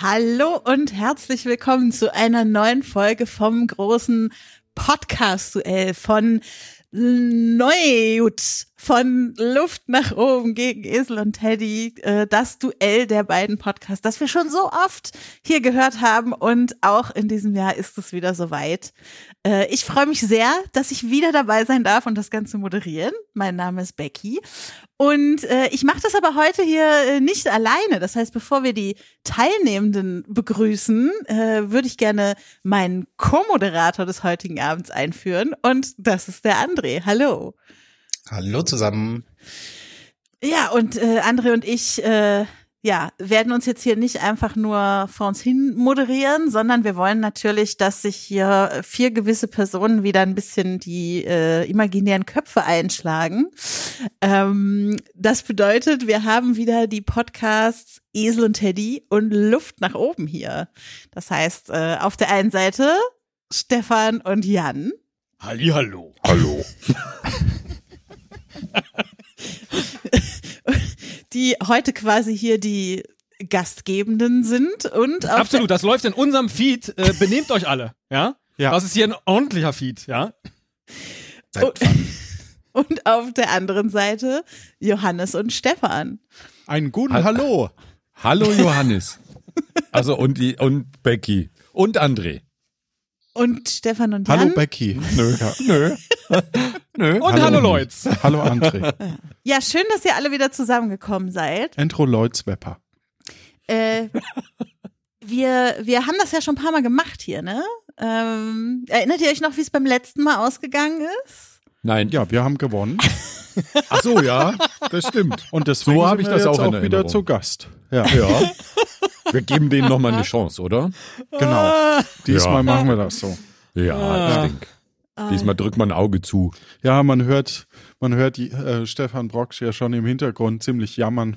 Hallo und herzlich willkommen zu einer neuen Folge vom großen Podcast-Duell von Neut von Luft nach oben gegen Esel und Teddy, äh, das Duell der beiden Podcasts, das wir schon so oft hier gehört haben und auch in diesem Jahr ist es wieder soweit. Äh, ich freue mich sehr, dass ich wieder dabei sein darf und das Ganze moderieren. Mein Name ist Becky und äh, ich mache das aber heute hier äh, nicht alleine. Das heißt, bevor wir die Teilnehmenden begrüßen, äh, würde ich gerne meinen Co-Moderator des heutigen Abends einführen und das ist der André. Hallo. Hallo zusammen. Ja, und äh, André und ich äh, ja, werden uns jetzt hier nicht einfach nur vor uns hin moderieren, sondern wir wollen natürlich, dass sich hier vier gewisse Personen wieder ein bisschen die äh, imaginären Köpfe einschlagen. Ähm, das bedeutet, wir haben wieder die Podcasts Esel und Teddy und Luft nach oben hier. Das heißt, äh, auf der einen Seite Stefan und Jan. Hallihallo. Hallo. die heute quasi hier die Gastgebenden sind und absolut, das läuft in unserem Feed. Äh, benehmt euch alle, ja? ja? Das ist hier ein ordentlicher Feed, ja. Und, und auf der anderen Seite Johannes und Stefan. Einen guten ha Hallo. Hallo Johannes. also und die und Becky und André. Und Stefan und Jan. Hallo Becky. Nö, ja, nö. nö. Und hallo, hallo Leutz. Hallo André. Ja, schön, dass ihr alle wieder zusammengekommen seid. Entro Leutz Wepper. Äh, wir, wir haben das ja schon ein paar Mal gemacht hier, ne? Ähm, erinnert ihr euch noch, wie es beim letzten Mal ausgegangen ist? Nein. Ja, wir haben gewonnen. Ach so, ja, das stimmt. Und deswegen so habe ich das auch, in auch Erinnerung. wieder zu Gast. Ja. ja. Wir geben denen nochmal eine Chance, oder? Ah, Genau. Diesmal Ah. ja. machen wir das so. Ja, ich denke. Diesmal drückt man ein Auge zu. Ja, man hört, man hört die, äh, Stefan Brocksch ja schon im Hintergrund ziemlich jammern.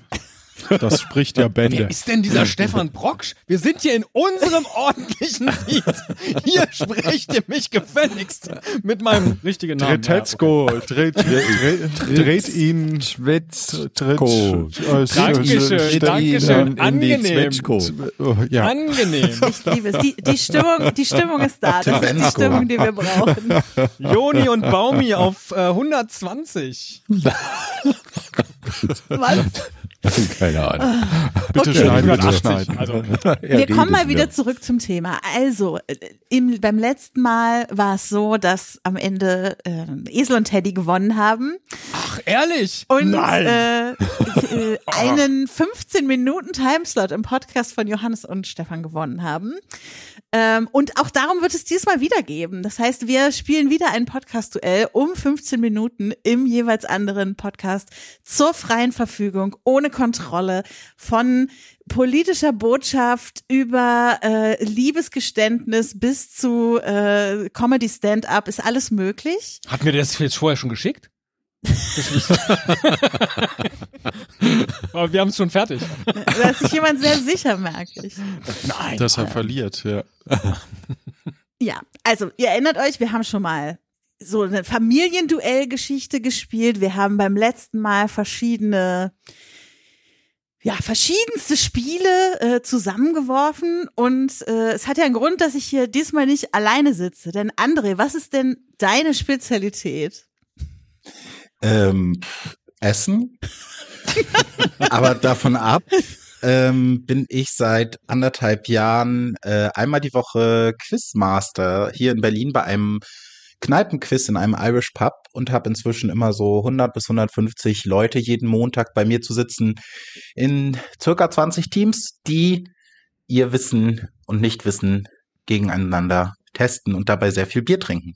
Das spricht ja Bände. Wer ist denn dieser Stefan Brocksch? Wir sind hier in unserem ordentlichen Lied. Hier sprecht ihr mich gefälligst mit meinem richtigen Namen. Tretetzko, ja, okay. dreht ihn. Schwitzko. Dankeschön, Dankeschön. Angenehm. Ja. Angenehm. Ich liebe es. Die, die, Stimmung, die Stimmung ist da. Das ist die Stimmung, die wir brauchen. Joni und Baumi auf äh, 120. Was? Keine Ahnung. Bitte okay. schneiden, bitte schneiden. Also. Wir kommen mal wieder zurück zum Thema. Also, im, beim letzten Mal war es so, dass am Ende äh, Esel und Teddy gewonnen haben. Ach, ehrlich? Und Nein. Äh, äh, einen 15-Minuten-Timeslot im Podcast von Johannes und Stefan gewonnen haben. Ähm, und auch darum wird es diesmal wieder geben. Das heißt, wir spielen wieder ein Podcast-Duell um 15 Minuten im jeweils anderen Podcast zur freien Verfügung, ohne Kontrolle von politischer Botschaft über äh, Liebesgeständnis bis zu äh, Comedy Stand-up ist alles möglich. Hat mir das jetzt vorher schon geschickt? Aber wir haben es schon fertig. Da ist sich jemand sehr sicher, merke ich. Nein. Dass er verliert, ja. Ja, also ihr erinnert euch, wir haben schon mal so eine Familienduellgeschichte gespielt. Wir haben beim letzten Mal verschiedene ja, verschiedenste Spiele äh, zusammengeworfen und äh, es hat ja einen Grund, dass ich hier diesmal nicht alleine sitze. Denn André, was ist denn deine Spezialität? Ähm, Essen. Aber davon ab ähm, bin ich seit anderthalb Jahren äh, einmal die Woche Quizmaster hier in Berlin bei einem Kneipenquiz in einem Irish Pub und habe inzwischen immer so 100 bis 150 Leute jeden Montag bei mir zu sitzen in circa 20 Teams, die ihr Wissen und Nichtwissen gegeneinander testen und dabei sehr viel Bier trinken.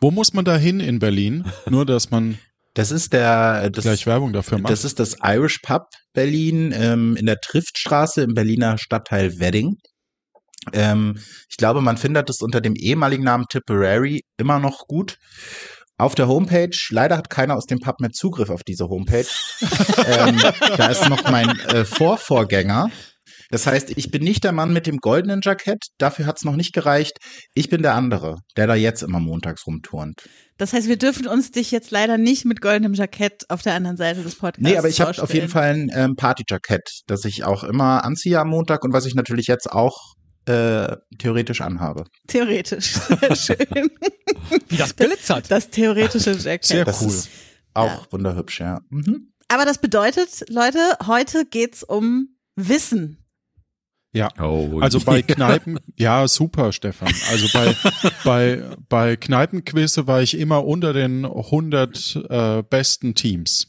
Wo muss man da hin in Berlin? Nur, dass man. Das ist der. Das, gleich Werbung dafür macht. Das ist das Irish Pub Berlin ähm, in der Triftstraße im Berliner Stadtteil Wedding. Ähm, ich glaube, man findet es unter dem ehemaligen Namen Tipperary immer noch gut. Auf der Homepage, leider hat keiner aus dem Pub mehr Zugriff auf diese Homepage. ähm, da ist noch mein äh, Vorvorgänger. Das heißt, ich bin nicht der Mann mit dem goldenen Jackett, dafür hat's noch nicht gereicht. Ich bin der andere, der da jetzt immer montags rumturnt. Das heißt, wir dürfen uns dich jetzt leider nicht mit goldenem Jackett auf der anderen Seite des Podcasts Nee, aber ich habe vorstellen. auf jeden Fall ein ähm, Partyjackett, das ich auch immer anziehe am Montag und was ich natürlich jetzt auch äh, theoretisch anhabe. Theoretisch. Sehr schön. Wie das glitzert. Das theoretische Jackett. Sehr Das cool. ist auch Ja. wunderhübsch, ja. Mhm. Aber das bedeutet, Leute, heute geht's um Wissen. Ja. Oh, Also bei Kneipen, ja, super, Stefan. Also bei, bei, bei Kneipenquizze war ich immer unter den 100 äh, besten Teams.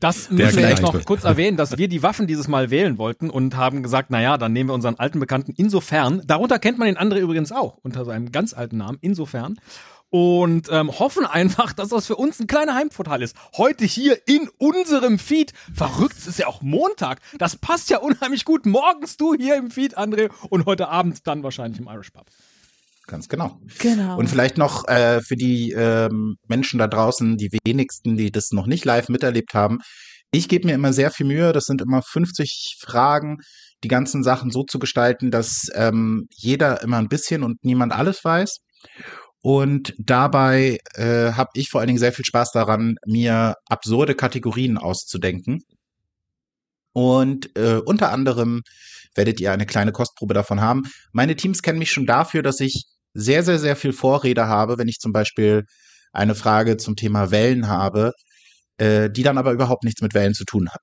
Das müssen wir Kneipe. vielleicht noch kurz erwähnen, dass wir die Waffen dieses Mal wählen wollten und haben gesagt, naja, dann nehmen wir unseren alten Bekannten insofern. Darunter kennt man den anderen übrigens auch unter seinem ganz alten Namen, insofern. Und ähm, hoffen einfach, dass das für uns ein kleiner Heimvorteil ist. Heute hier in unserem Feed. Verrückt, es ist ja auch Montag. Das passt ja unheimlich gut. Morgens du hier im Feed, André, und heute Abend dann wahrscheinlich im Irish Pub. Ganz genau. Genau. Und vielleicht noch äh, für die ähm, Menschen da draußen, die wenigsten, die das noch nicht live miterlebt haben. Ich gebe mir immer sehr viel Mühe. Das sind immer 50 Fragen, die ganzen Sachen so zu gestalten, dass ähm, jeder immer ein bisschen und niemand alles weiß. Und dabei äh, habe ich vor allen Dingen sehr viel Spaß daran, mir absurde Kategorien auszudenken. Und äh, unter anderem werdet ihr eine kleine Kostprobe davon haben. Meine Teams kennen mich schon dafür, dass ich sehr, sehr, sehr viel Vorrede habe, wenn ich zum Beispiel eine Frage zum Thema Wellen habe, äh, die dann aber überhaupt nichts mit Wellen zu tun hat.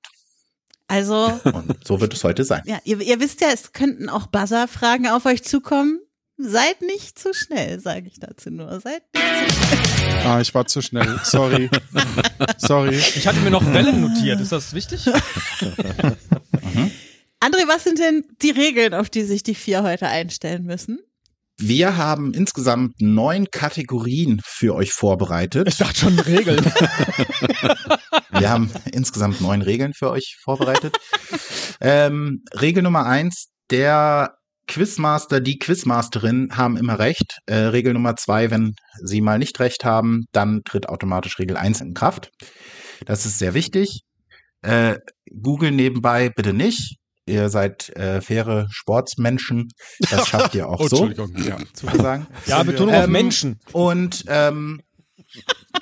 also, Und so wird es heute sein. ja, ihr, ihr wisst ja, es könnten auch Buzzer-Fragen auf euch zukommen. Seid nicht zu schnell, sage ich dazu nur. Seid Ah, ich war zu schnell. Sorry. Sorry. Ich hatte mir noch Wellen notiert. Ist das wichtig? André, was sind denn die Regeln, auf die sich die vier heute einstellen müssen? Wir haben insgesamt neun Kategorien für euch vorbereitet. dachte schon Regeln. Wir haben insgesamt neun Regeln für euch vorbereitet. ähm, Regel Nummer eins, der Quizmaster, die Quizmasterin haben immer recht. Äh, Regel Nummer zwei, wenn sie mal nicht recht haben, dann tritt automatisch Regel eins in Kraft. Das ist sehr wichtig. Äh, Google nebenbei bitte nicht. Ihr seid äh, faire Sportsmenschen. Das schafft ihr auch Oh, so, Entschuldigung. Ja. zu sagen. Ja, Betonung auf Ähm, Menschen. Und ähm,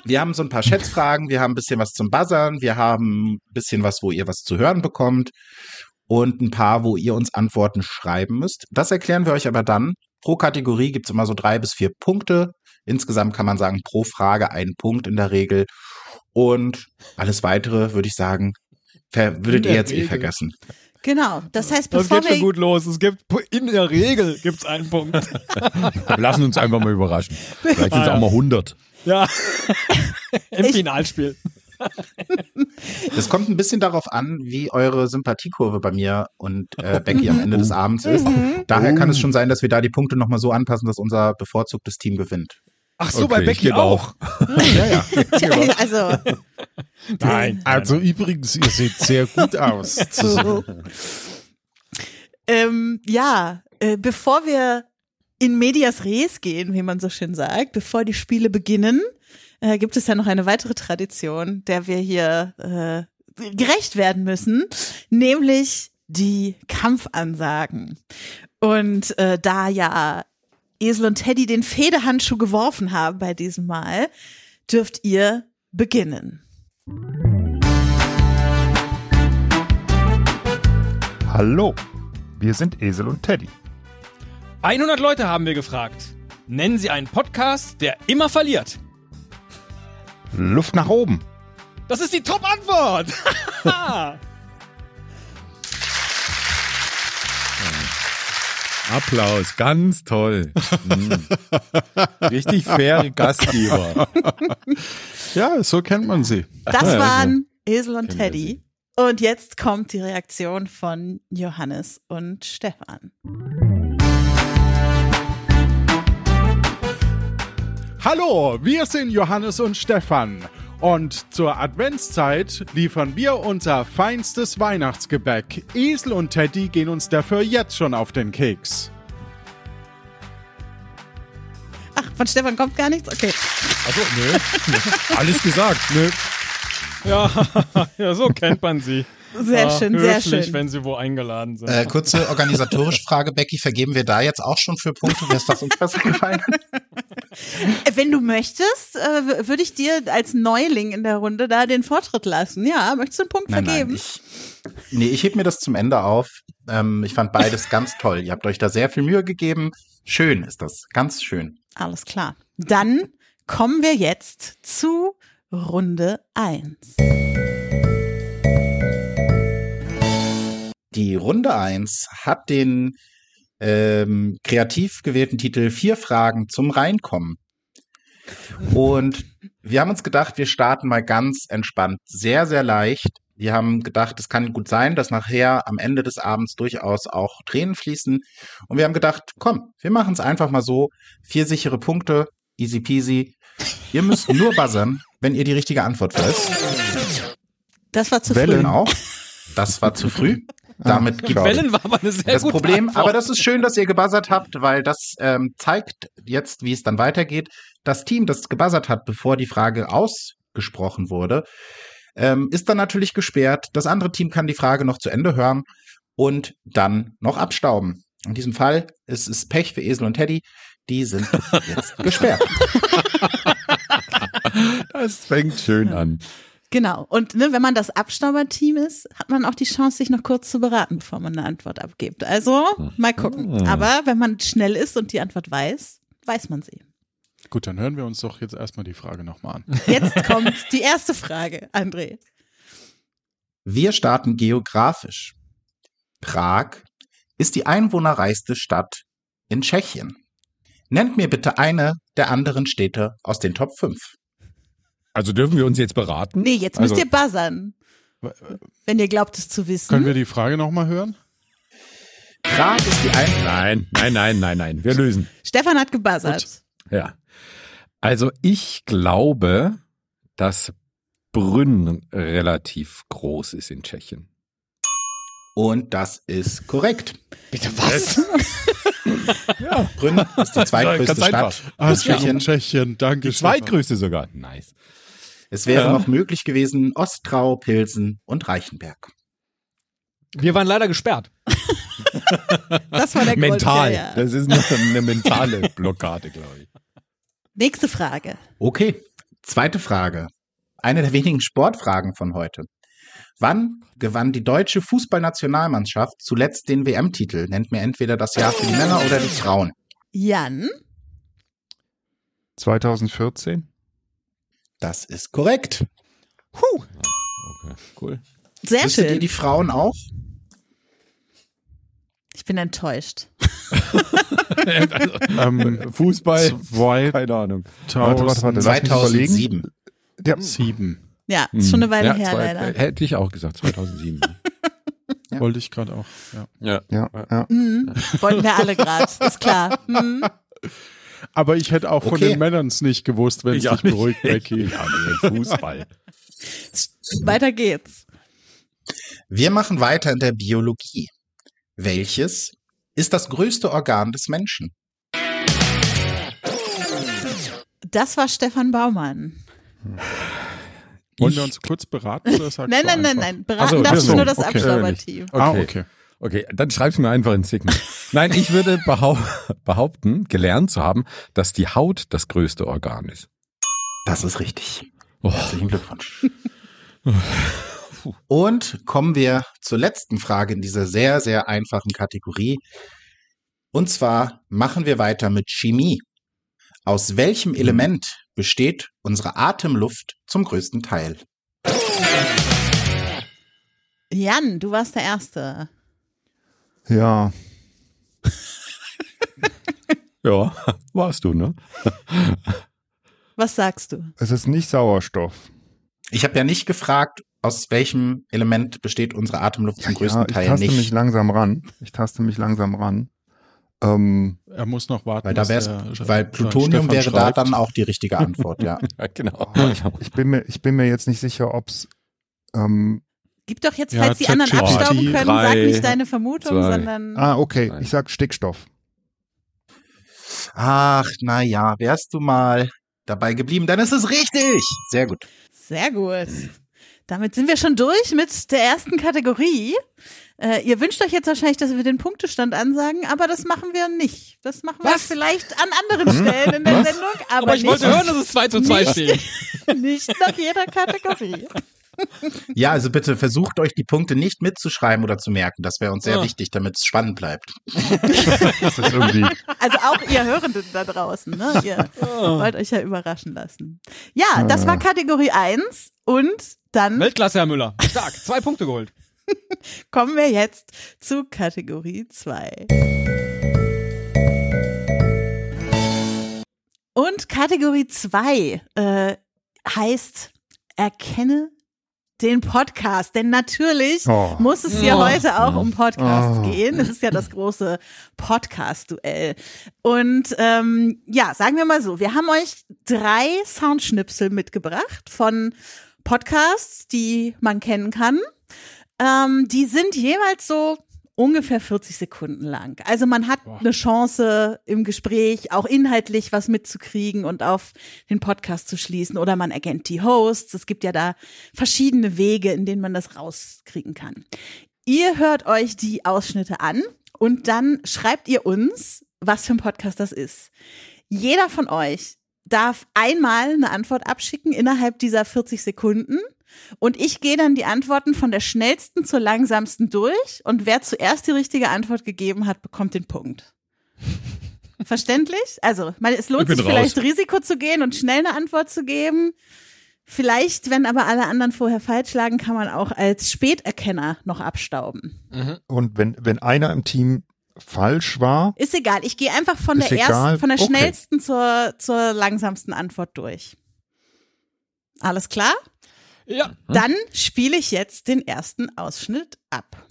wir haben so ein paar Schätzfragen, wir haben ein bisschen was zum Buzzern, wir haben ein bisschen was, wo ihr was zu hören bekommt und ein paar, wo ihr uns Antworten schreiben müsst. Das erklären wir euch aber dann. Pro Kategorie gibt's immer so drei bis vier Punkte. Insgesamt kann man sagen, pro Frage einen Punkt in der Regel. Und alles weitere, würde ich sagen, ver würdet ihr der jetzt eh Regel. vergessen. Genau. Das heißt, Das bevor geht schon wir, gut los. Es gibt in der Regel gibt's einen Punkt. Wir lassen uns einfach mal überraschen. Vielleicht sind es auch mal 100. Ja. Im Ich- Finalspiel. Es kommt ein bisschen darauf an, wie eure Sympathiekurve bei mir und äh, Becky am Ende des Abends ist. Daher kann Oh. es schon sein, dass wir da die Punkte nochmal so anpassen, dass unser bevorzugtes Team gewinnt. Ach Okay, ich gebe also, Nein. Also übrigens, ihr seht sehr gut aus. zusammen. ähm, ja, äh, bevor wir in medias res gehen, wie man so schön sagt, bevor die Spiele beginnen, äh, gibt es ja noch eine weitere Tradition, der wir hier äh, gerecht werden müssen, nämlich die Kampfansagen. Und äh, da ja Esel und Teddy den Federhandschuh geworfen haben bei diesem Mal, dürft ihr beginnen. Hallo, wir sind Esel und Teddy. 100 Leute haben wir gefragt. Nennen Sie einen Podcast, der immer verliert. Luft nach oben. Das ist die Top-Antwort. Applaus, ganz toll. Mhm. Richtig faire Gastgeber. Ja, so kennt man sie. Das Ja, waren Esel und Kennen wir Teddy. Und jetzt kommt die Reaktion von Johannes und Stefan. Hallo, wir sind Johannes und Stefan. Und zur Adventszeit liefern wir unser feinstes Weihnachtsgebäck. Esel und Teddy gehen uns dafür jetzt schon auf den Keks. Ach, von Stefan kommt gar nichts? Okay. Also, Achso, nö. Alles gesagt, nö. ja, ja, so kennt man sie. Sehr Ah, schön, sehr höflich, schön. wenn sie wo eingeladen sind. Äh, kurze organisatorische Frage, Becky, vergeben wir da jetzt auch schon für Punkte, wer ist das uns besser gefallen? hat? Äh, Wenn du möchtest, äh, würde ich dir als Neuling in der Runde da den Vortritt lassen. Ja, möchtest du einen Punkt Nein, nein, vergeben? ich, nee, ich heb mir das zum Ende auf. Ähm, ich fand beides ganz toll. Ihr habt euch da sehr viel Mühe gegeben. Schön ist das, ganz schön. Alles klar. Dann kommen wir jetzt zu Runde 1. Die Runde 1 hat den ähm, kreativ gewählten Titel Vier Fragen zum Reinkommen. Und wir haben uns gedacht, wir starten mal ganz entspannt, sehr, sehr leicht. Wir haben gedacht, es kann gut sein, dass nachher am Ende des Abends durchaus auch Tränen fließen. Und wir haben gedacht, komm, wir machen es einfach mal so. Vier sichere Punkte, easy peasy. Ihr müsst nur buzzern, wenn ihr die richtige Antwort wollt. Das war zu Wellen. früh. Genau. Das war zu früh. Damit Die gibt Wellen war aber eine sehr das gute Problem, Antwort. aber das ist schön, dass ihr gebuzzert habt, weil das ähm, zeigt jetzt, wie es dann weitergeht. Das Team, das gebuzzert hat, bevor die Frage ausgesprochen wurde, ähm, ist dann natürlich gesperrt. Das andere Team kann die Frage noch zu Ende hören und dann noch abstauben. In diesem Fall ist es Pech für Esel und Teddy. Die sind jetzt gesperrt. Das fängt schön an. Genau. Und ne, wenn man das Abstauberteam ist, hat man auch die Chance, sich noch kurz zu beraten, bevor man eine Antwort abgibt. Also mal gucken. Ah. Aber wenn man schnell ist und die Antwort weiß, weiß man sie. Gut, dann hören wir uns doch jetzt erstmal die Frage nochmal an. Jetzt kommt die erste Frage, André. Wir starten geografisch. Prag ist die einwohnerreichste Stadt in Tschechien. Nennt mir bitte eine der anderen Städte aus den Top 5. Also dürfen wir uns jetzt beraten? Nee, jetzt also, müsst ihr buzzern, W- wenn ihr glaubt, es zu wissen. Können wir die Frage nochmal hören? Prag ist die ein Nein, nein, nein, nein, nein. Wir lösen. Stefan hat gebuzzert. Ja. Also ich glaube, dass Brünn relativ groß ist in Tschechien. und das ist korrekt. Bitte was? Ja, Brünn ist die zweitgrößte Ganz einfach. Stadt. Ah, in es geht um Tschechien. Tschechien. Danke. die zweitgrößte sogar. Nice. Es wäre Ja. noch möglich gewesen Ostrau, Pilsen und Reichenberg. Wir waren leider gesperrt. Das war der Grund, Mental. ja, ja. Das ist eine, eine mentale Blockade, glaube ich. Nächste Frage. Okay, zweite Frage. Eine der wenigen Sportfragen von heute. Wann gewann die deutsche Fußballnationalmannschaft zuletzt den WM-Titel? Nennt mir entweder das Jahr für die Männer oder die Frauen. Jan, 2014? Das ist korrekt. Okay, cool. sehr Wisst ihr schön. die Frauen auch? Ich bin enttäuscht. Ähm, Fußball, Zwei- keine Ahnung. warte, warte, warte. Lass mich überlegen. 2007. Der, 2007. Ja, ist schon eine Weile Hm. Ja, her, zwei- leider. Hätte ich auch gesagt, 2007. Ja. Wollte ich gerade auch. Ja. ja. ja, ja. Mhm. Wollten wir alle gerade, ist klar. Mhm. Aber ich hätte auch von Okay. den Männern es nicht gewusst, wenn es Ich auch dich beruhigt, Becky. Ja, nee, Fußball. Weiter geht's. Wir machen weiter in der Biologie. Welches ist das größte Organ des Menschen? Das war Stefan Baumann. Wollen wir uns kurz beraten oder sagst Nein, du nein, nein, einfach? nein. Beraten Also, darfst du so, nur das okay. Abstauberteam. Ah, okay. Okay, dann schreib's mir einfach in Sigma. Nein, ich würde behau behaupten, gelernt zu haben, dass die Haut das größte Organ ist. Das ist richtig. Oh, Herzlichen Glückwunsch. Und kommen wir zur letzten Frage in dieser sehr, sehr einfachen Kategorie. Und zwar machen wir weiter mit Chemie. Aus welchem Element besteht unsere Atemluft zum größten Teil? Jan, du warst der Erste. Ja. ja, warst du, ne? Was sagst du? Es ist nicht Sauerstoff. Ich habe ja nicht gefragt, aus welchem Element besteht unsere Atemluft zum größten Ja, ich Teil taste mich nicht. langsam ran. Ich taste mich langsam ran. Ähm, Er muss noch warten. Weil, da bis wär's, der- weil der Plutonium Stefan wäre da schreibt. dann auch die richtige Antwort, ja. Ja, genau. ich, bin mir, ich bin mir jetzt nicht sicher, ob's ähm, Gib doch jetzt, Ja, falls die anderen ChatGPT, abstauben können, sag drei, nicht deine Vermutung, zwei. sondern Ah, okay. Nein. Ich sag Stickstoff. Ach, na ja, wärst du mal dabei geblieben, dann ist es richtig. Sehr gut. sehr gut. Damit sind wir schon durch mit der ersten Kategorie. Äh, ihr wünscht euch jetzt wahrscheinlich, dass wir den Punktestand ansagen, aber das machen wir nicht. Das machen wir Was? vielleicht an anderen Stellen in der Sendung, aber, Aber Äh, ich nicht, wollte hören, dass es 2 zu 2 nicht- steht. nicht nach jeder Kategorie. Ja, also bitte versucht euch die Punkte nicht mitzuschreiben oder zu merken. Das wäre uns sehr Ah. wichtig, damit es spannend bleibt. Das ist irgendwie. Also auch ihr Hörenden da draußen, ne? Ihr wollt euch ja überraschen lassen. Ja, das war Kategorie 1 und dann Weltklasse, Herr Müller. Stark. Zwei Punkte geholt. kommen wir jetzt zu Kategorie 2. Und Kategorie 2 äh, heißt Erkenne den Podcast. Denn natürlich Oh. muss es ja Oh. heute auch um Podcasts Oh. gehen. Es ist ja das große Podcast-Duell. Und ähm, ja, sagen wir mal so, wir haben euch drei Soundschnipsel mitgebracht von Podcasts, die man kennen kann. Ähm, die sind jeweils so ungefähr 40 Sekunden lang. Also man hat eine Chance im Gespräch auch inhaltlich was mitzukriegen und auf den Podcast zu schließen oder man erkennt die Hosts. Es gibt ja da verschiedene Wege, in denen man das rauskriegen kann. Ihr hört euch die Ausschnitte an und dann schreibt ihr uns, was für ein Podcast das ist. Jeder von euch darf einmal eine Antwort abschicken innerhalb dieser 40 Sekunden. Und ich gehe dann die Antworten von der schnellsten zur langsamsten durch. Und wer zuerst die richtige Antwort gegeben hat, bekommt den Punkt. Verständlich? Also, man, es Ich lohnt bin sich raus. vielleicht, Risiko zu gehen und schnell eine Antwort zu geben. Vielleicht, wenn aber alle anderen vorher falsch lagen, kann man auch als Späterkenner noch abstauben. Mhm. Und wenn, wenn einer im Team falsch war, Ist egal. Ich gehe einfach von Ist der ersten, egal. von der Okay. schnellsten zur, zur langsamsten Antwort durch. Alles klar? Ja. Hm? Dann spiele ich jetzt den ersten Ausschnitt ab.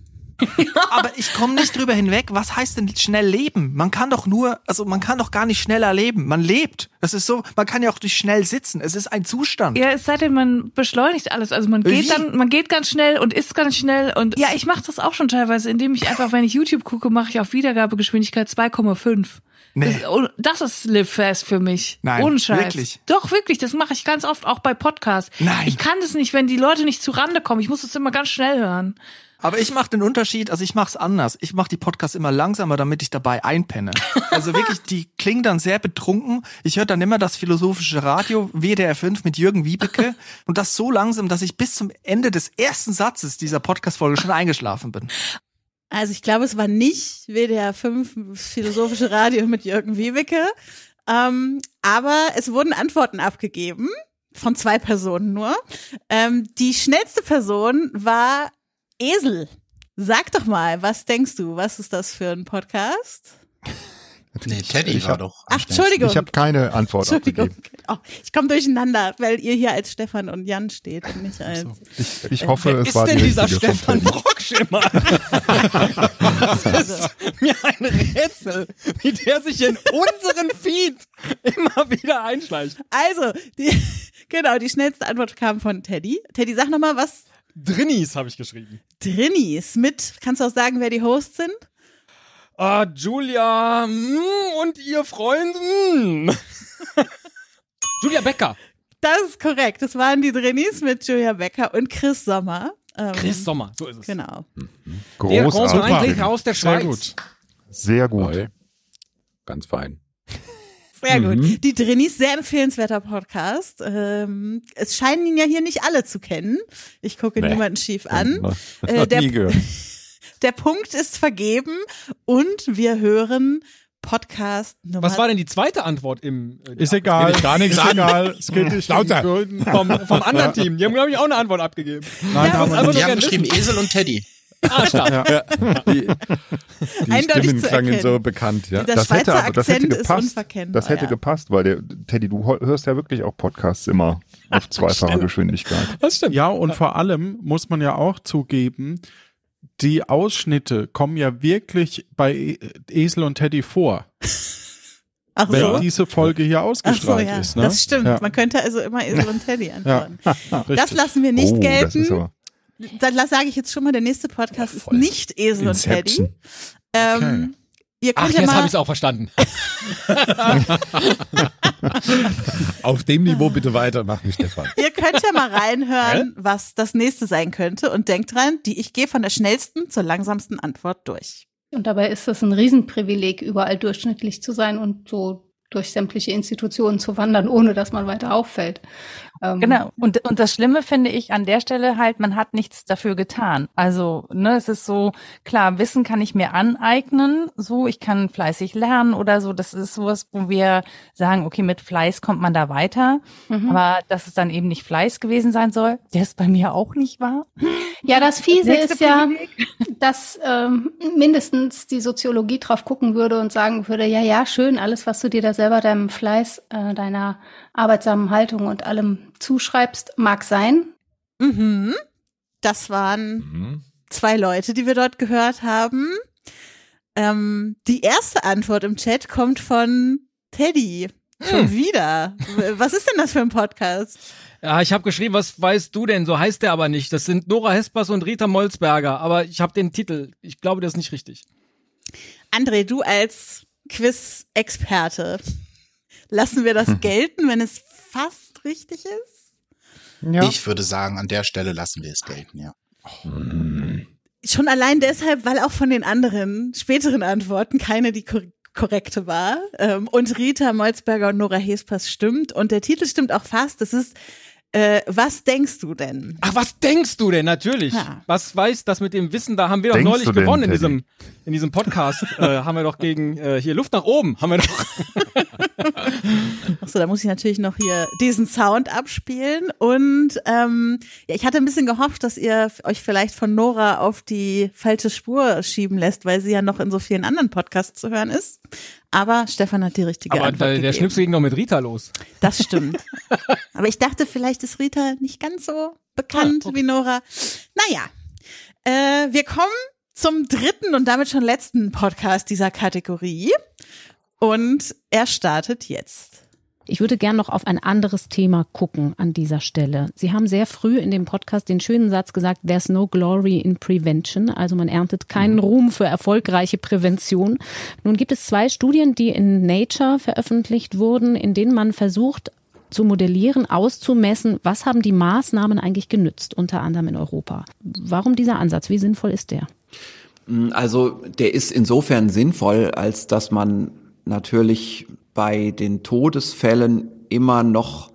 Aber ich komme nicht drüber hinweg. Was heißt denn schnell leben? Man kann doch nur, also man kann doch gar nicht schneller leben. Man lebt. Das ist so, man kann ja auch nicht schnell sitzen. Es ist ein Zustand. Ja, es sei denn, man beschleunigt alles. Also man Wie? geht dann, man geht ganz schnell und isst ganz schnell und ja, ich mache das auch schon teilweise, indem ich einfach, wenn ich YouTube gucke, mache ich auf Wiedergabegeschwindigkeit 2,5. Nee. Das, und das ist Live Fast für mich. Nein, Ohne Scheiß. wirklich? Doch, wirklich. Das mache ich ganz oft auch bei Podcasts. Nein. Ich kann das nicht, wenn die Leute nicht zu Rande kommen. Ich muss das immer ganz schnell hören. Aber ich mache den Unterschied, also ich mache es anders. Ich mache die Podcasts immer langsamer, damit ich dabei einpenne. Also wirklich, die klingen dann sehr betrunken. Ich höre dann immer das philosophische Radio WDR 5 mit Jürgen Wiebeke und das so langsam, dass ich bis zum Ende des ersten Satzes dieser Podcast-Folge schon eingeschlafen bin. Also ich glaube, es war nicht WDR 5 Philosophische Radio mit Jürgen Wiebeke. Ähm, aber es wurden Antworten abgegeben von zwei Personen nur. Ähm, die schnellste Person war Esel. Sag doch mal, was denkst du? Was ist das für ein Podcast? Nee, Teddy ich war hab- doch. am Ach, schnellsten. Entschuldigung. ich habe keine Antwort Entschuldigung. abgegeben. Oh, ich komme durcheinander, weil ihr hier als Stefan und Jan steht und nicht als. Ich, ich hoffe, Wer es ist war denn die dieser richtige von Stefan Teddy. Brockschimmer? das ist mir ein Rätsel, wie der sich in unseren Feed immer wieder einschleicht. Also, die, genau, die schnellste Antwort kam von Teddy. Teddy, sag nochmal, was Drinnies habe ich geschrieben. Drinnies mit, kannst du auch sagen, wer die Hosts sind? Ah, Julia mm, und ihr Freund. Mm. Julia Becker. Das ist korrekt. Das waren die Drinnies mit Julia Becker und Chris Sommer. Ähm, Chris Sommer, so ist es. Genau. Der große Großartig. Einblick aus der Sehr Schweiz. gut. Sehr Toll. gut. Ganz fein. Sehr gut. Mhm. Die Drinnies, sehr empfehlenswerter Podcast. Ähm, es scheinen ihn ja hier nicht alle zu kennen. Ich gucke Nee. niemanden schief an. Noch Äh, der- nie gehört. Der Punkt ist vergeben und wir hören Podcast Nummer Was war denn die zweite Antwort im äh, Ist egal. geht gar nichts ist an. egal. Es geht nicht um Lauter. Würden. vom, vom anderen Team? Die haben, glaube ich, auch eine Antwort abgegeben. Nein, Ja, was haben wir aber- nicht. Die haben Gerne geschrieben Esel und Teddy. Ah, stark. Ja. Die, die Eindeutig Stimmen zu klangen erkennen. so bekannt, ja. Dieser Das hätte, Schweizer aber, das hätte Akzent ist gepasst. unverkennbar. Das hätte ja. gepasst, weil der Teddy, du hol- hörst ja wirklich auch Podcasts immer auf zweifacher Geschwindigkeit. Das stimmt. Ja, und vor allem muss man ja auch zugeben, die Ausschnitte kommen ja wirklich bei E- Esel und Teddy vor, Ach wenn so. diese Folge hier Ach so, ausgestrahlt ja. ist. Ne? Das stimmt. Ja, Man könnte also immer Esel und Teddy antworten. richtig. Das lassen wir nicht oh, Das ist gelten. aber, Dann sage ich jetzt schon mal, der nächste Podcast Ja, ist voll. nicht Esel und Teddy. Ähm, Ihr Ach, könnt ja jetzt habe mal, ich es auch verstanden. Auf dem Ah. Niveau bitte weitermachen, Stefan. ihr könnt ja mal reinhören, was das nächste sein könnte und denkt dran, die ich gehe von der schnellsten zur langsamsten Antwort durch. Und dabei ist es ein Riesenprivileg, überall durchschnittlich zu sein und so durch sämtliche Institutionen zu wandern, ohne dass man weiter auffällt. Ähm, Genau. Und, und das Schlimme finde ich an der Stelle halt, man hat nichts dafür getan. Also, ne, es ist so, klar, Wissen kann ich mir aneignen, so, ich kann fleißig lernen oder so. Das ist sowas, wo wir sagen, okay, mit Fleiß kommt man da weiter. Mhm. Aber dass es dann eben nicht Fleiß gewesen sein soll, der ist bei mir auch nicht wahr. Ja, das Fiese Nächste ist ja, Privileg. dass ähm, mindestens die Soziologie drauf gucken würde und sagen würde, ja, ja, schön, alles, was du dir da selber deinem Fleiß, äh, deiner arbeitsamen Haltung und allem zuschreibst, mag sein. Mhm. Das waren Mhm. zwei Leute, die wir dort gehört haben. Ähm, die erste Antwort im Chat kommt von Teddy. Schon wieder. W- Was ist denn das für ein Podcast? Ja, ich habe geschrieben, was weißt du denn? So heißt der aber nicht. Das sind Nora Hespers und Rita Molzberger, aber ich habe den Titel. Ich glaube, der ist nicht richtig. André, du als Quiz-Experte, lassen wir das gelten, wenn es fast richtig ist? Ja. Ich würde sagen, an der Stelle lassen wir es gelten, ja. Schon allein deshalb, weil auch von den anderen späteren Antworten keine die kor korrekte war. Ähm, und Rita Molzberger und Nora Hespers stimmt. Und der Titel stimmt auch fast. Das ist, äh, was denkst du denn? Ach, was denkst du denn? Natürlich. Ja. Was weiß das mit dem Wissen? Da haben wir doch Denkst neulich du denn, gewonnen in Teddy? diesem, in diesem Podcast. äh, haben wir doch gegen äh, hier Luft nach oben. Haben wir doch. Achso, da muss ich natürlich noch hier diesen Sound abspielen. Und ähm, ja, ich hatte ein bisschen gehofft, dass ihr f- euch vielleicht von Nora auf die falsche Spur schieben lässt, weil sie ja noch in so vielen anderen Podcasts zu hören ist. Aber Stefan hat die richtige Aber äh, Antwort der, der gegeben. Schnips ging noch mit Rita los. Das stimmt. Aber ich dachte, vielleicht ist Rita nicht ganz so bekannt Ah, wie Nora. Naja, äh, wir kommen zum dritten und damit schon letzten Podcast dieser Kategorie. Und er startet jetzt. Ich würde gern noch auf ein anderes Thema gucken an dieser Stelle. Sie haben sehr früh in dem Podcast den schönen Satz gesagt, there's no glory in prevention. Also man erntet keinen Ruhm für erfolgreiche Prävention. Nun gibt es zwei Studien, die in Nature veröffentlicht wurden, in denen man versucht, zu modellieren, auszumessen, was haben die Maßnahmen eigentlich genützt, unter anderem in Europa. Warum dieser Ansatz? Wie sinnvoll ist der? Also der ist insofern sinnvoll, als dass man natürlich bei den Todesfällen immer noch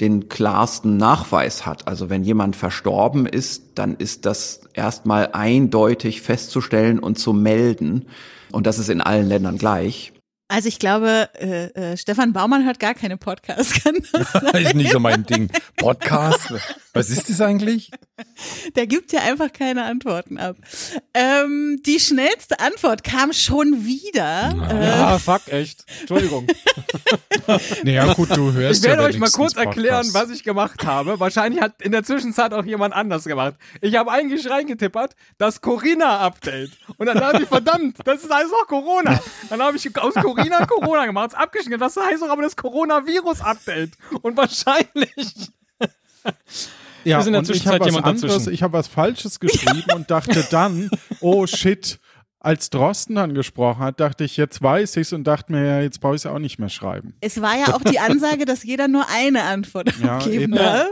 den klarsten Nachweis hat. Also wenn jemand verstorben ist, dann ist das erstmal eindeutig festzustellen und zu melden. Und das ist in allen Ländern gleich. Also ich glaube, äh, äh, Stefan Baumann hört gar keine Podcasts. Genau. Kann das sein? ist nicht so mein Ding. Podcast. Was ist das eigentlich? Der gibt ja einfach keine Antworten ab. Ähm, die schnellste Antwort kam schon wieder. Äh, Ah, fuck, echt. Entschuldigung. Naja, gut, du hörst Ich werde ja euch mal wenigstens kurz erklären, Podcasts. was ich gemacht habe. Wahrscheinlich hat in der Zwischenzeit auch jemand anders gemacht. Ich habe eigentlich reingetippert, das Corina-Update. Und dann dachte ich, verdammt, das ist alles noch Corona. Dann habe ich aus Corina Corona gemacht, es abgeschnitten. Das heißt doch aber das Coronavirus-Update. Und wahrscheinlich. Ja, Ist in der und ich Zwischenzeit habe was jemand anderes, dazwischen. ich habe was Falsches geschrieben und dachte dann, oh shit, als Drosten dann gesprochen hat, dachte ich, jetzt weiß ich's und dachte mir, ja, jetzt brauche ich es auch nicht mehr schreiben. es war ja auch die Ansage, dass jeder nur eine Antwort Ja, abgeben eben. darf.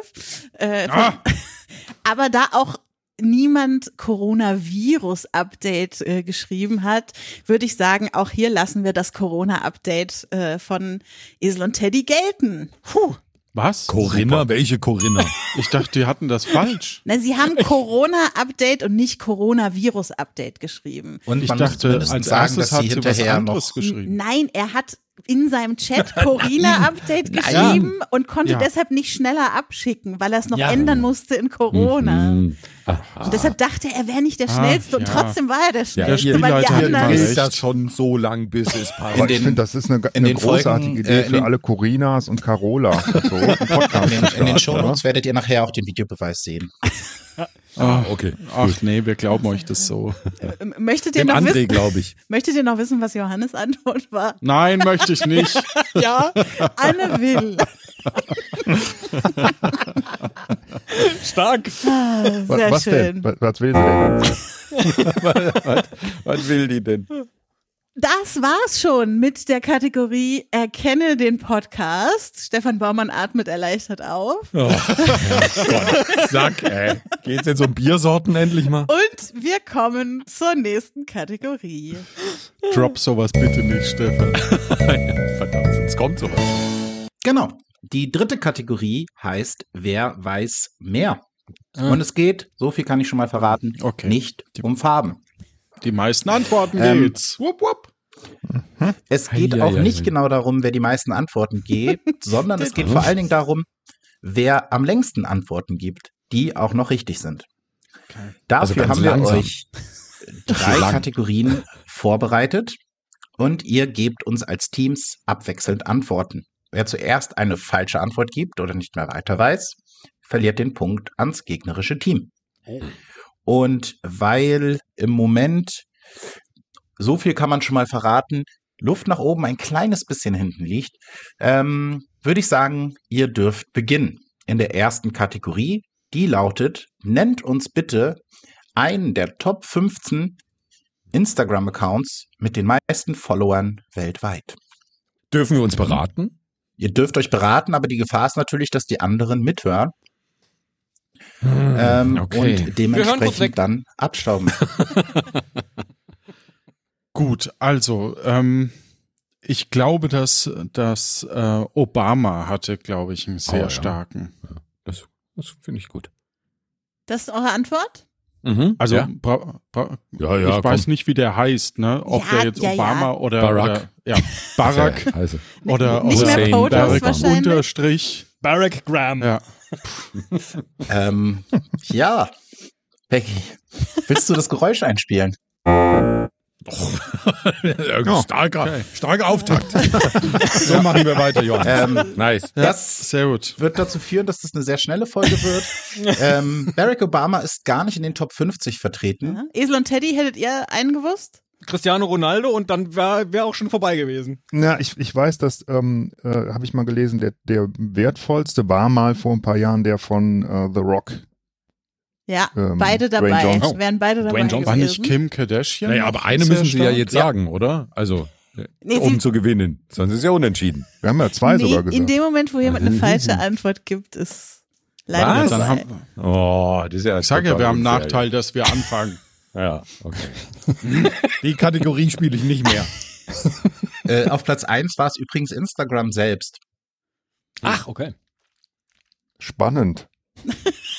Äh, von Ah, Aber da auch niemand Coronavirus-Update äh, geschrieben hat, würde ich sagen, auch hier lassen wir das Corona-Update äh, von Esel und Teddy gelten. Puh. was? Corinna? Welche Corinna? Ich dachte, die hatten das falsch. Na, Ne, sie haben Corona-Update und nicht Coronavirus-Update geschrieben. Und Ich man muss dachte, mindestens als sagen, dass erstes sie hat sie was hinterher anderes noch geschrieben. Nein, er hat in seinem Chat Corona-Update geschrieben und konnte Ja. deshalb nicht schneller abschicken, weil er es noch Ja. ändern musste in Corona. Mhm. Und deshalb dachte er, er wäre nicht der Schnellste und ja. trotzdem war er der Ja, Schnellste, ihr- weil die Spielleiter hat Ihr anderen... immer gilt recht. das schon so lang, bis es Aber passt. In ich den- finde, das ist eine, in eine den großartige Folgen, Idee äh, in für den- alle Corinas und Carola. So, einen Podcast zu In den, in den starten, Shownotes werdet ihr nachher auch den Videobeweis sehen. Ah, okay. Ach nee, wir glauben euch das so. M- Möchtet ihr Dem noch André, wissen, glaube ich. Möchtet ihr noch wissen, was Johannes Antwort war? Nein, möchte ich nicht. Ja, Anne will. Stark. Ah, Wa- Sehr was schön. denn? Was, was will sie denn? was will die denn? Das war's schon mit der Kategorie Erkenne den Podcast. Stefan Baumann atmet erleichtert auf. Oh, Gott, Sack, ey. Geht's jetzt um Biersorten endlich mal? Und wir kommen zur nächsten Kategorie. Drop sowas bitte nicht, Stefan. Verdammt, sonst kommt sowas. Genau. Die dritte Kategorie heißt Wer weiß mehr? Und es geht, so viel kann ich schon mal verraten, nicht um Farben. Die meisten Antworten Ähm, geht's. Wupp, wupp. Es geht Ei, ei, auch ei, nicht ei. genau darum, wer die meisten Antworten gibt, sondern es geht vor allen Dingen darum, wer am längsten Antworten gibt, die auch noch richtig sind. Also Dafür ganz haben wir langsam. euch drei Lang. Kategorien vorbereitet und ihr gebt uns als Teams abwechselnd Antworten. Wer zuerst eine falsche Antwort gibt oder nicht mehr weiter weiß, verliert den Punkt ans gegnerische Team. Und weil im Moment so viel kann man schon mal verraten, Luft nach oben ein kleines bisschen hinten liegt, ähm, würde ich sagen, ihr dürft beginnen. In der ersten Kategorie, die lautet, nennt uns bitte einen der Top 15 Instagram-Accounts mit den meisten Followern weltweit. Dürfen wir uns beraten? Ihr dürft euch beraten, aber die Gefahr ist natürlich, dass die anderen mithören Hm, Mm, ähm, und dementsprechend dann abstauben. Gut, also ähm, ich glaube, dass, dass äh, Obama hatte, glaube ich, einen sehr Oh, ja. starken. Das, das finde ich gut. Das ist eure Antwort? Also ja. bra- bra- Ja, ja, ich weiß komm. nicht, wie der heißt, ne? Ob Ja, der jetzt ja, ja. Obama oder Barack. oder, ja, Barack Ja, also. oder Nicht oder mehr POTUS Barack wahrscheinlich. Unterstrich. Barack Graham. Ja. ähm, ja, Becky, willst du das Geräusch einspielen? starker, starker Auftakt. so machen wir weiter, Johann. Ähm, nice. Das sehr gut. wird dazu führen, dass das eine sehr schnelle Folge wird. ähm, Barack Obama ist gar nicht in den Top 50 vertreten. Esel und Teddy, hättet ihr einen gewusst? Cristiano Ronaldo und dann wäre wär auch schon vorbei gewesen. Na, ich, ich weiß, dass, ähm, äh, habe ich mal gelesen, der, der wertvollste war mal vor ein paar Jahren der von äh, The Rock. Ja, Ähm, beide Dwayne dabei. Johnson. Wären beide dabei. War nicht gewesen. Kim Kardashian? Naja, aber eine Sehr müssen sie ja stark? jetzt sagen, oder? Also, äh, Nee, sie- um zu gewinnen. Sonst ist ja unentschieden. Wir haben ja zwei nee, sogar gesagt. In dem Moment, wo jemand eine Mhm. falsche Antwort gibt, ist leider Was? vorbei. haben- Dann Oh, das ist ja. Ich sage ja, wir haben einen total Nachteil, dass wir anfangen. unfair. Ja, okay. Die Kategorie spiele ich nicht mehr. Äh, auf Platz 1 war es übrigens Instagram selbst. Ach, okay. Spannend.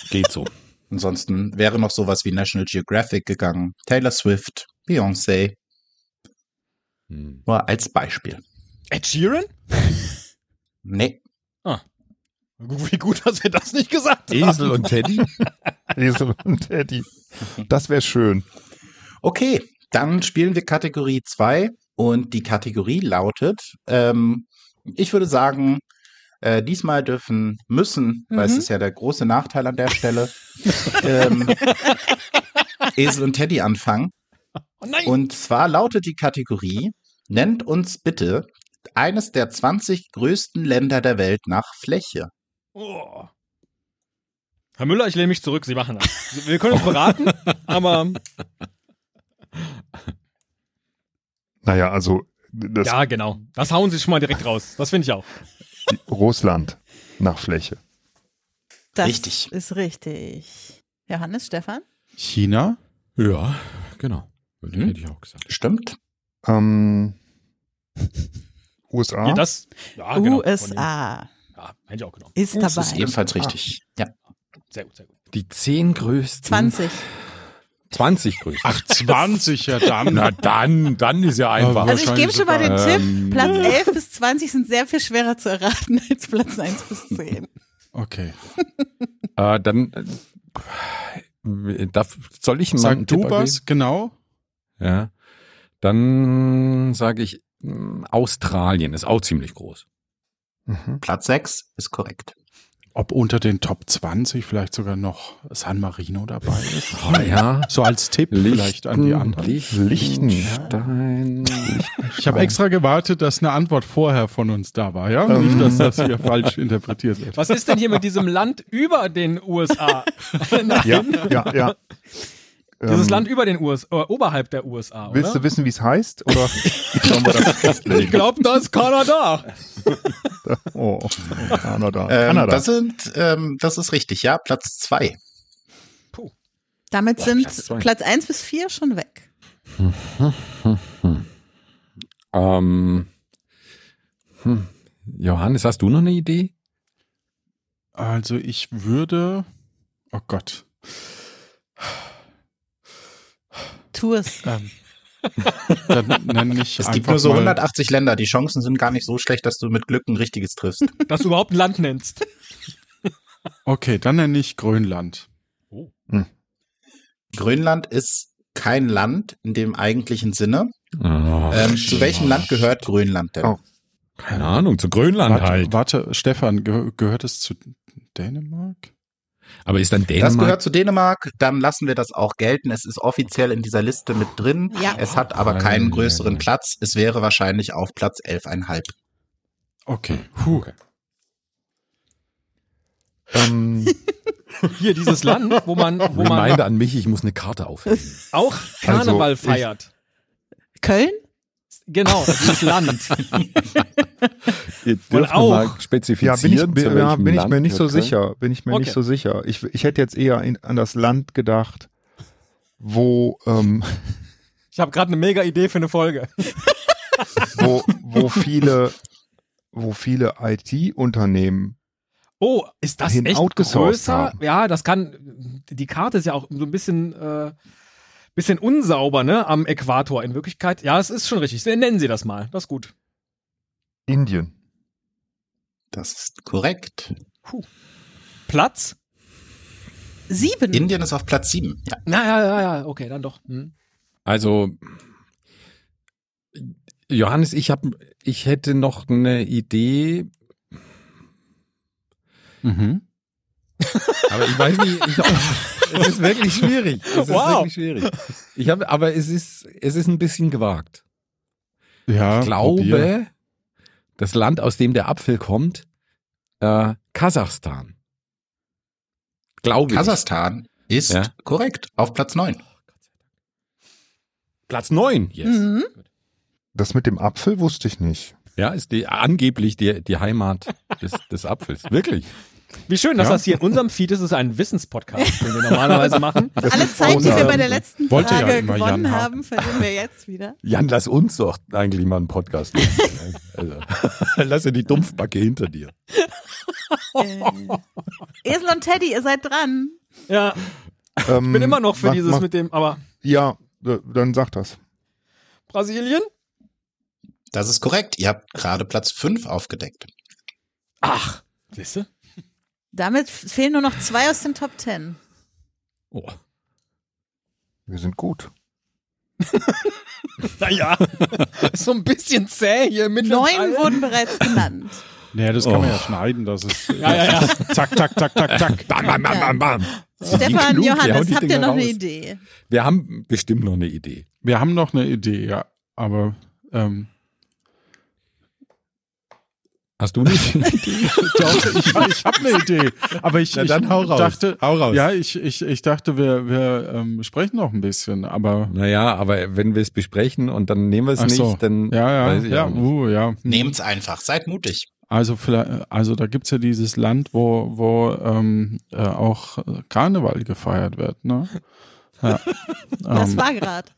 Geht so. Ansonsten wäre noch sowas wie National Geographic gegangen, Taylor Swift, Beyoncé. Hm. Nur als Beispiel. Ed Sheeran? Nee. Wie gut, dass wir das nicht gesagt haben. Esel und Teddy? Esel und Teddy. Das wäre schön. Okay, dann spielen wir Kategorie 2 und die Kategorie lautet, ähm, ich würde sagen, äh, diesmal dürfen, müssen, weil es Mhm. ist ja der große Nachteil an der Stelle, ähm, Esel und Teddy anfangen. Und zwar lautet die Kategorie, nennt uns bitte eines der 20 größten Länder der Welt nach Fläche. Oh. Herr Müller, ich lehne mich zurück, Sie machen das. Wir können uns beraten, aber Naja, also das ja, genau. Das hauen Sie schon mal direkt raus. Das finde ich auch. Russland nach Fläche. Das Richtig. ist richtig. Johannes, Stefan? China? Ja, genau. Mhm. Hätte ich auch gesagt. Stimmt. Ähm, USA. Hier das. Ja, genau. USA Ja, hätte ich auch genommen. ist Das dabei. ist ebenfalls richtig. Ja. Sehr gut, sehr gut. Die zehn größten. 20. 20 größten. Ach, 20, ja dann. Na dann, dann ist ja einfach. Also ich gebe schon mal den sogar. Tipp, Ähm. Platz 11 bis 20 sind sehr viel schwerer zu erraten als Platz 1 bis 10. Okay. Äh, dann äh, darf, soll ich mal einen Sag du Tipp was, genau. abgeben? Ja. Dann sage ich mh, Australien ist auch ziemlich groß. Mhm. Platz 6 ist korrekt. Ob unter den Top 20 vielleicht sogar noch San Marino dabei ist. Oh, ja. So als Tipp vielleicht an die anderen. Lichtenstein. Ich habe extra gewartet, dass eine Antwort vorher von uns da war, ja? Nicht, dass das hier falsch interpretiert wird. Was ist denn hier mit diesem Land über den USA? Nein. Ja, ja, ja. Dieses ähm, Land über den US, äh, oberhalb der USA, oder? Willst du wissen, wie es heißt? Oder sollen wir das festlegen? ich glaube, da ist Kanada. Oh, Kanada. Ähm, Kanada. Das sind, ähm, das ist richtig, ja, Platz zwei. Damit Boah, sind Platz zwei. Platz eins bis vier schon weg. ähm, hm. Johannes, hast du noch eine Idee? Also ich würde. Oh Gott. Tu es. Dann nenne ich Es einfach gibt nur so mal- 180 Länder. Die Chancen sind gar nicht so schlecht, dass du mit Glück ein richtiges triffst. Dass du überhaupt ein Land nennst. Okay, dann nenne ich Grönland. Grönland ist kein Land in dem eigentlichen Sinne. Oh, ähm, zu welchem Land gehört Grönland denn? Oh. Keine Ahnung, zu Grönland warte, halt. Warte, Stefan, geh gehört es zu Dänemark? Aber ist dann Das Dänemark? gehört zu Dänemark, dann lassen wir das auch gelten. Es ist offiziell in dieser Liste mit drin. Ja. Es hat aber keinen größeren Platz. Es wäre wahrscheinlich auf Platz 11,5. Okay. Hm, Puh. Ähm, Hier dieses Land, wo man, wo man Reminder an mich, ich muss eine Karte aufheben. auch Karneval Also feiert. Köln? Genau, dieses Land. Ihr Wohl dürft mir auch. mal spezifizieren, Ja, bin ich, zu bin, ja, welchem bin ich Land mir nicht so wir können. sicher. Bin ich mir Okay. nicht so sicher. Ich, ich hätte jetzt eher in, an das Land gedacht, wo, ähm, Ich habe gerade eine mega Idee für eine Folge. wo, wo viele, wo viele IT-Unternehmen Oh, ist das Hin- echt outgesourced größer? haben. Ja, das kann. Die Karte ist ja auch so ein bisschen, äh, bisschen unsauber, ne? Am Äquator in Wirklichkeit. Ja, es ist schon richtig. Nennen Sie das mal. Das ist gut. Indien. Das ist korrekt. Hm. Platz? Sieben. Indien ist auf Platz 7. Ja. Na ja, ja, ja. Okay, dann doch. Hm. Also, Johannes, ich, hab, ich hätte noch eine Idee, Mhm. aber ich weiß nicht. Ich, es ist wirklich schwierig. Es ist Wow. wirklich schwierig. Ich hab, aber es ist, es ist ein bisschen gewagt. Ja, Ich probier. glaube, das Land, aus dem der Apfel kommt, äh, Kasachstan. Glaube ich. Kasachstan ist Ja. korrekt auf Platz 9. Platz neun jetzt. Mhm. Das mit dem Apfel wusste ich nicht. Ja, ist die, angeblich die, die Heimat des, des Apfels. Wirklich. Wie schön, dass Ja. das hier in unserem Feed ist. Es ist ein Wissenspodcast, den wir normalerweise machen. Alle Zeit, die wir bei der letzten Wollte ja Frage immer Jan gewonnen haben. haben, verlieren wir jetzt wieder. Jan, lass uns doch eigentlich mal einen Podcast machen. Also, lass dir die Dumpfbacke hinter dir. Äh, Esel und Teddy, ihr seid dran. Ja, Ähm, ich bin immer noch für mach- dieses mach- mit dem, aber Ja, d- dann sag das. Brasilien? Das ist korrekt. Ihr habt gerade Platz 5 aufgedeckt. Ach, siehst du? Damit f- fehlen nur noch zwei aus den Top Ten. Oh. Wir sind gut. Naja, ist so ein bisschen zäh hier mit Neun wurden bereits genannt. Naja, das kann man Oh. ja schneiden, das ist. Ja, ja, ja. Zack, zack, zack, zack, zack. Bam, bam, bam, bam, bam. Stefan, Klug, der haut Johannes, die habt ihr Dinger noch eine raus. Idee? Wir haben bestimmt noch eine Idee. Wir haben noch eine Idee, ja. Aber ähm, Hast du nicht? doch, ich, ich habe eine Idee. Aber ich, Na dann ich hau raus. dachte, Hau raus. ja, ich, ich, ich dachte, wir, wir ähm, sprechen noch ein bisschen, aber naja, aber wenn wir es besprechen und dann nehmen wir es Ach nicht, so. dann ja, weiß ja, ich ja, auch nicht. uh, ja. Nehmt's einfach. Seid mutig. Also vielleicht, also da gibt's ja dieses Land, wo, wo ähm, äh, auch äh, Karneval gefeiert wird, ne? Ja. Das Ähm, war gerade.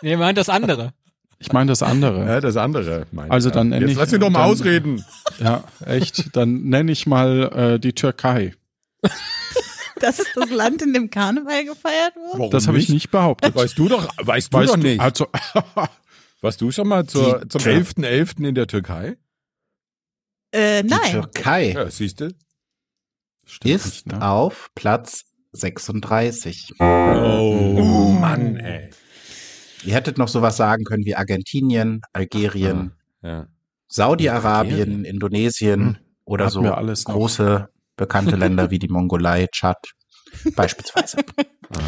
Nee, ihr meint das andere. ich meine das andere. Ja, das andere. Mein Also ich. dann Jetzt endlich- lass mich doch mal dann- ausreden. Ja, echt. Dann nenne ich mal äh, die Türkei. Das ist das Land, in dem Karneval gefeiert wird. Warum Das habe ich nicht behauptet. Weißt du doch, weißt du Weißt doch nicht. Also, Warst du schon mal zur, Die- zum Tja. 11.11. in der Türkei? Äh, Die nein. Türkei Ja, siehst du? ist nicht, ne? auf Platz 36. Oh, Mann, ey. Ihr hättet noch sowas sagen können wie Argentinien, Algerien, Ah. Ah, Ja. Algerien. Saudi-Arabien, Indonesien Hm. oder Hatten so wir alles noch. große bekannte Länder wie die Mongolei, Tschad. beispielsweise.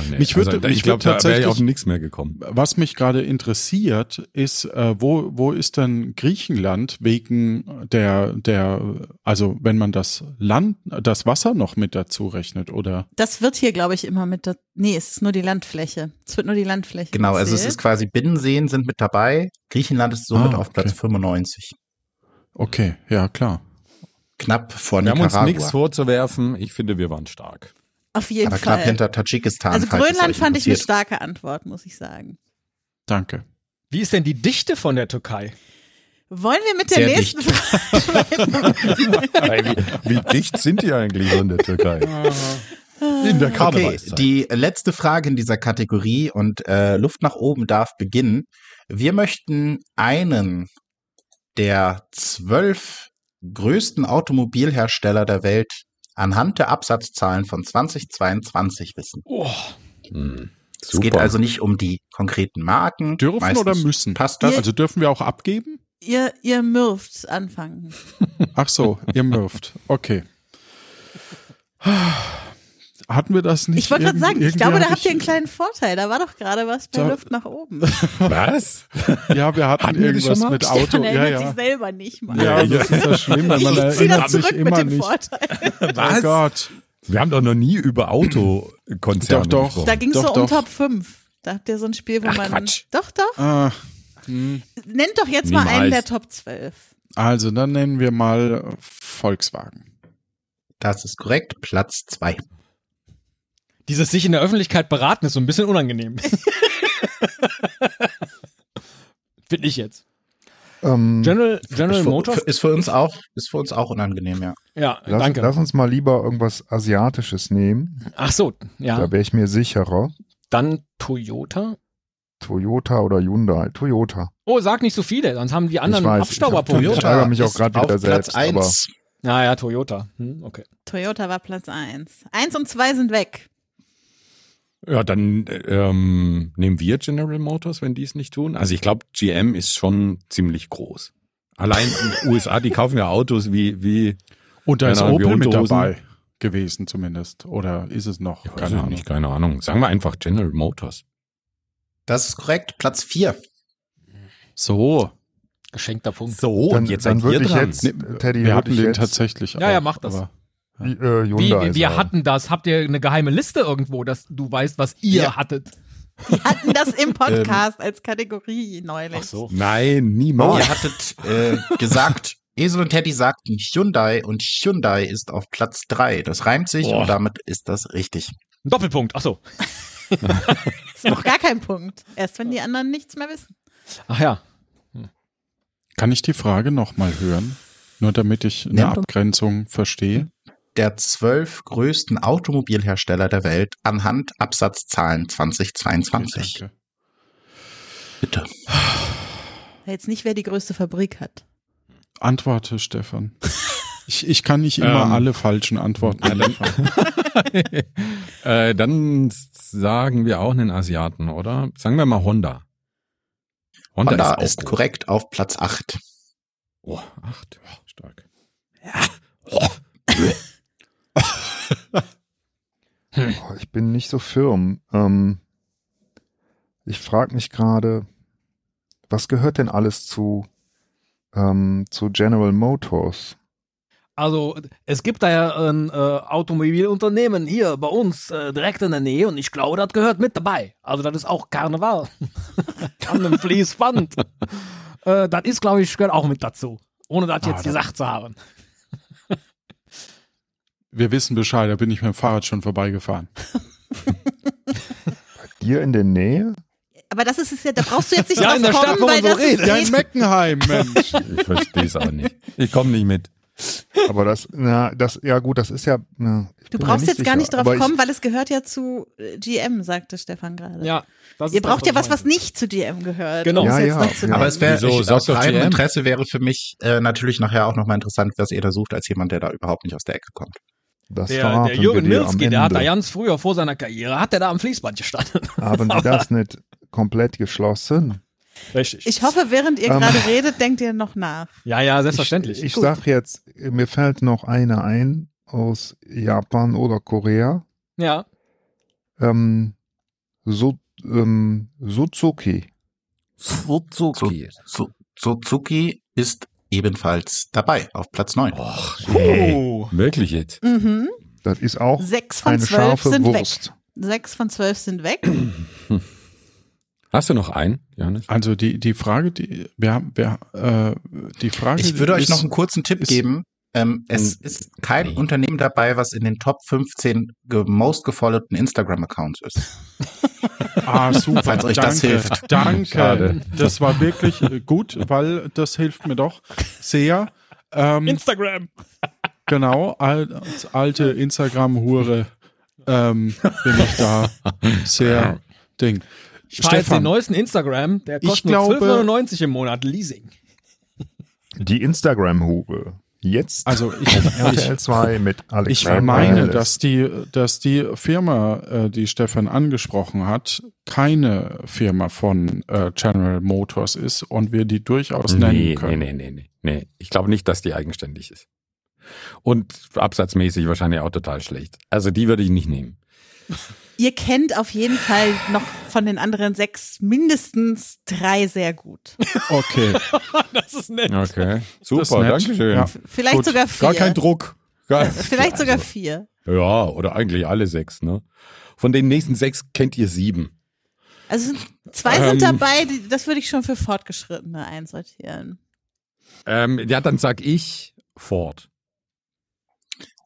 nee. Mich würde, Also, ich mich würd glaub, da wär ich tatsächlich auf nichts mehr gekommen. Was mich gerade interessiert, ist, äh, wo, wo ist denn Griechenland wegen der, der, also wenn man das Land, das Wasser noch mit dazu rechnet, oder? Das wird hier, glaube ich, immer mit der. Nee, es ist nur die Landfläche. Es wird nur die Landfläche. Genau, also es gezählt. ist quasi Binnenseen sind mit dabei. Griechenland ist somit Ah, auf Platz 95. Okay, ja, klar. Knapp vor Wir haben uns Nicaragua. nichts vorzuwerfen. Ich finde, wir waren stark. Auf jeden aber Fall. knapp hinter Tadschikistan. also falls es Grönland euch fand ich eine interessiert. starke Antwort, muss ich sagen. Danke. Wie ist denn die Dichte von der Türkei? Wollen wir mit der Sehr nächsten dicht. Frage? Ey, wie, wie dicht sind die eigentlich in der Türkei? In Okay, der halt. Karnevalszeit. die letzte Frage in dieser Kategorie und äh, Luft nach oben darf beginnen. Wir möchten einen der zwölf größten Automobilhersteller der Welt anhand der Absatzzahlen von 2022 wissen. Oh. Hm. Es geht also nicht um die konkreten Marken. Dürfen Meistens oder müssen? Passt das? Also dürfen wir auch abgeben? Ihr, ihr mürft anfangen. Ach so, ihr mürft. Okay. Hatten wir das nicht? Ich wollte gerade irgend- sagen, ich irgendwie glaube, da hab habt ihr einen kleinen Vorteil. Da war doch gerade was bei Da- Luft nach oben. Was? Ja, wir hatten, Hatten wir das irgendwas schon mal? mit Stefan Auto. Man Ja, erinnert ja. sich selber nicht mal. Ja, das ist das Schlimme, man ich zieh erinnert das sich zurück mit immer dem nicht. Vorteil. Was? Oh Gott. Wir haben doch noch nie über Doch, Autokonzerne doch. gesprochen. Da ging es Doch, so um doch. Top 5. Da habt ihr so ein Spiel, wo Ach, man. Quatsch. Doch, doch. Ah, hm. Nennt doch jetzt mal einen der Niemals. Top 12. Also, dann nennen wir mal Volkswagen. Das ist korrekt. Platz zwei. Dieses sich in der Öffentlichkeit beraten ist so ein bisschen unangenehm. Finde ich jetzt. Ähm, General, General ist für, Motors? Ist für uns auch, ist für uns auch unangenehm, ja. Ja, lass, danke. lass uns mal lieber irgendwas Asiatisches nehmen. Ach so, ja. Da wäre ich mir sicherer. Dann Toyota. Toyota oder Hyundai? Toyota. Oh, sag nicht so viele, sonst haben die anderen ich weiß, Abstauberpunkte. Ich, hab- ich ärgere mich auch gerade wieder selbst. aber Ja, ja, Toyota. Hm, okay. Toyota war Platz 1. 1 und 2 sind weg. Ja, dann äh, ähm, nehmen wir General Motors, wenn die es nicht tun. Also ich glaube, GM ist schon ziemlich groß. Allein in den USA, die kaufen ja Autos wie wie Und da keine ist Ahnung, wie Opel mit Unterhosen. dabei gewesen, zumindest. Oder ist es noch? Weiß ich nicht, keine Ahnung. Sagen wir einfach General Motors. Das ist korrekt. Platz vier. So. Geschenkter Punkt. So, dann, und Oh, jetzt dann seid ihr würde ich dran. jetzt, Teddy, wir würde hatten ich den jetzt tatsächlich. Ja, auch, ja, macht das. aber- die, äh, Wie, Hyundai wir, wir sagen. hatten das. Habt ihr eine geheime Liste irgendwo, dass du weißt, was ihr Ja. hattet? Die hatten das Ähm. im Podcast als Kategorie neulich. Nein, Ihr Oh, niemals. hattet äh, gesagt, Esel und Teddy sagten Hyundai und Hyundai ist auf Platz drei. Das reimt sich Boah. und damit ist das richtig. Ein Doppelpunkt, ach so. Ist noch gar kein Punkt. Erst wenn die anderen nichts mehr wissen. Ach ja. Kann ich die Frage nochmal hören? Nur damit ich eine Ja. Abgrenzung verstehe. Der zwölf größten Automobilhersteller der Welt anhand Absatzzahlen 2022. Danke. Bitte. Jetzt nicht, wer die größte Fabrik hat. Antworte, Stefan. Ich, ich kann nicht immer Ähm. alle falschen Antworten liefern. äh, dann sagen wir auch einen Asiaten, oder? Sagen wir mal Honda. Honda, auch ist, groß. korrekt auf Platz acht. Oh, acht. Ja, stark. Oh, ich bin nicht so firm. Ähm, ich frage mich gerade, was gehört denn alles zu, ähm, zu General Motors? Also, es gibt da ja ein äh, Automobilunternehmen hier bei uns äh, direkt in der Nähe und ich glaube, das gehört mit dabei. Also, das ist auch Karneval. An einem Fließband. äh, das ist, glaube ich, gehört auch mit dazu. Ohne das Ah, jetzt das- gesagt zu haben. Wir wissen Bescheid, da bin ich mit dem Fahrrad schon vorbeigefahren. Hier in der Nähe? Aber das ist es ja, da brauchst du jetzt nicht Ja, in drauf kommen, der Stadt, wo man weil so das redet. ist Ja, in eh- Meckenheim, Mensch. Ich verstehe es auch nicht. Ich komme nicht mit. Aber das, na, das, ja gut, das ist ja. Na, ich Du bin mir brauchst nicht jetzt gar sicher. nicht drauf Aber ich- kommen, weil es gehört ja zu äh, GM, sagte Stefan gerade. Ja. das Ihr ist das, braucht ja was, ich was meine. nicht zu GM gehört. Genau. um es Ja, jetzt ja, noch zu ja. Aber es wäre, Wieso? ich- Sag aus doch reinem GM. Interesse wäre für mich äh, natürlich nachher auch nochmal interessant, was ihr da sucht, als jemand, der da überhaupt nicht aus der Ecke kommt. Das Der, verraten der wir Jürgen dir am Milski, der hat da Ende. ganz früher vor seiner Karriere, hat er da am Fließband gestanden. Haben wir das nicht komplett geschlossen? Richtig. Ich hoffe, während ihr Ähm. gerade redet, denkt ihr noch nach. ja, ja, selbstverständlich. Ich, ich sag jetzt, mir fällt noch einer ein aus Japan oder Korea. ja, ähm, so, ähm, Suzuki. Suzuki. Suzuki ist ebenfalls dabei auf Platz 9. Oh, hey, wirklich jetzt? Mhm. Das ist auch Sechs von eine zwölf scharfe sind Wurst. weg. Sechs von zwölf sind weg. Hast du noch einen, Johannes? Also die, die Frage, die wir haben, wir, äh, die Frage. Ich würde euch ist- noch einen kurzen Tipp ist- geben. Ähm, es Hm. ist kein Unternehmen dabei, was in den Top 15 ge most gefollowten Instagram-Accounts ist. Ah, super. Falls euch danke. das hilft. Danke. Schade. Das war wirklich äh, gut, weil das hilft mir doch sehr. Ähm, Instagram. Genau, als alte Instagram-Hure ähm, bin ich da sehr Ding. Ich fahre jetzt den neuesten Instagram, der Ich kostet glaube- nur 12,99 im Monat Leasing. Die Instagram-Hure. Jetzt also ich, RTL 2 mit Ich Alexander. meine, Helles. dass die, dass die Firma, äh, die Stefan angesprochen hat, keine Firma von äh, General Motors ist und wir die durchaus nennen Nee, nee, können. nee, nee, nee, nee. Ich glaube nicht, dass die eigenständig ist. Und absatzmäßig wahrscheinlich auch total schlecht. Also die würde ich nicht nehmen. Ihr kennt auf jeden Fall noch von den anderen sechs mindestens drei sehr gut. Okay. Das ist nett. Okay. Das ist Super, nett. danke schön. Ja. Vielleicht Gut, sogar Gar vier. kein Druck. Also. Gar, Vielleicht sogar vier. ja, oder eigentlich alle sechs, ne? Von den nächsten sechs kennt ihr sieben. Also es sind- zwei sind Ähm. dabei, die, das würde ich schon für Fortgeschrittene einsortieren. Ähm, ja, dann sag ich Ford.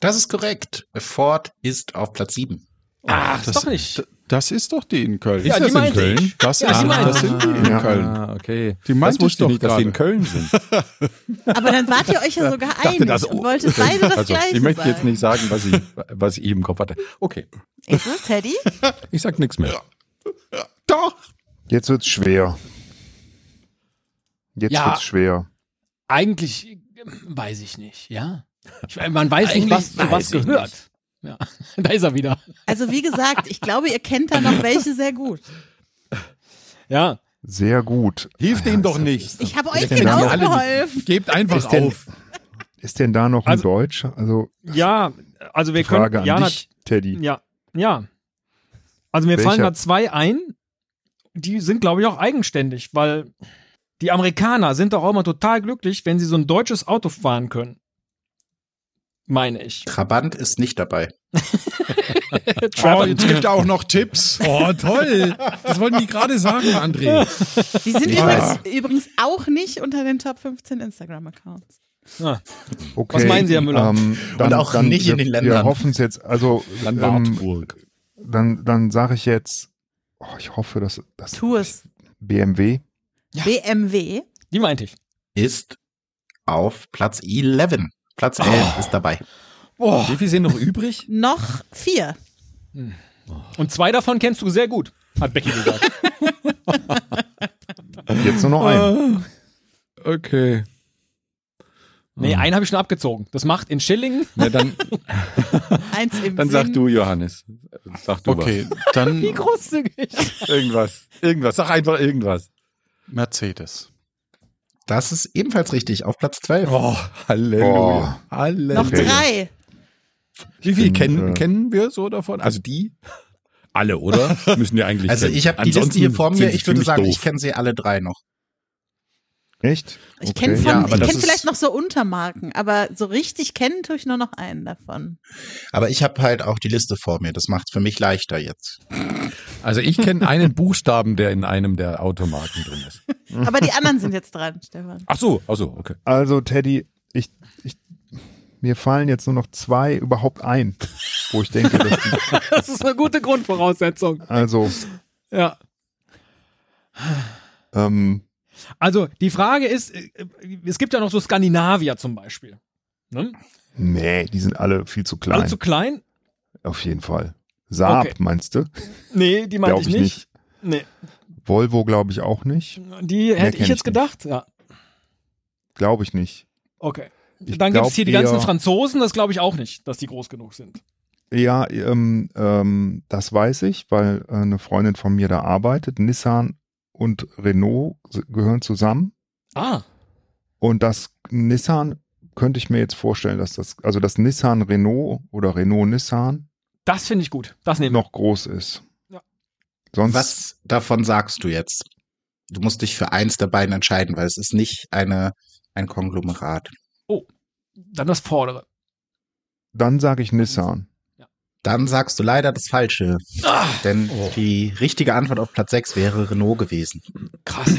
Das ist korrekt. Ford ist auf Platz 7. Ach, das- ist doch nicht. Das ist doch die in Köln. Ist Ja, die das in meinte Köln? ich. Das, Ja, ist, die meinte das sind die in Ja. Köln. Ah, okay. Die das meinte ich wusste ich doch nicht, dass die in gerade. Köln sind. Aber dann wart ihr euch ja sogar einig das- und wolltet beide das also, gleiche ich möchte jetzt sagen. nicht sagen, was ich, was ich im Kopf hatte. Okay, Ist es, Teddy? ich sag nichts mehr. Doch! Jetzt wird's schwer. Jetzt Ja. wird's schwer. Eigentlich äh, weiß ich nicht, ja. Ich, meine, man weiß Eigentlich nicht, was zu weiß was ich gehört. Ja, da ist er wieder. Also wie gesagt, ich glaube, ihr kennt da noch welche sehr gut. Ja, Sehr gut. Hilft Ja, ihm doch ist- nicht. Ich habe euch denn da genau noch alle, die- geholfen. Gebt einfach Ist denn- auf. Ist denn da noch ein Also- Deutsch? Also ja, also wir Frage können. an Ja, dich, Teddy. nat- ja, ja. Also mir Welcher? fallen da zwei ein, die sind, glaube ich, auch eigenständig, weil die Amerikaner sind doch auch immer total glücklich, wenn sie so ein deutsches Auto fahren können. Meine ich. Trabant ist nicht dabei. Äh, Oh, jetzt gibt er auch noch Tipps. Oh, toll. Das wollten die gerade sagen, André. Die sind Ich übrigens, übrigens auch nicht unter den Top 15 Instagram-Accounts. Okay, Was meinen Sie, Herr Müller? Ähm, dann, Und auch dann, nicht in wir, den Wir Ländern. hoffen es jetzt. Also Dann ähm, Wartburg. dann, dann sage ich jetzt, oh, ich hoffe, dass das Tu es. BMW. BMW. Die meinte ich. Ist auf Platz 11. Platz Oh. 11 ist dabei. Boah. Wie viel sind noch übrig? Noch vier. Und zwei davon kennst du sehr gut, hat Becky gesagt. Jetzt nur noch ein. Ähm, Okay. Hm. nee, einen habe ich schon abgezogen. Das macht in Schillingen. Na, dann, Eins im dann Sinn. sag du, Johannes. Sag du Okay, dann Großzügig. was. Irgendwas. Irgendwas. Sag einfach irgendwas. Mercedes. Das ist ebenfalls richtig, auf Platz 12. Oh, Halleluja. Halleluja. Noch drei. Wie viel Bin, kennen, äh, kennen wir so davon? Also die? Alle, oder? Müssen wir eigentlich also kennen. ich habe die Liste Ansonsten hier vor mir. sind sie Ich würde ziemlich sagen, doof. ich kenne sie alle drei noch. Echt? Ich kenne Ja, von, aber ich das kenn ist- vielleicht noch so Untermarken, aber so richtig kennen tue ich nur noch einen davon. Aber ich habe halt auch die Liste vor mir. Das macht es für mich leichter jetzt. Also ich kenne einen Buchstaben, der in einem der Automarken drin ist. Aber die anderen sind jetzt dran, Stefan. Ach so, ach so, okay. Also Teddy, ich, ich, mir fallen jetzt nur noch zwei überhaupt ein, wo ich denke, dass die, Das ist eine gute Grundvoraussetzung. also Ja. ähm, Also die Frage ist, äh, es gibt ja noch so Skandinavier zum Beispiel. Ne? nee, die sind alle viel zu klein. Alle zu klein? auf jeden Fall. Saab Okay. meinst du? Nee, die meinte Glaub ich ich nicht. Nee, Volvo glaube ich auch nicht. die hätte kenn ich ich jetzt nicht. gedacht. Ja, Glaube ich nicht. okay. Ich Dann gibt glaub es hier die ganzen eher- Franzosen, das glaube ich auch nicht, dass die groß genug sind. Ja, ähm, ähm, das weiß ich, weil äh, eine Freundin von mir da arbeitet. Nissan und Renault s- gehören zusammen. Ah, Und das Nissan könnte ich mir jetzt vorstellen, dass das, also das Nissan Renault oder Renault Nissan Das finde ich gut. Das nehmen noch groß ist. Ja. Sonst Was davon sagst du jetzt? Du musst dich für eins der beiden entscheiden, weil es ist nicht eine, ein Konglomerat. Dann das vordere. dann sage ich Nissan. Dann sagst du leider das Falsche. Ah. Denn Oh. die richtige Antwort auf Platz 6 wäre Renault gewesen. Krass.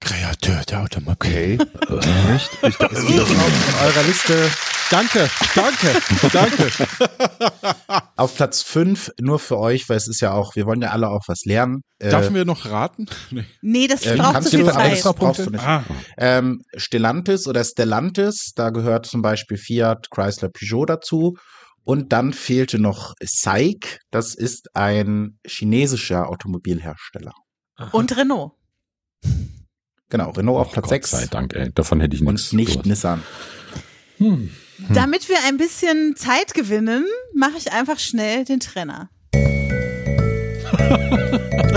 Kreateur der Automobil. Okay. Nicht? Ich dachte, Auf eurer Liste. Danke, danke, danke. Auf Platz 5 nur für euch, weil es ist ja auch, wir wollen ja alle auch was lernen. Äh, Dürfen wir noch raten? Nee. Nee, das äh, braucht kannst zu viel du, aber das Zeit. brauchst du nicht. Ah, Ähm, Stellantis oder Stellantis, da gehört zum Beispiel Fiat, Chrysler, Peugeot dazu. Und dann fehlte noch SAIC, das ist ein chinesischer Automobilhersteller. Und Renault. Genau, Renault auf Och, Platz Gott 6 sei Dank, ey. Davon hätte ich nichts und nicht gewusst. Nissan. Hm. Damit wir ein bisschen Zeit gewinnen, mache ich einfach schnell den Trenner.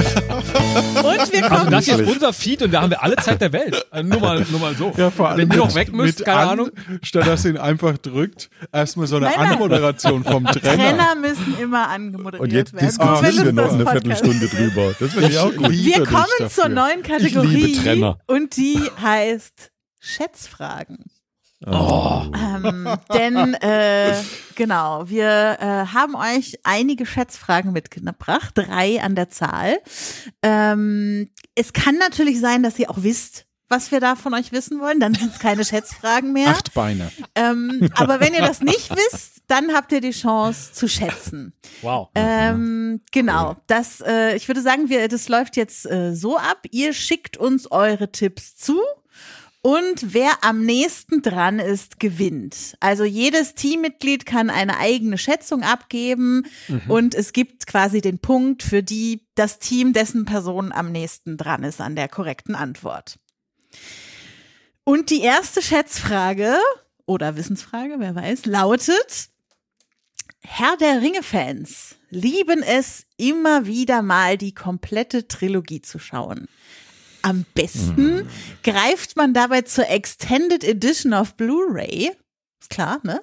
Und wir Also kommen das hier ist unser Feed und da haben wir alle Zeit der Welt. Also nur, mal, nur mal so. ja, vor allem Wenn ihr noch mit- weg müsst, mit keine an, Ahnung. Statt dass ihn einfach drückt, erstmal so eine Nein, nein. Anmoderation vom Trainer. Trenner müssen immer angemoderiert genau. Und jetzt werden. auch wenn diskutieren es wir noch das eine Podcast Viertelstunde ist. drüber. Das finde ich auch gut. liebe Wir dich dafür. kommen zur neuen Ich Kategorie liebe Trenner. und die heißt Schätzfragen. Oh. Ähm, denn äh, genau, wir äh, haben euch einige Schätzfragen mitgebracht, drei an der Zahl. Ähm, es kann natürlich sein, dass ihr auch wisst, was wir da von euch wissen wollen. Dann sind es keine Schätzfragen mehr. Acht Beine. Ähm, aber wenn ihr das nicht wisst, dann habt ihr die Chance zu schätzen. Wow. Ähm, genau, das, äh, ich würde sagen, wir, das läuft jetzt äh, so ab. Ihr schickt uns eure Tipps zu. Und wer am nächsten dran ist, gewinnt. Also jedes Teammitglied kann eine eigene Schätzung abgeben und es gibt quasi den Punkt für die, das Team, dessen Person am nächsten dran ist an der korrekten Antwort. Und die erste Schätzfrage oder Wissensfrage, wer weiß, lautet, Herr der Ringe-Fans lieben es, immer wieder mal die komplette Trilogie zu schauen. Am besten greift man dabei zur Extended Edition auf Blu-ray. Ist klar, ne?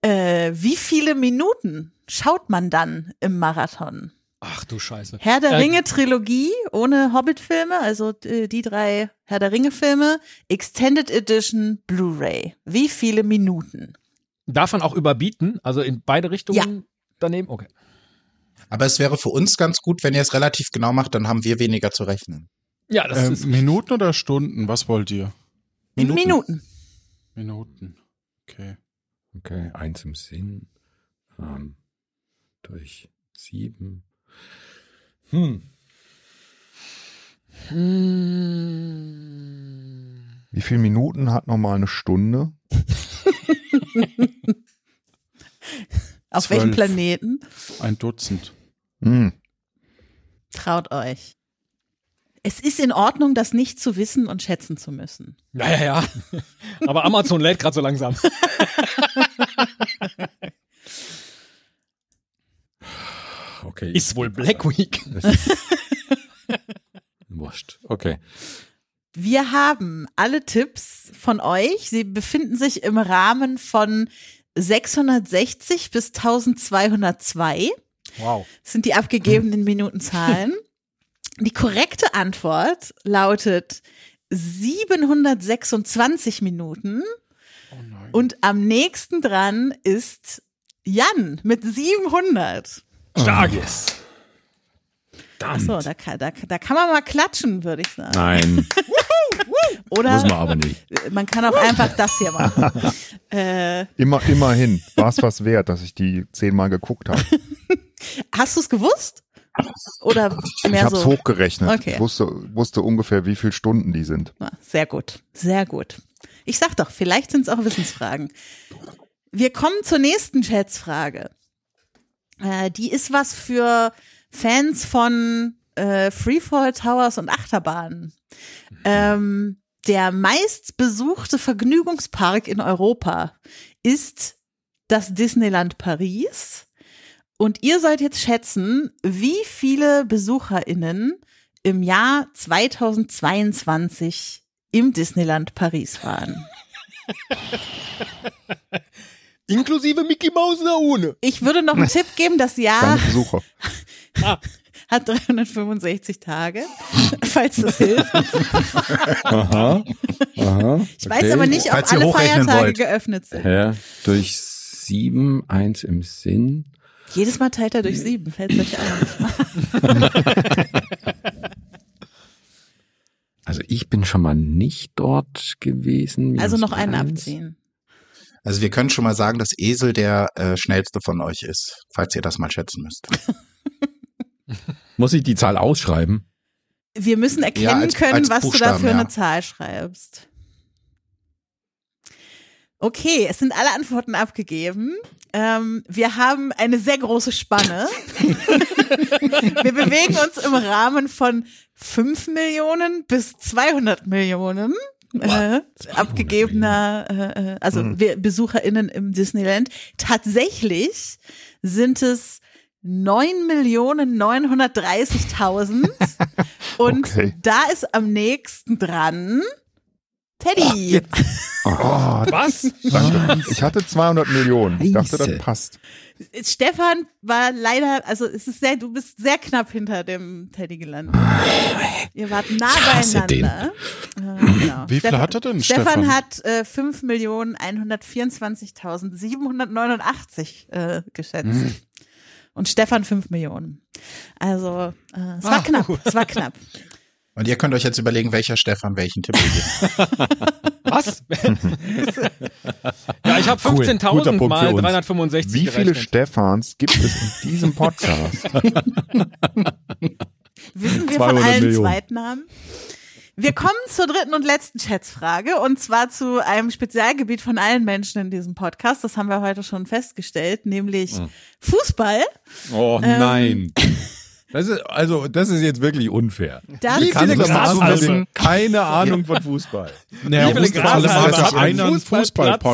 Äh, wie viele Minuten schaut man dann im Marathon? Ach du Scheiße. Herr der Äh, Ringe-Trilogie ohne Hobbit-Filme, also äh, die drei Herr der Ringe-Filme, Extended Edition Blu-ray. Wie viele Minuten? Darf man auch überbieten? Also in beide Richtungen Ja. daneben? Okay. Aber es wäre für uns ganz gut, wenn ihr es relativ genau macht, dann haben wir weniger zu rechnen. Ja, das Ähm, ist. Minuten oder Stunden? Was wollt ihr? Minuten. Minuten. Okay. Okay, eins im Sinn. Ähm, durch sieben. Hm. Wie viele Minuten hat nochmal eine Stunde? Auf Zwölf. welchem Planeten? Ein Dutzend. Hm. Traut euch. Es ist in Ordnung, das nicht zu wissen und schätzen zu müssen. Ja, ja, ja. Aber Amazon lädt gerade so langsam. Okay. Ist wohl Black Week. Das ist- Wurscht. Okay. Wir haben alle Tipps von euch. Sie befinden sich im Rahmen von 660 bis 1202. Wow. sind die abgegebenen Minutenzahlen. Die korrekte Antwort lautet 726 Minuten. Oh Und am nächsten dran ist Jan mit 700. Stark ist. Achso, da kann, da, da kann man mal klatschen, würde ich sagen. Nein, muss man Oder aber nicht. äh, man kann auch einfach das hier machen. äh, Immer, immerhin. War es was wert, dass ich die zehnmal geguckt habe. hast du es gewusst? Oder Ich mehr habe es so? hochgerechnet. Okay. Ich wusste, wusste ungefähr, wie viele Stunden die sind. Na, Sehr gut, sehr gut. Ich sag doch, vielleicht sind es auch Wissensfragen. Wir kommen zur nächsten Schätzfrage. Äh, die ist was für Fans von äh, Freefall Towers und Achterbahnen. Ähm, der meistbesuchte Vergnügungspark in Europa ist das Disneyland Paris. Und ihr sollt jetzt schätzen, wie viele BesucherInnen im Jahr 2022 im Disneyland Paris waren. Inklusive Mickey Mouse da ohne. Ich würde noch einen Tipp geben, das Jahr Keine Besucher. hat 365 Tage, falls das hilft. Aha. Aha. Ich weiß aber nicht, ob Falls ihr alle hochrechnen Feiertage wollt. geöffnet sind. Ja, durch sieben, eins im Sinn. Jedes Mal teilt er durch sieben, fällt euch auf. Also ich bin schon mal nicht dort gewesen. Minus Also noch einen eins. abziehen. Also wir können schon mal sagen, dass Esel der äh, schnellste von euch ist, falls ihr das mal schätzen müsst. Muss ich die Zahl ausschreiben? Wir müssen erkennen als- können, als was du da Buchstaben, für ja. eine Zahl schreibst. Okay, es sind alle Antworten abgegeben. Ähm, wir haben eine sehr große Spanne. wir bewegen uns im Rahmen von 5 Millionen bis 200 Millionen. Äh, abgegebener, äh, äh, also Mhm. wir BesucherInnen im Disneyland. Tatsächlich sind es 9.930.000 und Okay. da ist am nächsten dran Ah, Teddy. Äh, Oh, Was? danke. Ich hatte 200 Millionen. Ich dachte, das Scheiße. passt. Stefan war leider, also es ist sehr, du bist sehr knapp hinter dem Teddy gelandet. Ihr wart nah Ich hasse beieinander. Äh, genau. Wie viel Stefan- hat er denn, Stefan, Stefan? hat äh, 5.124.789 äh, geschätzt. Mhm. Und Stefan 5 Millionen. Also äh, es war Ah. knapp, es war knapp. Und ihr könnt euch jetzt überlegen, welcher Stefan welchen Tipp gibt. Was? ja, ich habe Cool. 15.000 Guter Punkt mal für uns. 365 Wie viele gerechnet. Stefans gibt es in diesem Podcast? Wissen wir 200 von allen Millionen. Zweitnamen? Wir kommen zur dritten und letzten Schätzfrage und zwar zu einem Spezialgebiet von allen Menschen in diesem Podcast. Das haben wir heute schon festgestellt, nämlich Hm. Fußball. Oh Ähm. nein. Das ist, also, das ist jetzt wirklich unfair. Das Wie viele viele Grashalme? Grashalme? Keine Ahnung von Fußball. Naja, Wie viele wir sind alle Grashalme mal hat ein einen Fußballplatz?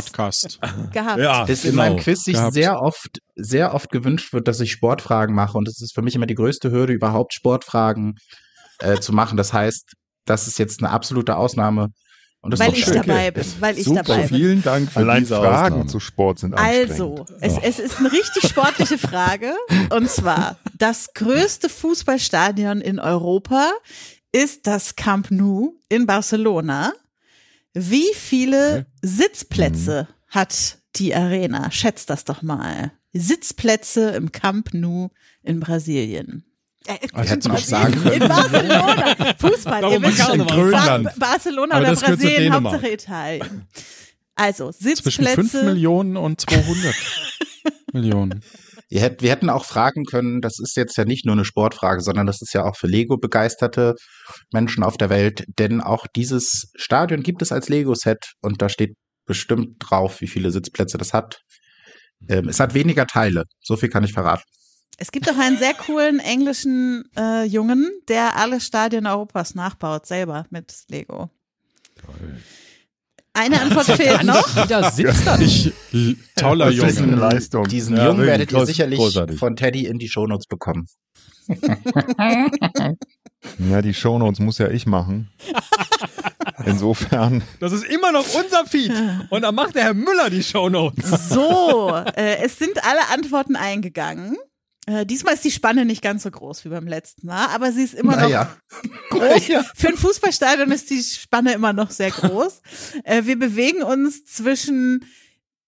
Fußball-Podcast. gehabt. Dass in genau. meinem Quiz sich sehr oft, sehr oft gewünscht wird, dass ich Sportfragen mache. Und es ist für mich immer die größte Hürde, überhaupt Sportfragen äh, zu machen. Das heißt, das ist jetzt eine absolute Ausnahme. Und das Weil ist ich doch schön. dabei bin, weil ich Super, dabei bin. vielen Dank für Allein diese Fragen Ausnahme. zu Sport sind anstrengend. Also, es, es ist eine richtig sportliche Frage. Und zwar, das größte Fußballstadion in Europa ist das Camp Nou in Barcelona. Wie viele Sitzplätze hat die Arena? Schätzt das doch mal. Sitzplätze im Camp Nou in Brasilien. Äh, Wir hätten auch sagen in können, Barcelona. Fußball. Ihr Darum wisst in schon. Grönland. Ba Barcelona Aber oder das gehört zu Brasilien, Dänemark. Hauptsache Italien. Also, Zwischen 5 Sitzplätze. Millionen und 200 Millionen. ihr hätt, wir hätten auch fragen können, das ist jetzt ja nicht nur eine Sportfrage, sondern das ist ja auch für Lego-begeisterte Menschen auf der Welt. Denn auch dieses Stadion gibt es als Lego-Set und da steht bestimmt drauf, wie viele Sitzplätze das hat. Ähm, es hat weniger Teile. So viel kann ich verraten. Es gibt auch einen sehr coolen englischen äh, Jungen, der alle Stadien Europas nachbaut, selber mit Lego. Eine Antwort fehlt noch. Jeder sitzt da. Ich, l- toller Das ist eine Junge. Leistung. Diesen Ja, Jungen wirklich werdet ihr groß- sicherlich großartig. von Teddy in die Shownotes bekommen. Ja, die Shownotes muss ja ich machen. Insofern, Das ist immer noch unser Feed. Und dann macht der Herr Müller die Shownotes. So, äh, es sind alle Antworten eingegangen. Äh, diesmal ist die Spanne nicht ganz so groß wie beim letzten Mal, aber sie ist immer noch Naja, groß. Für ein Fußballstadion ist die Spanne immer noch sehr groß. äh, wir bewegen uns zwischen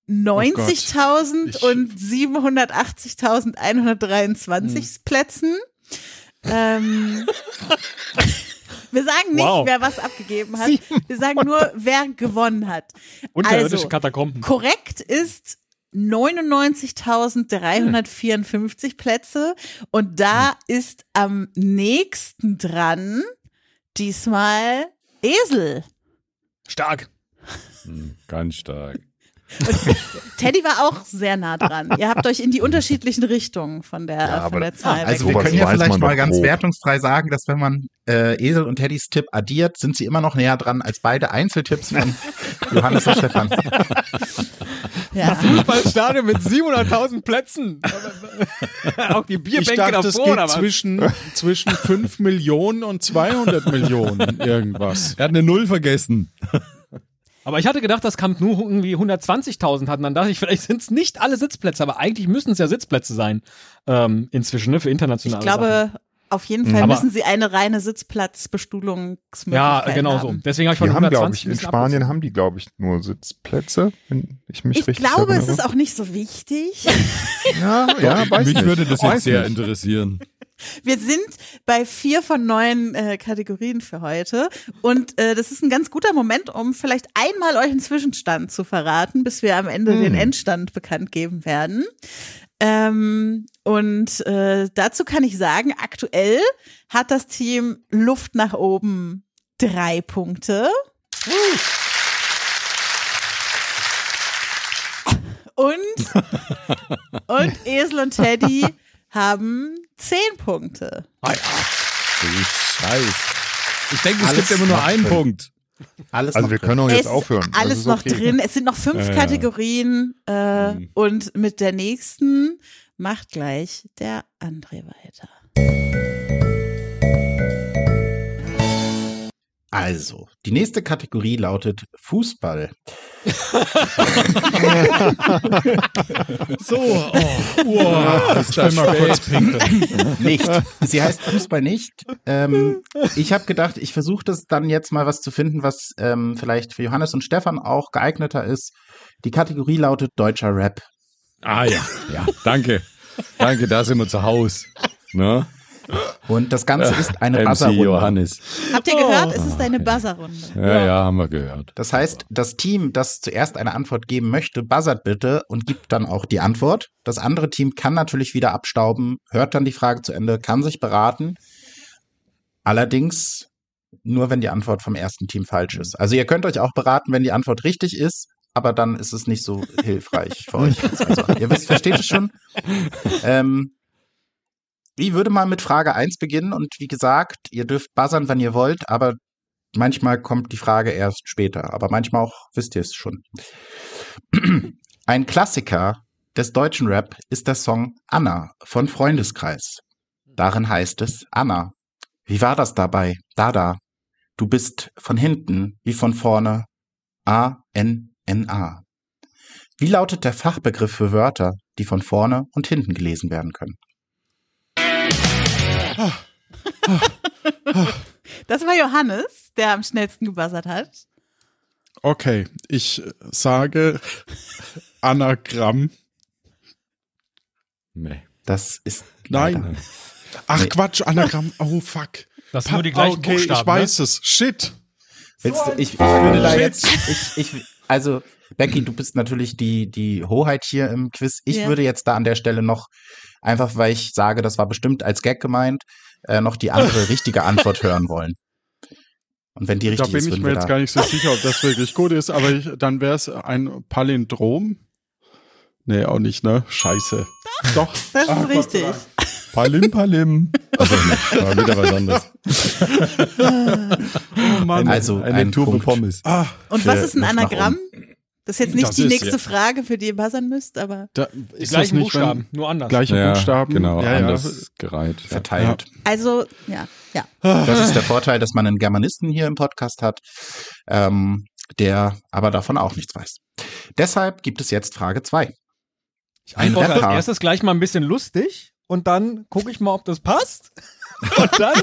90.000 Oh Gott. und 780.123 Hm. Plätzen. Ähm, wir sagen nicht, Wow. wer was abgegeben hat. Wir sagen nur, wer gewonnen hat. Unterirdische Also, Katakomben. Korrekt ist 99.354 Plätze und da ist am nächsten dran diesmal Esel. Stark. Hm, Ganz stark. Teddy war auch sehr nah dran. Ihr habt euch in die unterschiedlichen Richtungen von der, Ja, von aber- der Zahl also weg- wir Sowas können ja weiß vielleicht man mal doch ganz grob. wertungsfrei sagen, dass wenn man äh, Esel und Teddys Tipp addiert, sind sie immer noch näher dran als beide Einzeltipps von Johannes und Stefan. ja. Fußballstadion mit 700.000 Plätzen. Auch die Ich Bierbänke dachte, davor, es oder geht was? zwischen, zwischen 5 Millionen und 200 Millionen irgendwas. Er hat eine Null vergessen. Aber ich hatte gedacht, das Camp Nou irgendwie 120.000 hatten. Dann dachte ich, vielleicht sind es nicht alle Sitzplätze, aber eigentlich müssen es ja Sitzplätze sein ähm, inzwischen ne, für internationale Ich glaube, Sachen. auf jeden Fall Aber- müssen sie eine reine Sitzplatzbestuhlungsmöglichkeit Ja, genau so. haben. Deswegen habe ich Die von haben, glaube ich, 120 in müssen ab- Spanien haben die, glaube ich, nur Sitzplätze, wenn ich mich Ich richtig glaube, es erinnere. ist auch nicht so wichtig. Ja, ja, weiß Mich nicht. würde das jetzt Weiß sehr nicht. interessieren. Wir sind bei vier von neun äh, Kategorien für heute. Und äh, das ist ein ganz guter Moment, um vielleicht einmal euch einen Zwischenstand zu verraten, bis wir am Ende Hm. den Endstand bekannt geben werden. Ähm, und äh, dazu kann ich sagen, aktuell hat das Team Luft nach oben drei Punkte. Und und Esel und Teddy haben zehn Punkte. Ah, ja. Du Scheiß. Ich denke, es Alles gibt immer nur noch einen drin. Punkt. Alles Also noch wir drin. können auch Es jetzt ist aufhören. Das Alles ist noch okay. drin. Es sind noch fünf Ja, ja. Kategorien. Äh, Und mit der nächsten macht gleich der André weiter. Also, die nächste Kategorie lautet Fußball. So, oh, Ah, wow, ist Ich will das mal kurz spät. pinkeln. Nicht. Sie heißt Fußball nicht. Ähm, ich habe gedacht, ich versuche das dann jetzt mal was zu finden, was ähm, vielleicht für Johannes und Stefan auch geeigneter ist. Die Kategorie lautet deutscher Rap. Ah ja, ja, danke. Danke, da sind wir zu Haus. Ne? Und das Ganze Äh, ist eine MC Buzzerrunde. Johannes. Habt ihr gehört? Es ist eine Buzzerrunde. Ja, ja, haben wir gehört. Das heißt, das Team, das zuerst eine Antwort geben möchte, buzzert bitte und gibt dann auch die Antwort. Das andere Team kann natürlich wieder abstauben, hört dann die Frage zu Ende, kann sich beraten. Allerdings nur, wenn die Antwort vom ersten Team falsch ist. Also ihr könnt euch auch beraten, wenn die Antwort richtig ist, aber dann ist es nicht so hilfreich für euch. Also, ihr wisst, versteht es schon. Ähm, ich würde mal mit Frage 1 beginnen und wie gesagt, ihr dürft buzzern, wenn ihr wollt, aber Manchmal kommt die Frage erst später, aber manchmal auch wisst ihr es schon. Ein Klassiker des deutschen Rap ist der Song Anna von Freundeskreis. Darin heißt es Anna. Wie war das dabei? Dada. Du bist von hinten wie von vorne. A N N A. Wie lautet der Fachbegriff für Wörter, die von vorne und hinten gelesen werden können? Das war Johannes, der am schnellsten gebuzzert hat. Okay, ich sage Anagramm. Nee. Das ist leider- Nein. Ach Quatsch, Anagramm. Oh fuck. Das Pa- sind Ah, nur die gleichen okay, Buchstaben. ne? ich weiß es. Shit. Willst du, ich, ich würde da jetzt, ich, ich, also Becky, du bist natürlich die, die Hoheit hier im Quiz. Ich Ja. würde jetzt da an der Stelle noch, einfach weil ich sage, das war bestimmt als Gag gemeint, äh, noch die andere richtige Antwort hören wollen. Und wenn die Da richtig bin ist, ich würden mir wir jetzt da. gar nicht so sicher, ob das wirklich gut ist, aber ich, dann wäre es ein Palindrom. Nee, auch nicht, ne? Scheiße. Doch. Das ist Ah, Gott sei richtig. Dank. Palim, Palim. Also, nee, war wieder was anderes. Oh Mann. Also eine ein Tube Punkt. Pommes. Ah, Und Für was ist ein Luft nach Anagramm? Das ist jetzt nicht Das die ist- nächste Frage, für die ihr buzzern müsst, aber. da, Die ist das gleichen nicht, Buchstaben, nur Wenn, anders. gleiche Ja, Buchstaben. genau, ja, ja. anders gereiht. Ja. Verteilt. Also, ja, ja. Das ist der Vorteil, dass man einen Germanisten hier im Podcast hat, ähm, der aber davon auch nichts weiß. Deshalb gibt es jetzt Frage zwei. Ich antworte als Rapper. erstes gleich mal ein bisschen lustig und dann gucke ich mal, ob das passt. Und dann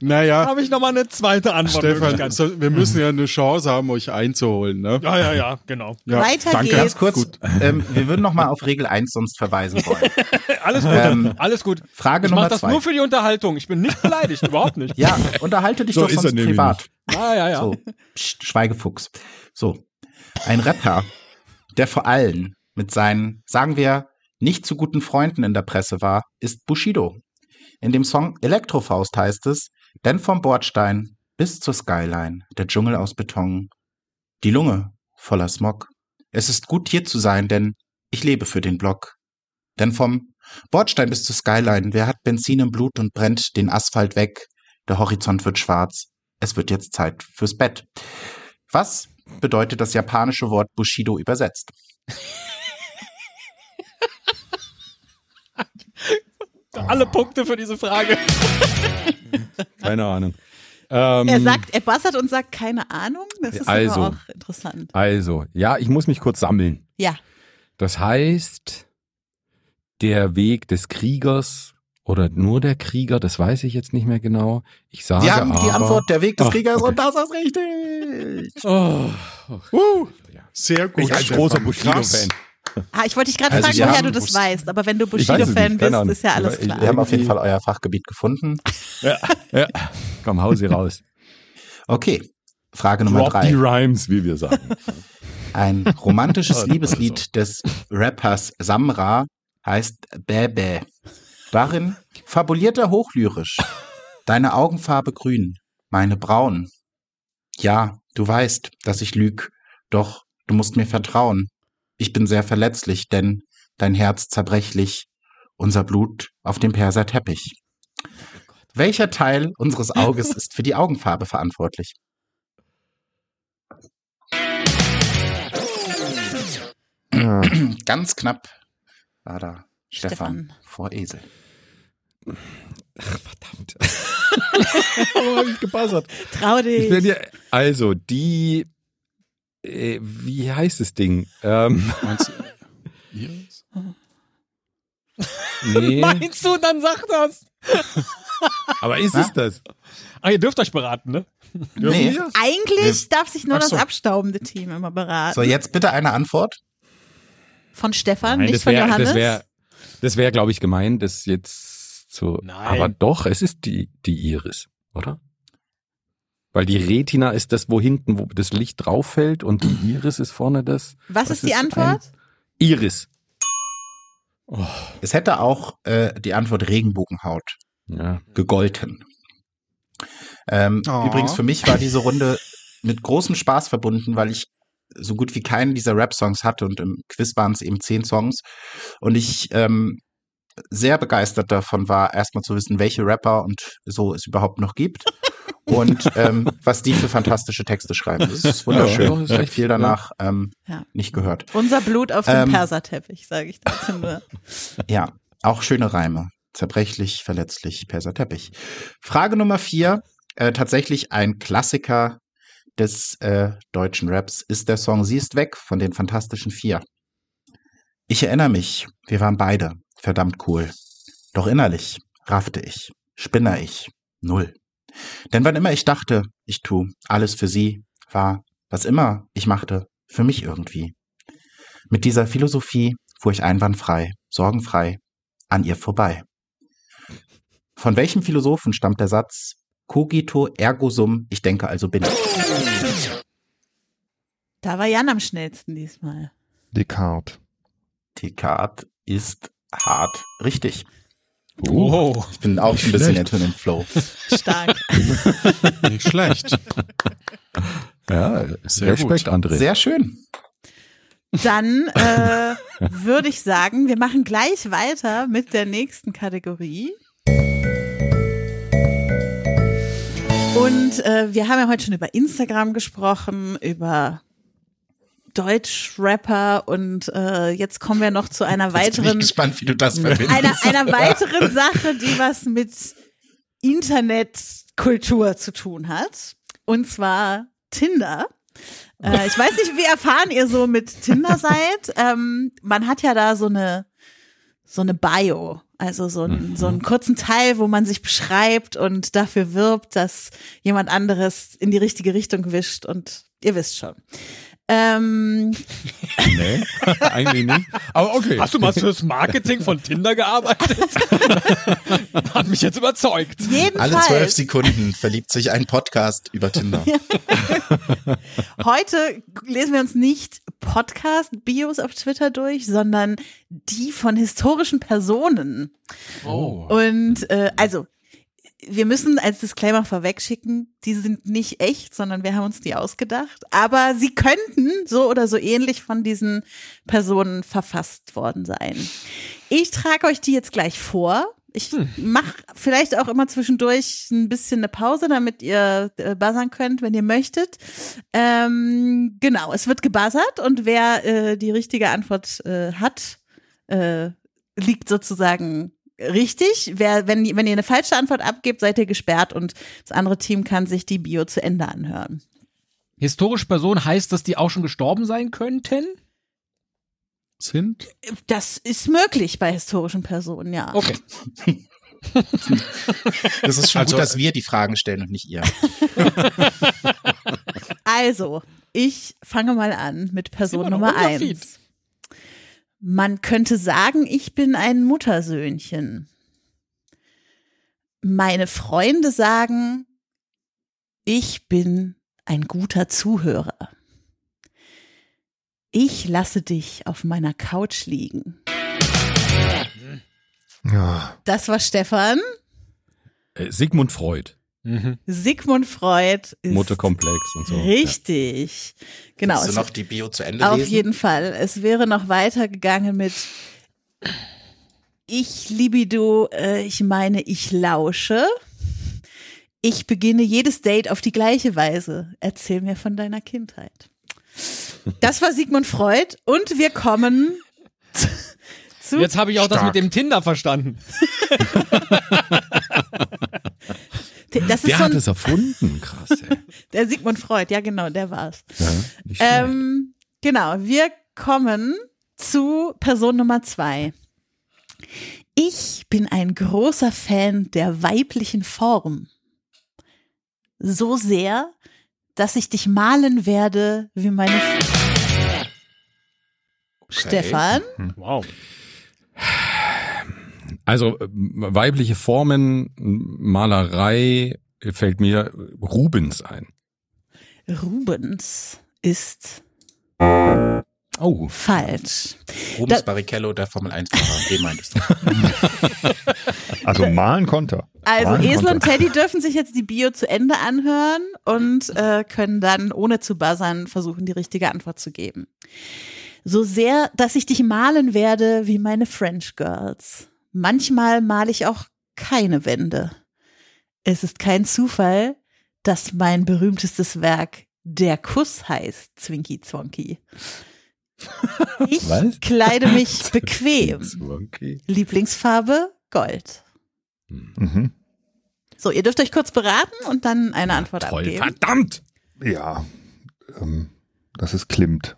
Naja, habe ich nochmal eine zweite Antwort. Stefan, so, wir müssen ja eine Chance haben, euch einzuholen, ne? Ja, ja, ja, genau. Ja, Weiter danke. geht's. Ganz kurz, ähm, wir würden noch mal auf Regel 1 sonst verweisen wollen. Alles gut, Ähm, alles gut. Frage Ich Nummer mache das zwei. nur für die Unterhaltung. Ich bin nicht beleidigt, überhaupt nicht. Ja, unterhalte dich So doch ist er sonst nämlich privat. Ja, ja, ja. So, pst, Schweigefuchs. So, ein Rapper, der vor allem mit seinen, sagen wir, nicht zu guten Freunden in der Presse war, ist Bushido. In dem Song Elektrofaust heißt es, denn vom Bordstein bis zur Skyline, der Dschungel aus Beton, die Lunge voller Smog. Es ist gut hier zu sein, denn ich lebe für den Block. Denn vom Bordstein bis zur Skyline, wer hat Benzin im Blut und brennt den Asphalt weg, der Horizont wird schwarz, es wird jetzt Zeit fürs Bett. Was bedeutet das japanische Wort Bushido übersetzt? Alle Punkte für diese Frage. Keine Ahnung. Ähm, Er sagt, er buzzert und sagt keine Ahnung. Das ist also, aber auch interessant. Also, ja, ich muss mich kurz sammeln. Ja. Das heißt, der Weg des Kriegers oder nur der Krieger, das weiß ich jetzt nicht mehr genau. Ich sage Sie haben aber, die Antwort, der Weg des Ach, Kriegers okay. und das ist richtig. Oh, uh, sehr gut. Ich als Stefan, großer krass. Bushido-Fan. Ah, ich wollte dich gerade Also, fragen, wir woher haben du das Bus- weißt, aber wenn du Ich weiß es Bushido-Fan nicht, keine bist, Ahnung. ist ja alles Ich- ich- klar. Wir haben auf jeden Irgendwie- Fall euer Fachgebiet gefunden. Ja, ja. Komm, hau sie raus. Okay, Frage Nummer Drop die drei. Rhymes, wie wir sagen. Ein romantisches Also. Liebeslied des Rappers Samra heißt Bäbä. Darin fabuliert er hochlyrisch. Deine Augenfarbe grün, meine braun. Ja, du weißt, dass ich lüg, doch du musst mir vertrauen. Ich bin sehr verletzlich, denn dein Herz zerbrechlich, unser Blut auf dem Perserteppich. Welcher Teil unseres Auges ist für die Augenfarbe verantwortlich? Ja. Ganz knapp war da Stefan, Stefan. vor Esel. Verdammt. Warum Oh, habe ich gebuzzert? Trau Ich bin dich. ja, also, die, äh, wie heißt das Ding? Ähm, Meinst du, Iris? nee, Meinst du, dann sag das. aber ist es das? Ah, ihr dürft euch beraten, ne? Nee. Eigentlich darf sich nur Ach das so. abstaubende Team immer beraten. So, jetzt bitte eine Antwort. Von Stefan, Nein, nicht das von wäre, Johannes. das wäre, das wäre, glaube ich, gemein, das jetzt zu, Nein. aber doch, es ist die, die Iris, oder? Weil die Retina ist das, wo hinten, wo das Licht drauf fällt und die Iris ist vorne das. Was das ist die Antwort? Ein Iris. Oh. Es hätte auch äh, die Antwort Regenbogenhaut Ja. gegolten. Ähm, Ah. Oh. Übrigens, für mich war diese Runde mit großem Spaß verbunden, weil ich so gut wie keinen dieser Rap-Songs hatte und im Quiz waren es eben zehn Songs. Und ich ähm, sehr begeistert davon war, erstmal zu wissen, welche Rapper und so es überhaupt noch gibt. Und ähm, was die für fantastische Texte schreiben. Das ist wunderschön. Ja, doch, ist ich habe echt, ne? viel danach ähm, Ja. nicht gehört. Unser Blut auf dem Ähm. Perserteppich, sage ich dazu nur. Ja, auch schöne Reime. Zerbrechlich, verletzlich, Perserteppich. Frage Nummer vier, äh, tatsächlich ein Klassiker des äh, deutschen Raps, ist der Song Sie ist weg von den Fantastischen Vier. Ich erinnere mich, wir waren beide verdammt cool. Doch innerlich raffte ich, spinner ich, null. Denn wann immer ich dachte, ich tu alles für sie, war, was immer ich machte, für mich irgendwie. Mit dieser Philosophie fuhr ich einwandfrei, sorgenfrei an ihr vorbei. Von welchem Philosophen stammt der Satz Cogito ergo sum, ich denke also bin ich? Da war Jan am schnellsten diesmal. Descartes. Descartes ist hart richtig. Wow. Ich bin auch ein bisschen jetzt in dem Flow. Stark. Nicht schlecht. Ja, Sehr Respekt, André. Sehr schön. Dann äh, würde ich sagen, wir machen gleich weiter mit der nächsten Kategorie. Und äh, wir haben ja heute schon über Instagram gesprochen, über Deutschrapper und äh, jetzt kommen wir noch zu einer Jetzt bin ich weiteren gespannt, wie du Hm. das verbindest. einer, einer weiteren Sache, die was mit Internetkultur zu tun hat. Und zwar Tinder. Äh, ich weiß nicht, wie erfahren ihr so mit Tinder seid. Ähm, man hat ja da so eine, so eine Bio. Also so, einen so einen kurzen Teil, wo man sich beschreibt und dafür wirbt, dass jemand anderes in die richtige Richtung wischt und ihr wisst schon. Ähm, Nee, eigentlich nicht. Aber okay. Hast du mal fürs Marketing von Tinder gearbeitet? Hat mich jetzt überzeugt. jedenfalls. Alle zwölf Sekunden verliebt sich ein Podcast über Tinder. Heute lesen wir uns nicht Podcast-Bios auf Twitter durch, sondern die von historischen Personen. Oh. Und äh, also, wir müssen als Disclaimer vorwegschicken, die sind nicht echt, sondern wir haben uns die ausgedacht. Aber sie könnten so oder so ähnlich von diesen Personen verfasst worden sein. Ich trage euch die jetzt gleich vor. Ich mache vielleicht auch immer zwischendurch ein bisschen eine Pause, damit ihr äh, buzzern könnt, wenn ihr möchtet. Ähm, genau, es wird gebuzzert und wer äh, die richtige Antwort äh, hat, äh, liegt sozusagen richtig. Wer, wenn, wenn ihr eine falsche Antwort abgebt, seid ihr gesperrt und das andere Team kann sich die Bio zu Ende anhören. Historische Person heißt, dass die auch schon gestorben sein könnten? Sind? Das ist möglich bei historischen Personen, ja. Okay. Das ist schon Also, gut, dass wir die Fragen stellen und nicht ihr. Genau, Also, ich fange mal an mit Person Immer noch Nummer unser Feed. eins. Man könnte sagen, ich bin ein Muttersöhnchen. Meine Freunde sagen, ich bin ein guter Zuhörer. Ich lasse dich auf meiner Couch liegen. Ja. Das war Stefan. Äh, Sigmund Freud, Sigmund Freud ist Mutterkomplex und so. richtig. Genau. Willst es- du noch die Bio zu Ende Auf lesen? jeden Fall. Es wäre noch weitergegangen mit Ich libido, äh, ich meine, ich lausche. Ich beginne jedes Date auf die gleiche Weise. Erzähl mir von deiner Kindheit. Das war Sigmund Freud und wir kommen zu Jetzt habe ich auch das Stark. mit dem Tinder verstanden. das ist Der so hat ein, es erfunden, krass, ey. der Sigmund Freud, ja genau, der war's. Ja, nicht schlecht. Ähm, genau, wir kommen zu Person Nummer zwei. Ich bin ein großer Fan der weiblichen Form. So sehr, dass ich dich malen werde wie meine F- Stefan. Wow. Also ähm, weibliche Formen, Malerei äh, fällt mir Rubens ein. Rubens ist Oh, falsch. Rubens Da- Barrichello, der Formel 1 Fahrer, den meintest du. Also Äh, malen Konter. Also malen Esel und Konter. Teddy dürfen sich jetzt die Bio zu Ende anhören und äh, können dann, ohne zu buzzern, versuchen, die richtige Antwort zu geben. So sehr, dass ich dich malen werde wie meine French Girls. Manchmal male ich auch keine Wände. Es ist kein Zufall, dass mein berühmtestes Werk Der Kuss heißt, Zwinky Zwonky. Ich Was? kleide mich bequem. Zwonky. Lieblingsfarbe Gold. Mhm. So, ihr dürft euch kurz beraten und dann eine Antwort toll, abgeben. verdammt! Ja. Ähm, das ist Klimt.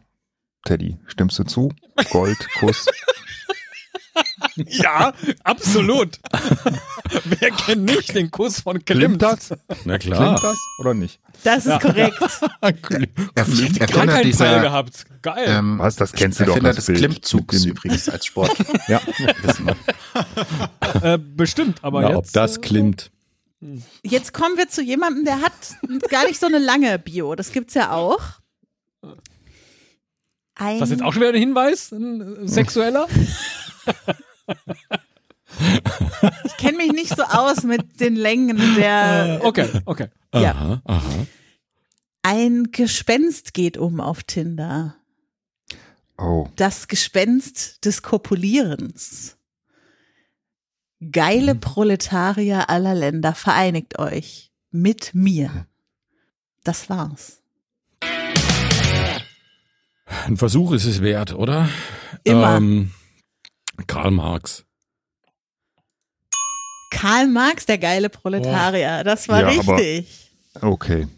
Teddy, stimmst du zu? Gold, Kuss. Ja, absolut. Wer kennt nicht den Kuss von Klimt? das? Na Klimt klar. das oder nicht? Das ist korrekt. Er, er, Gar erfinder keinen Teil dieser, gehabt. Geil. ähm, Was, das kennst du doch, erfinder das des Bild. Klimmzugs Mit dem- übrigens als Sport. Ja. Wissen wir. Äh, bestimmt, aber Na, jetzt. ob das äh, klimmt. Jetzt kommen wir zu jemandem, der hat gar nicht so eine lange Bio. Das gibt's ja auch. Ein, Ist das jetzt auch schon wieder ein Hinweis? Ein äh, sexueller? ich kenne mich nicht so aus mit den Längen der. Okay, okay. Ja. Aha, aha. Ein Gespenst geht um auf Tinder. Oh, Das Gespenst des Kopulierens. Geile Proletarier aller Länder, vereinigt euch mit mir. Das war's. Ein Versuch ist es wert, oder? Immer. Ähm, Karl Marx. Karl Marx, der geile Proletarier. Das war Ja, aber- richtig. okay.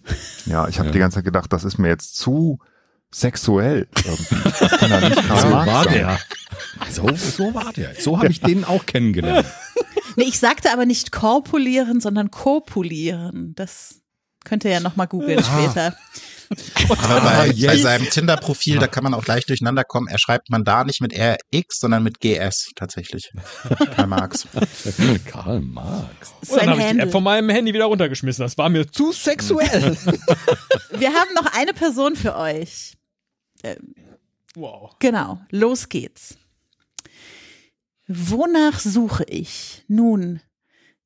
Ja, ich habe Ja. die ganze Zeit gedacht, das ist mir jetzt zu sexuell. irgendwie. Das kann ja nicht Karl Marx sein. So, so war der. So habe ich den auch kennengelernt. Nee, ich sagte aber nicht korpulieren, sondern kopulieren. Das könnt ihr ja nochmal googeln Ah. später. Oh, Aber bei, bei yes. seinem Tinder-Profil, da kann man auch leicht durcheinander kommen. Er schreibt man da nicht mit RX, sondern mit GS tatsächlich. Bei Marx. Karl Marx. Und Sven dann habe ich die Händel. App von meinem Handy wieder runtergeschmissen. Das war mir zu sexuell. Wir haben noch eine Person für euch. wow. Genau, los geht's. Wonach suche ich? Nun,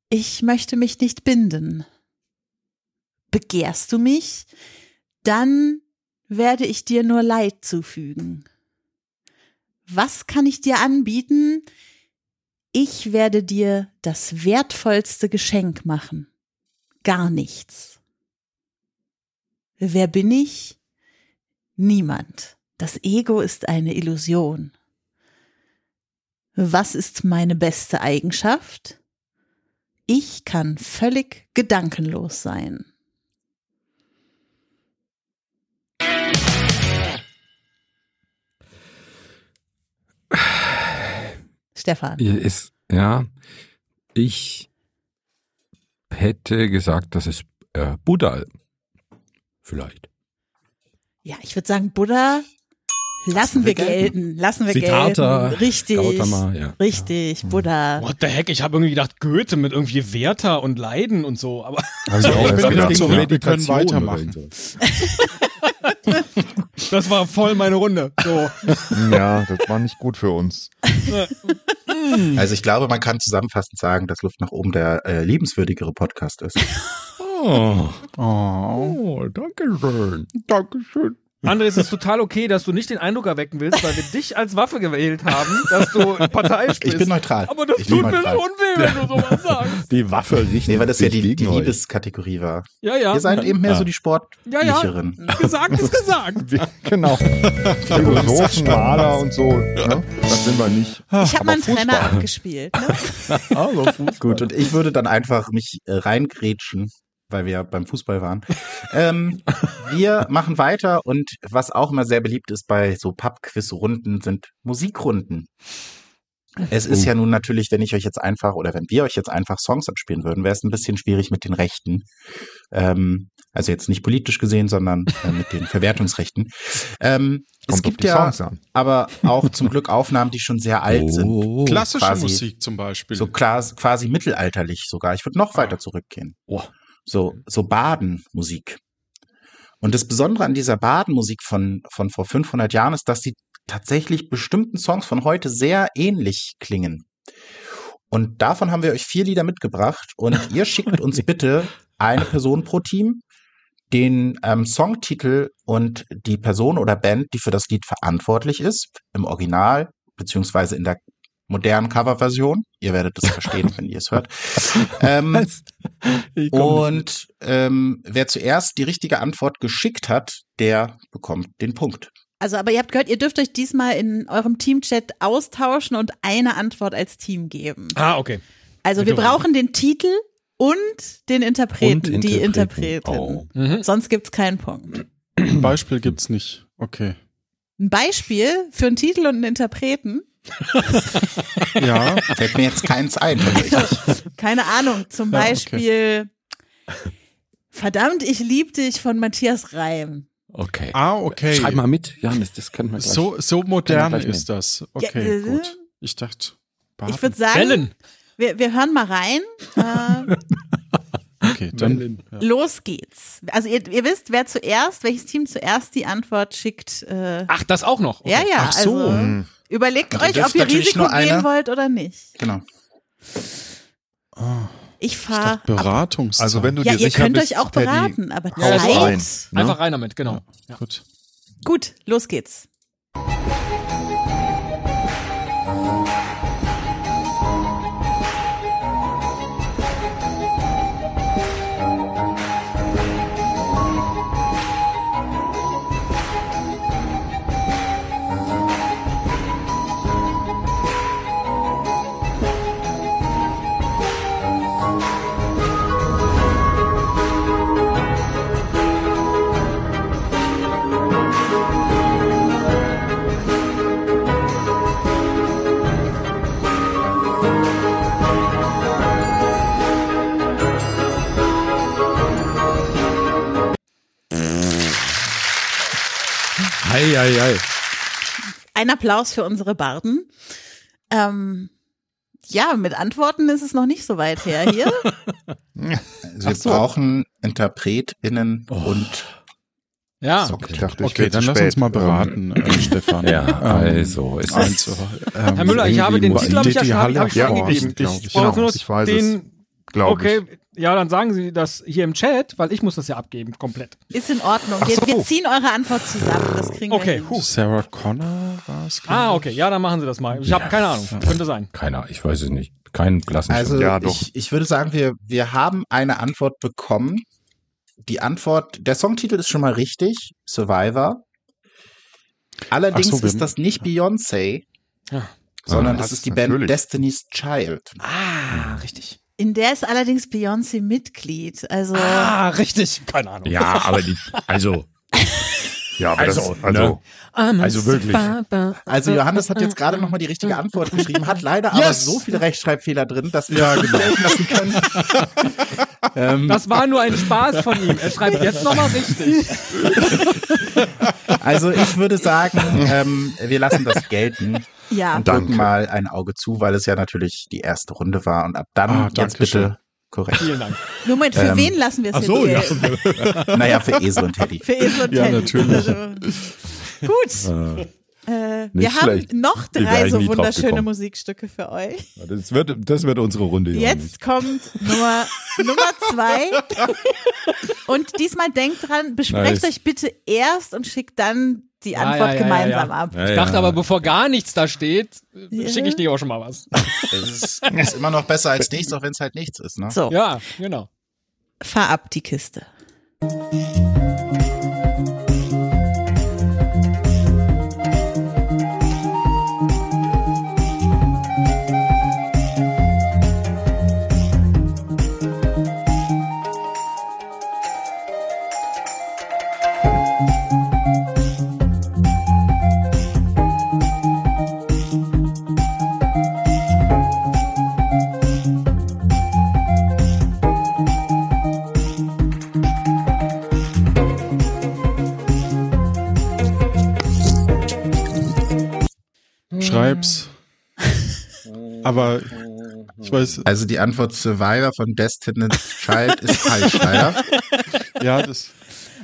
ich möchte mich nicht binden. Begehrst du mich? Dann werde ich dir nur Leid zufügen. Was kann ich dir anbieten? Ich werde dir das wertvollste Geschenk machen. Gar nichts. Wer bin ich? Niemand. Das Ego ist eine Illusion. Was ist meine beste Eigenschaft? Ich kann völlig gedankenlos sein. Stefan. Ja, Ist, ja, ich hätte gesagt, das ist äh, Buddha. Vielleicht. Ja, ich würde sagen, Buddha lassen wir gelten. Lassen wir Siddhartha, gelten. Richtig. Gautama, ja. Richtig, Buddha. What the heck? Ich habe irgendwie gedacht, Goethe mit irgendwie Werther und Leiden und so, aber. Also ich bin wieder gegen zurück, wir können Meditation weitermachen. oder Das war voll meine Runde. So. Ja, das war nicht gut für uns. Also ich glaube, man kann zusammenfassend sagen, dass Luft nach oben der äh, liebenswürdigere Podcast ist. Oh, Oh. oh, danke schön. Dankeschön. André, es ist total okay, dass du nicht den Eindruck erwecken willst, weil wir dich als Waffe gewählt haben, dass du Partei spielst. Ich bin neutral. Aber das ich bin tut mir neutral. schon weh, wenn du sowas sagst. Die Waffe richtig. Nee, weil das ja die, die Liebeskategorie war. Ja, ja. Ihr seid eben mehr so die Sportlicheren. Gesagt ist gesagt. Genau. Philosophen, Maler und so. Ne? Das sind wir nicht. Ich habe Aber mal einen Fußball. Trainer abgespielt. Ne? Aber Gut, und ich würde dann einfach mich äh, reingrätschen, weil wir ja beim Fußball waren. ähm, wir machen weiter und was auch immer sehr beliebt ist bei so Pub-Quiz-Runden sind Musikrunden. Es ist ja Oh. nun natürlich, wenn ich euch jetzt einfach oder wenn wir euch jetzt einfach Songs abspielen würden, wäre es ein bisschen schwierig mit den Rechten. Ähm, also jetzt nicht politisch gesehen, sondern äh, mit den Verwertungsrechten. Ähm, es Kommt auf gibt die ja Songs an. aber auch zum Glück Aufnahmen, die schon sehr alt sind. Oh. Klassische Quasi. Musik zum Beispiel. So klar, quasi mittelalterlich sogar. Ich würde noch weiter zurückgehen. So, so Badenmusik. Und das Besondere an dieser Badenmusik von, von vor 500 Jahren ist, dass sie tatsächlich bestimmten Songs von heute sehr ähnlich klingen. Und davon haben wir euch vier Lieder mitgebracht. Und ihr schickt uns bitte eine Person pro Team, den ähm, Songtitel und die Person oder Band, die für das Lied verantwortlich ist, im Original, beziehungsweise in der modernen Coverversion. Ihr werdet es verstehen, wenn ihr es hört. Ähm, und ähm, wer zuerst die richtige Antwort geschickt hat, der bekommt den Punkt. Also, aber ihr habt gehört, ihr dürft euch diesmal in eurem Teamchat austauschen und eine Antwort als Team geben. Ah, okay. Also, wir brauchen den Titel und den Interpreten, Und die Interpreten. Oh, Interpretin. Sonst gibt's keinen Punkt. Ein Beispiel gibt's nicht. Okay. Ein Beispiel für einen Titel und einen Interpreten. Ja. Fällt mir jetzt keins ein. tatsächlich. Also, Keine Ahnung, zum Ja, okay. Beispiel Verdammt, ich lieb dich von Matthias Reim. Okay. Ah, okay. Schreib mal mit, Janis, das kann man gleich. So, so modern Kann man gleich ist das. Ja, Okay, äh, gut. Ich dachte. Ich würde sagen, Bellen. wir, wir hören mal rein. Äh, Okay, dann. los geht's. Also ihr, ihr wisst, wer zuerst, welches Team zuerst die Antwort schickt. Äh, Ach, das auch noch. Okay. Ja, ja, Ach so. also Hm. überlegt Also euch, dürft ob ihr natürlich Risiko nur einer- gehen wollt oder nicht. genau. Ah, Ich ich fahre. dachte Beratungs. Also wenn du Ja, dir ihr sicher könnt bist, euch auch Teddy, beraten, aber haust rein. Zeit. Ne? Einfach rein damit, genau. Gut. Gut, los geht's. Hei, hei, hei. Ein Applaus für unsere Barden. Ähm, ja, mit Antworten ist es noch nicht so weit her hier. Also wir brauchen InterpretInnen und Ja. Ich Songtitel. dachte, ich Okay, wär zu dann lass uns spät. ähm, mal beraten, äh, Stefan. Ja, Ähm, also, es eins, ist. ähm, Herr Müller, ich habe den irgendwie Titel, glaube ich, Didi ja schon- Haller habe ich genau. schon Forst, glaub gegeben. ich. glaub, brauche jetzt nur ich weiß es, den, glaub okay, ja, dann sagen Sie das hier im Chat, weil ich muss das ja abgeben, komplett. Ist in Ordnung. Wir, wir ziehen eure Antwort zusammen. Das kriegen wir Okay, hin. puh. Sarah Connor war es? Ah, okay, ja, dann machen Sie das mal. Ich habe keine Ahnung, könnte sein. Keiner, ich weiß es nicht. Kein Klassen. Also Ja, doch. Ich, ich würde sagen, wir, wir haben eine Antwort bekommen. Die Antwort, der Songtitel ist schon mal richtig, Survivor. Allerdings Ach so, wir- ist das nicht Beyoncé, Ja. sondern Ah, das das ist die Band natürlich. Destiny's Child. Ah, richtig. In der ist allerdings Beyoncé Mitglied. Also Ah, Ah, richtig. Keine Ahnung. Ja, aber die, also, Ja, aber Also, das, also ne? ähm, Also wirklich. Also Johannes hat jetzt gerade nochmal die richtige Antwort geschrieben, hat leider aber Yes! so viele Rechtschreibfehler drin, dass wir ja, genau. lassen können. Ähm, Das war nur ein Spaß von ihm. Er schreibt jetzt nochmal richtig. Also ich würde sagen, ähm, wir lassen das gelten. Ja. Und drücken Danke. mal ein Auge zu, weil es ja natürlich die erste Runde war und ab dann Ah, jetzt danke schön. bitte korrekt. Vielen Dank. Moment, für Ähm, wen lassen wir es jetzt gelten? naja, für Esel und Teddy. Für Esel und Teddy. Also, gut. Äh, wir Nicht schlecht. haben noch Wir drei wären so nie drauf wunderschöne gekommen. Musikstücke für euch. Das wird, das wird unsere Runde. Johannes. Jetzt kommt Nummer, Nummer zwei. Und diesmal denkt dran, besprecht Nice. euch bitte erst und schickt dann die Ja, ja, Antwort ja, ja, gemeinsam ja. ab. Ich dachte aber, bevor gar nichts da steht, Ja. schicke ich dir auch schon mal was. Es ist, ist immer noch besser als nichts, auch wenn es halt nichts ist. Ne? So. Ja, genau. Fahr ab die Kiste. Schreib's. Aber ich weiß. Also die Antwort Survivor von Destiny's Child ist falsch, leider. Ja, das.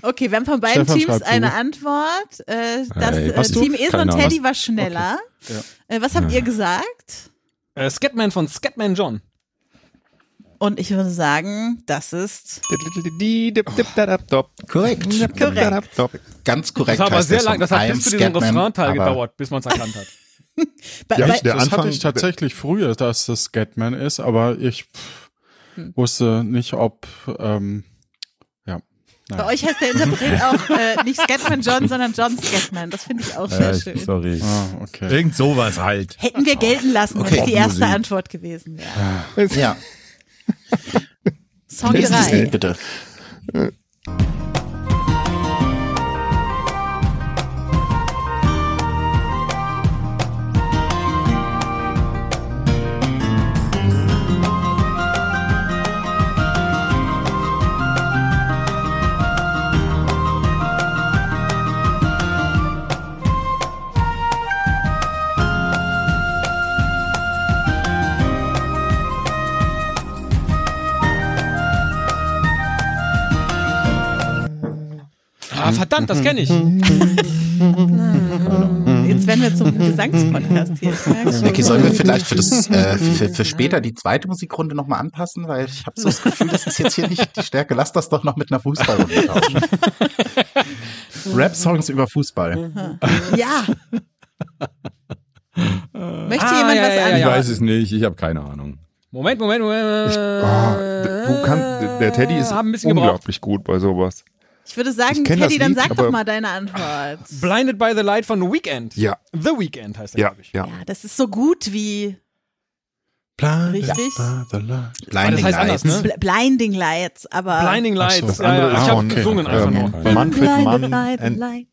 Okay, wir haben von beiden Stefan Teams schreibt eine zu. Antwort. Äh, Das Ey, äh, hast du? Team Esel und Keine Ahnung. Teddy war schneller. Okay. Äh, Was habt Ja. ihr gesagt? Äh, Scatman von Scatman John. Und ich würde sagen, das ist Korrekt. Korrekt. Ganz korrekt. Das war aber heißt sehr der lang, das Song. hat I am bis zu diesem Scatman, Refrain-Teil aber- gedauert, bis man es erkannt hat. Ja, bei- ich, das hatte ich Anfang- tatsächlich früher, dass das Scatman ist, aber ich pff, wusste nicht, ob. Ähm, ja. Bei euch heißt der Interpret auch äh, nicht Scatman John, sondern John Scatman. Das finde ich auch sehr schön. sorry. Ah, okay. Irgend sowas halt. Hätten wir gelten lassen, wenn Okay. es die erste Popmusik. Antwort gewesen wäre. Ja. Song Nächstes drei. Lied, bitte. Ah, verdammt, das kenne ich. Jetzt werden wir zum Gesangspodcast hier. Ich merk's schon. Okay, sollen wir vielleicht für, das, äh, für, für später die zweite Musikrunde nochmal anpassen? Weil ich habe so das Gefühl, das ist jetzt hier nicht die Stärke. Lass das doch noch mit einer Fußballrunde tauschen. Rap-Songs über Mhm. Fußball. Ja. Möchte Ah, jemand ja, was ja, an? ja, ich ja. weiß es nicht, ich habe keine Ahnung. Moment, Moment, Moment. du ah, kann, der Teddy ist ne? Äh, Haben ein bisschen gebraucht. unglaublich gut bei sowas. Ich würde sagen, Ich kenn das Teddy, dann Lied, sag doch aber- mal deine Antwort. Blinded by the Light von Weekend. Ja. The Weekend heißt der. Ja, ja. Das ist so gut wie Richtig? Ah, das heißt anders, ne? Bl- Blinding Lights, aber. Blinding Lights, Ach so, das ja, ja, andere ich ist habe von, gesungen äh, einfach ähm, nur. Manfred Mann Blinded by the and- Light.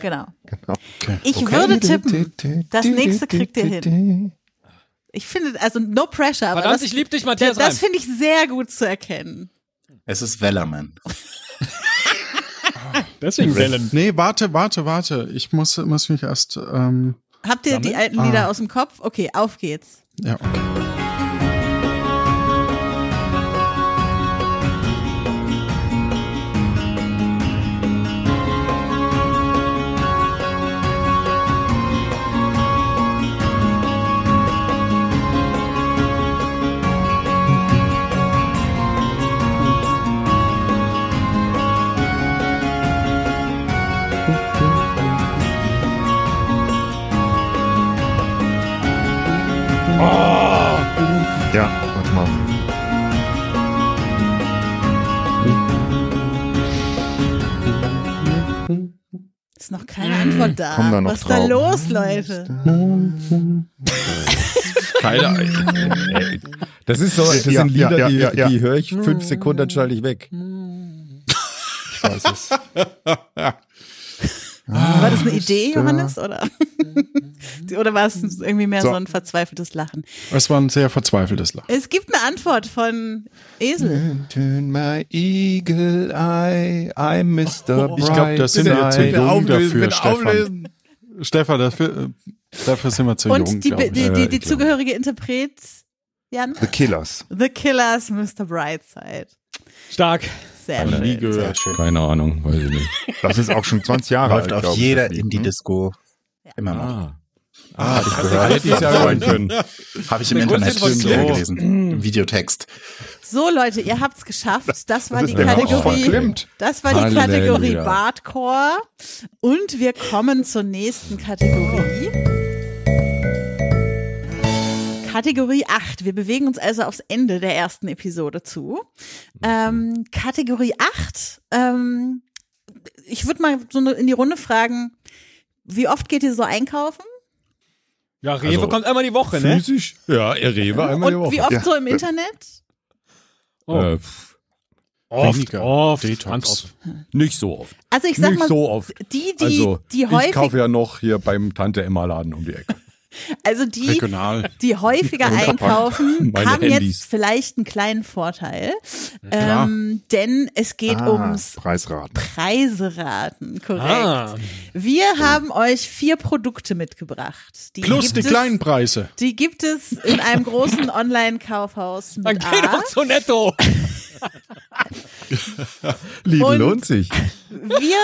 Genau. Genau. Ich würde tippen, das nächste kriegt ihr hin. Ich finde, also no pressure. Aber Verdammt, das, ich lieb dich, Matthias Das, Reim. das finde ich sehr gut zu erkennen. ne? Es ist Wellerman. Deswegen Wellen. Nee, warte, warte, warte. Ich muss, muss mich erst. Ähm, Habt ihr die alten Ah. Lieder aus dem Kopf? Okay, auf geht's. ja, okay. Ja, warte mal. Ist noch keine Antwort da. Kommen da noch Ah, Was ist da Trauben? los, Leute? Keine Ahnung. Das ist so, das Ja, sind Lieder, ja, ja, die, ja, ja. die höre ich fünf Sekunden, dann schalte ich weg. Ich weiß es. war das eine Ah, Idee, Johannes? Oder, oder war es irgendwie mehr so. So. ein verzweifeltes Lachen? Es war ein sehr verzweifeltes Lachen. Es gibt eine Antwort von Esel. Mhm. Turn my eagle eye, I'm Mr. Ich glaube, das sind wir zu jung dafür, Stefan. Stefan, dafür, äh, dafür sind wir zu jung. Und die, glaub ich. die, die, die zugehörige Interpret, Jan? The Killers. The Killers, Mr. Brightside. Stark. Sehr schön. gehört. Keine Ahnung, weiß ich nicht. Das ist auch schon 20 Jahre alt. Läuft auf glaub ich, jeder das Lied, hm? Indie-Disco. Immer noch. Ah. Ah, ich gehört. Hätte ich ja hören können. Habe ich im Der Grund Internet sind was äh, so. gelesen. Im Videotext. So Leute, ihr habt's geschafft. Das war Das die Genau, ist der Haus Kategorie. verklemmt. Das war die Halleluja. Kategorie Bardcore und wir kommen zur nächsten Kategorie. Kategorie 8. Wir bewegen uns also aufs Ende der ersten Episode zu. Ähm, Kategorie 8. Ähm, ich würde mal so in die Runde fragen, wie oft geht ihr so einkaufen? Ja, Rewe Also, kommt einmal die Woche, ne? Physisch? Ja, Rewe einmal die Und wie Woche. oft Ja. so im Internet? Äh, pff, Oh. Oft, Weniger. oft, Detox. ganz oft. nicht so oft. Also ich sag nicht mal, so oft. die, die, Also, die ich häufig, kaufe ja noch hier beim Tante-Emma-Laden um die Ecke. also die, Regional. die häufiger einkaufen, Meine haben Handys. jetzt vielleicht einen kleinen Vorteil. Ähm, denn es geht Ah, ums Preisraten. Preiseraten, korrekt. Ah. Wir haben euch vier Produkte mitgebracht. Die Plus gibt die es, kleinen Preise. Die gibt es in einem großen Online-Kaufhaus Dann mit geh A. doch zu Netto. Lidl Und- lohnt sich. Wir,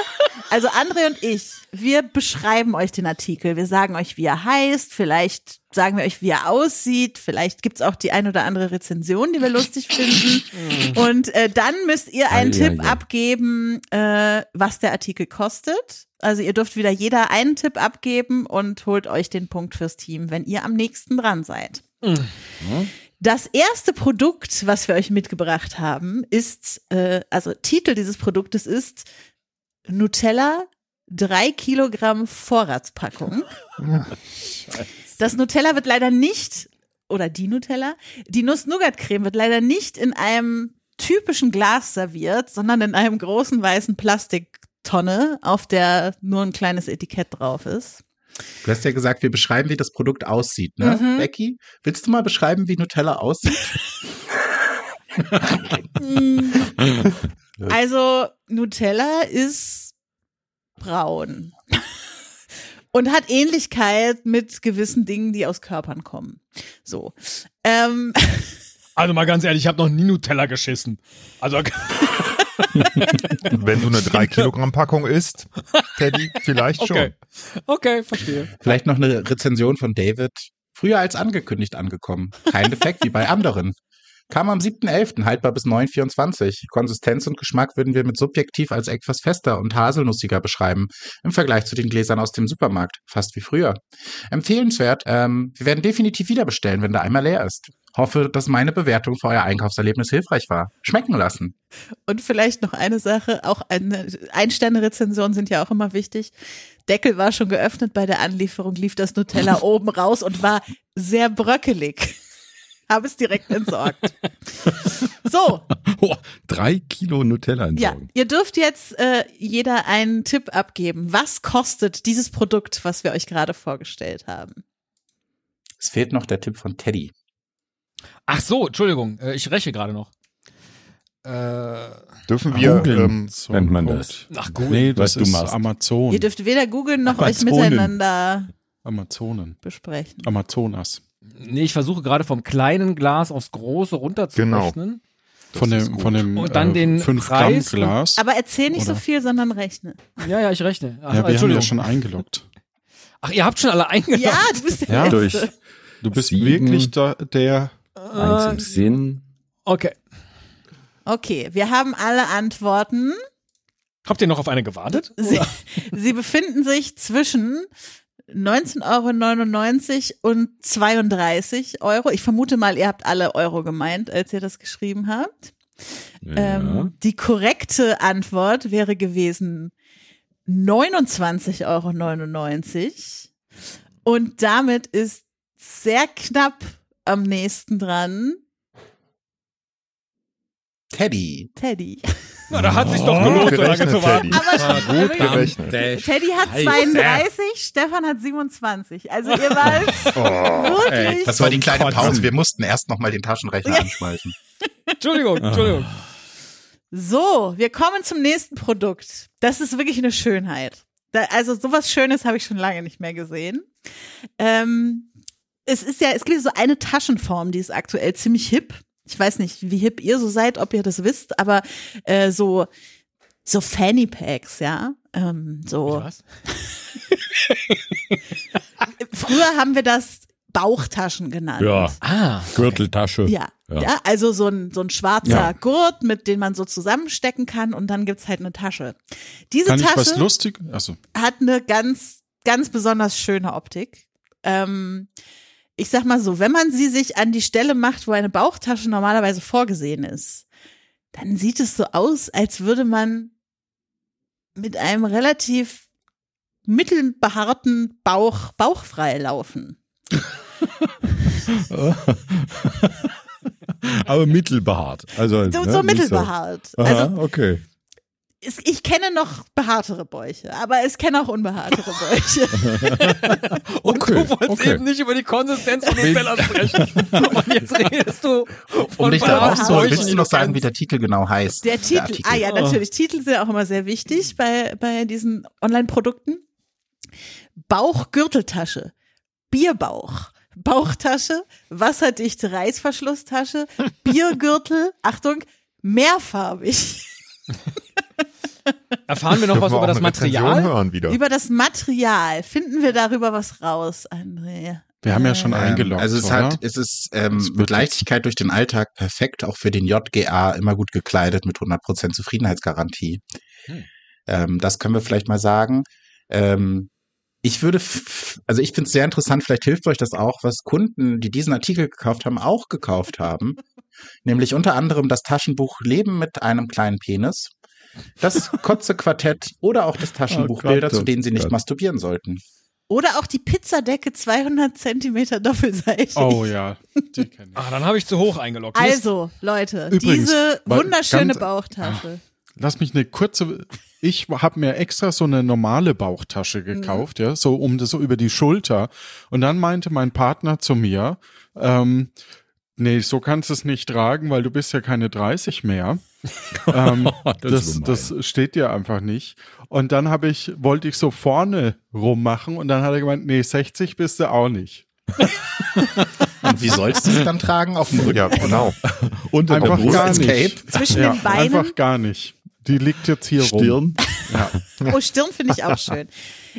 also André und ich, wir beschreiben euch den Artikel. Wir sagen euch, wie er heißt. Vielleicht sagen wir euch, wie er aussieht. Vielleicht gibt's auch die ein oder andere Rezension, die wir lustig finden. Und äh, dann müsst ihr einen Ei, ei, Tipp ei. abgeben, äh, was der Artikel kostet. Also ihr dürft wieder jeder einen Tipp abgeben und holt euch den Punkt fürs Team, wenn ihr am nächsten dran seid. Das erste Produkt, was wir euch mitgebracht haben, ist, äh, also Titel dieses Produktes ist Nutella, drei Kilogramm Vorratspackung. Das Nutella wird leider nicht, oder die Nutella, die Nuss-Nougat-Creme wird leider nicht in einem typischen Glas serviert, sondern in einem großen weißen Plastiktonne, auf der nur ein kleines Etikett drauf ist. Du hast ja gesagt, wir beschreiben, wie das Produkt aussieht, ne? Becky, willst du mal beschreiben, wie Nutella aussieht? Also Nutella ist braun und hat Ähnlichkeit mit gewissen Dingen, die aus Körpern kommen. So. Ähm, Also mal ganz ehrlich, ich habe noch nie Nutella geschissen. Also Wenn du eine 3 Kilogramm Packung isst, Teddy, vielleicht Okay. Okay, verstehe. Vielleicht noch eine Rezension von David. Früher als angekündigt angekommen. Kein Defekt wie bei anderen. Kam am 7.11., haltbar bis 9.24. Konsistenz und Geschmack würden wir mit subjektiv als etwas fester und haselnussiger beschreiben, im Vergleich zu den Gläsern aus dem Supermarkt. Fast wie früher. Empfehlenswert, ähm, wir werden definitiv wieder bestellen, wenn der Eimer leer ist. Hoffe, dass meine Bewertung für euer Einkaufserlebnis hilfreich war. Schmecken lassen. und vielleicht noch eine Sache, auch eine Einsterne-Rezensionen sind ja auch immer wichtig. Deckel war schon geöffnet bei der Anlieferung, lief das Nutella oben raus und war sehr bröckelig. Habe es direkt entsorgt. So, Oh, drei Kilo Nutella Ja, entsorgen. ihr dürft jetzt äh, jeder einen Tipp abgeben. Was kostet dieses Produkt, was wir euch gerade vorgestellt haben? Es fehlt noch der Tipp von Teddy. Ach so, Entschuldigung, äh, ich räche gerade noch. Äh, Dürfen wir, ähm, So nennt man gut. das. ach gut. Nee, das Was du ist machst. Amazon. Ihr dürft weder googeln noch euch Amazonen. miteinander Amazonen. besprechen. Amazonas. Nee, ich versuche gerade vom kleinen Glas aufs große runterzurechnen. Von ist dem, gut. von dem Und dann den 5 Gramm Preis und- Glas. Aber erzähl nicht so Oder? viel, sondern rechne. Genau. Ja, ja, ich rechne. ja, Ach, wir haben ja Entschuldigung. schon eingeloggt. Ach, ihr habt schon alle eingeloggt. Ja, du bist der Ja, Letzte. Durch Du bist Sieben. wirklich da, der. eins im Sinn. Okay. Okay, wir haben alle Antworten. Habt ihr noch auf eine gewartet? Sie, sie befinden sich zwischen 19,99 Euro und 32 Euro. Ich vermute mal, ihr habt alle Euro gemeint, als ihr das geschrieben habt. ja. Ähm, die korrekte Antwort wäre gewesen 29,99 Euro. Und damit ist sehr knapp am nächsten dran Teddy. Teddy. Na, da hat sich Oh, doch gelohnt, so lange zu warten. Aber Gut gerechnet. Teddy hat 32, Stefan hat 27. Also ihr wart wirklich. das war die kleine Pause. Wir mussten erst noch mal den Taschenrechner anschmeißen. Entschuldigung, Ah. Entschuldigung. So, wir kommen zum nächsten Produkt. Das ist wirklich eine Schönheit. Da, also sowas Schönes habe ich schon lange nicht mehr gesehen. Ähm, es ist ja, es gibt so eine Taschenform, die ist aktuell ziemlich hip. Ich weiß nicht, wie hip ihr so seid, ob ihr das wisst, aber äh, so so Fanny Packs, ja, ähm, so. Früher haben wir das Bauchtaschen genannt. Ja. Ah. Gürteltasche. Ja. Ja. also so ein, so ein schwarzer Ja. Gurt, mit dem man so zusammenstecken kann und dann gibt's halt eine Tasche. Diese Kann ich was Tasche lustig? Achso. hat eine ganz, ganz besonders schöne Optik. Ähm, ich sag mal so, wenn man sie sich an die Stelle macht, wo eine Bauchtasche normalerweise vorgesehen ist, dann sieht es so aus, als würde man mit einem relativ mittelbehaarten Bauch bauchfrei laufen. Aber mittelbehaart. Also, So, ne, so nicht mittelbehaart. Aha, Also okay. es- ich kenne noch behaartere Bäuche, aber es kenne auch unbehaartere Bäuche. Und Okay, du wolltest okay. eben nicht über die Konsistenz von Nutellas sprechen. Und jetzt redest du Um von dich da rauszuholen, Bauchbäuchen. willst du noch sagen, wie der Titel genau heißt? Der Titel, Artikel. ah ja, natürlich. Titel sind auch immer sehr wichtig bei, bei diesen Online-Produkten. Bauchgürteltasche, Bierbauch, Bauchtasche, wasserdichte Reißverschlusstasche, Biergürtel, Achtung, mehrfarbig. Erfahren wir noch Dürfen was wir auch über das eine Rezension Material? Hören wieder. Über das Material finden wir darüber was raus, André. Wir haben ja schon Ähm, eingeloggt. also es oder? hat, es ist Das ähm, wird mit jetzt- Leichtigkeit durch den Alltag perfekt, auch für den JGA immer gut gekleidet mit 100% Zufriedenheitsgarantie. Hm. Ähm, das können wir vielleicht mal sagen. Ähm, ich würde, f- also ich finde es sehr interessant, vielleicht hilft euch das auch, was Kunden, die diesen Artikel gekauft haben, auch gekauft haben. Nämlich unter anderem das Taschenbuch Leben mit einem kleinen Penis, das Kotze-Quartett oder auch das Taschenbuch Gott, Bilder, oh zu denen sie nicht Gott. masturbieren sollten. Oder auch die Pizzadecke 200 Zentimeter doppelseitig. oh ja, die kenne ich. Ah, dann habe ich zu hoch eingeloggt. Mist. Also, Leute, Übrigens, diese weil wunderschöne Ah. ganz- Bauchtasche. Lass mich eine kurze. Ich habe mir extra so eine normale Mhm. Bauchtasche gekauft, ja, so um das so über die Schulter. Und dann meinte mein Partner zu mir, ähm, nee, so kannst du es nicht tragen, weil du bist ja keine 30 mehr. ähm, Ah, Das das, ist das steht dir einfach nicht. Und dann habe ich, wollte ich so vorne rummachen und dann hat er gemeint, nee, 60 bist du auch nicht. Und wie sollst du es dann tragen? Auf dem Rücken? Ja, genau. Und Einfach Brust, gar als nicht. Zwischen Ja, den Beinen. einfach gar nicht. Die liegt jetzt hier rum. Stirn. Oh, Stirn finde ich auch schön.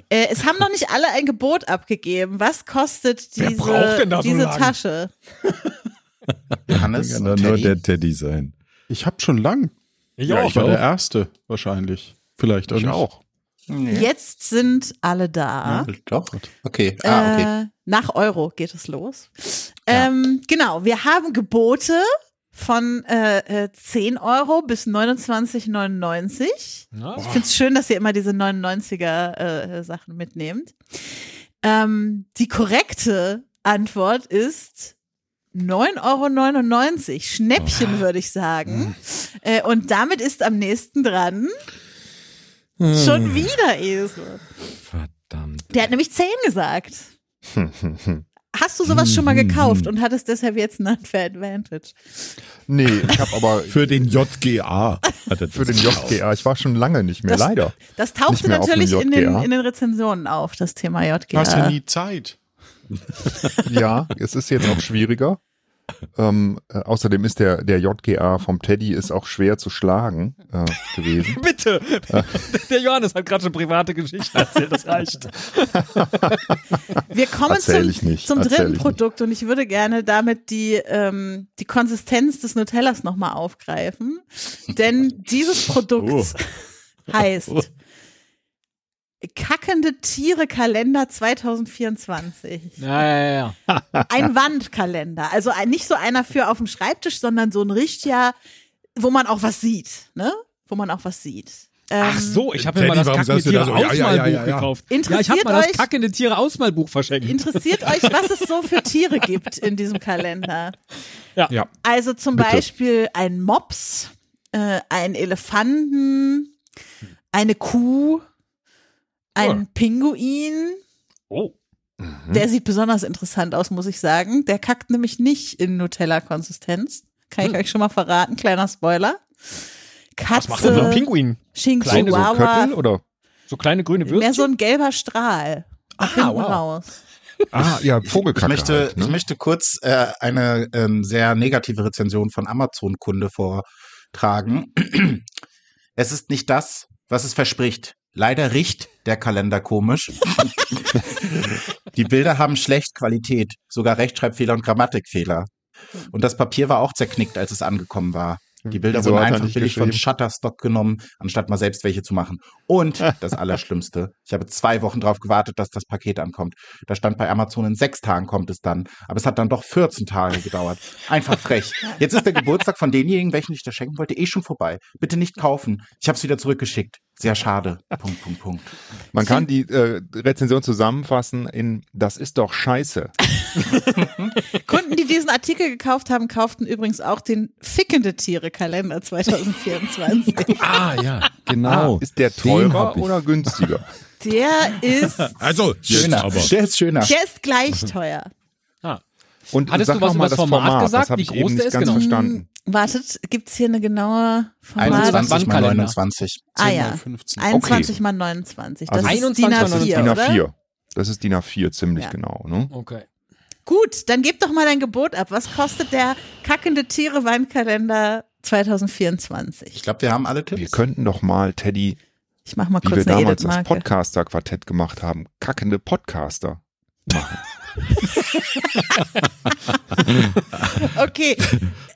Äh, es haben noch nicht alle ein Gebot abgegeben. Was kostet Wer diese, braucht denn da so diese lange? Tasche? Johannes Kann und dann nur Teddy. der Teddy sein. Ich habe schon lang. Ja, ich war der Erste wahrscheinlich. Vielleicht Ich nicht. auch. Nee. Jetzt sind alle da. Doch. Ah? Okay. Ah, okay. äh, nach Euro geht es los. Ähm, genau, wir haben Gebote von äh, äh, 10 Euro bis 29,99. Na, Ich finde es schön, dass ihr immer diese 99er äh, äh, Sachen mitnehmt. Ähm, die korrekte Antwort ist 9,99 Euro. Schnäppchen, würde ich sagen. Hm. Äh, und damit ist am nächsten dran Hm. schon wieder Esel. Verdammt. Der hat nämlich 10 gesagt. Hast du sowas schon mal gekauft und hattest deshalb jetzt ein Unfair Advantage? Nee, ich habe aber Für den JGA. Hat er für das den gekauft. JGA, ich war schon lange nicht mehr, Das- leider. Das tauchte Nicht mehr auf dem natürlich in den, JGA. in den Rezensionen auf, das Thema Du hast ja JGA. nie Zeit. Ja, es ist jetzt auch schwieriger. Ähm, äh, außerdem ist der, der JGA vom Teddy ist auch schwer zu schlagen äh, gewesen. Bitte! Der Johannes hat gerade schon private Geschichte erzählt, das reicht. Wir kommen Erzähl zum, ich nicht, zum erzähl dritten ich Produkt und ich würde gerne damit die, ähm, die Konsistenz des Nutellas nochmal aufgreifen. Denn dieses Oh. Produkt heißt Kackende Tiere Kalender 2024. Ja, ja, ja. Ein Wandkalender. Also ein, nicht so einer für auf dem Schreibtisch, sondern so ein richtiger, wo man auch was sieht, ne? Wo man auch was sieht. Ähm, Ach so, ich habe mir Teddy, mal das warum kackende sagst du da Tiere so? Ja, Ausmalbuch ja, ja, ja, ja. gekauft. ja, Interessiert ich habe mal das euch- kackende Tiere Ausmalbuch verschenkt. Interessiert euch, was es so für Tiere gibt in diesem Kalender? Ja. Ja. Also zum Beispiel ein Mops, äh, einen Elefanten, eine Kuh, einen Pinguin. Oh. Der sieht besonders interessant aus, muss ich sagen. Der kackt nämlich nicht in Nutella-Konsistenz. Kann ich Hm. euch schon mal verraten, kleiner Spoiler. Katze, Was macht denn so ein Pinguin? Kleine so Chihuahua, Köttel oder? So kleine grüne Würstchen? mehr so ein gelber Strahl. Ach, wow. raus. Ah, ja, Vogelkacke. Ich möchte, halt, ne? ich möchte kurz äh, eine ähm, sehr negative Rezension von Amazon-Kunde vortragen. Es ist nicht das, was es verspricht. Leider riecht der Kalender komisch. Die Bilder haben schlecht Qualität, sogar Rechtschreibfehler und Grammatikfehler. Und das Papier war auch zerknickt, als es angekommen war. Die Bilder Hm. Wieso wurden hat er einfach nicht billig von geschrieben? Shutterstock genommen, anstatt mal selbst welche zu machen. Und das Allerschlimmste, ich habe zwei Wochen darauf gewartet, dass das Paket ankommt. Da stand bei Amazon, in sechs Tagen kommt es dann. Aber es hat dann doch 14 Tage gedauert. Einfach frech. Jetzt ist der Geburtstag von denjenigen, welchen ich das schenken wollte, eh schon vorbei. Bitte nicht kaufen. Ich habe es wieder zurückgeschickt. Sehr schade. Punkt, Punkt, Punkt. Man kann die äh, Rezension zusammenfassen in Das ist doch scheiße. Kunden, die diesen Artikel gekauft haben, kauften übrigens auch den Fickende Tiere-Kalender 2024. Ah, ja, genau. Ist der teurer oder günstiger? Der ist, Also, Schöner. Der ist schöner. der ist Mhm. gleich teuer. Und Hattest sag du was noch über mal das Format gesagt? das habe Wie ich groß eben nicht der ist ganz genau? verstanden. Wartet, gibt's hier eine genaue Format? 21 mal Wandkalender. 29. Ah ja, 15. 21 mal 29. Das Also ist 21 DIN mal Das ist A4, DIN oder? A4. Das ist DIN A4, ziemlich Ja. genau. Ne? Okay. Gut, dann gib doch mal dein Gebot ab. Was kostet der kackende Tiere-Weinkalender 2024? Ich glaube, wir haben alle Tipps. Wir könnten doch mal, Teddy, Ich mach mal wie wir kurz eine damals das Edith-Marke. Podcaster-Quartett gemacht haben, kackende Podcaster. Okay,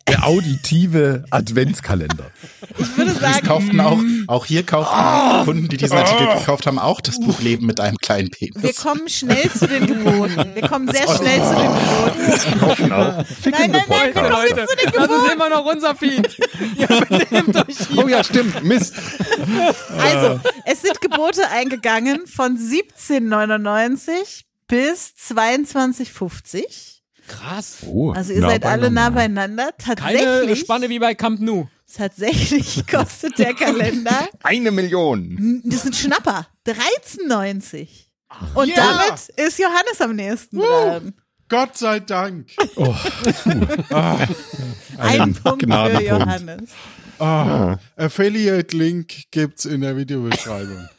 Der auditive Adventskalender. ich würde Übrigens sagen, kauften auch, auch hier kauften Ah! Kunden, die diesen Artikel gekauft haben, auch das Buch Leben mit einem kleinen wir Penis. kommen schnell zu den Geboten. Wir kommen sehr schnell zu den Geboten. Nein, nein, nein, wir kommen jetzt zu den Das Geboten. ist immer noch unser Feed. Ihr benehmt euch hier. Oh ja, stimmt, Mist. Also, es sind Gebote eingegangen von 1799 bis 2250. Krass. Oh, Also ihr na, seid aber alle nah normal. beieinander. Keine Tatsächlich, Spanne wie bei Camp Nou. tatsächlich kostet der Kalender, Eine Million. das sind Schnapper, 13,90. Und damit ist Johannes am nächsten dran. Gott sei Dank. Ah Ein Punkt für Gnadenpunkt. Johannes. Ah, Affiliate-Link gibt's in der Videobeschreibung.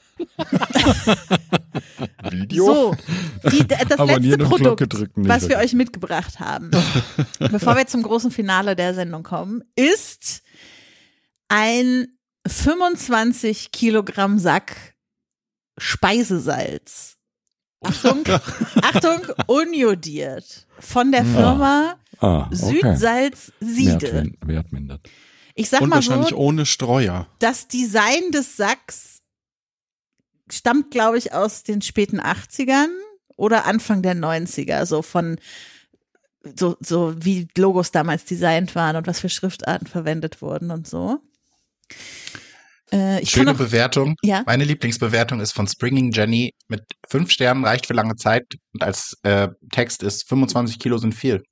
So, die, d- das letzte Abonnieren und Glocke Produkt, drücken, nicht was wir vergessen. euch mitgebracht haben, bevor wir zum großen Finale der Sendung kommen, ist ein 25 Kilogramm Sack Speisesalz. Achtung, Achtung, uniodiert. Von der Firma Ah, okay. Südsalz Siegel. Wertmin- Wertmindert. Ich sag Und mal wahrscheinlich so, ohne Streuer. das Design des Sacks stammt, glaube ich, aus den späten 80ern oder Anfang der 90er, so von so, so wie Logos damals designt waren und was für Schriftarten verwendet wurden und so. Äh, ich Schöne kann auch, Bewertung. ja, Meine Lieblingsbewertung ist von Springing Jenny mit fünf Sternen reicht für lange Zeit und als äh, Text ist 25 Kilo sind viel.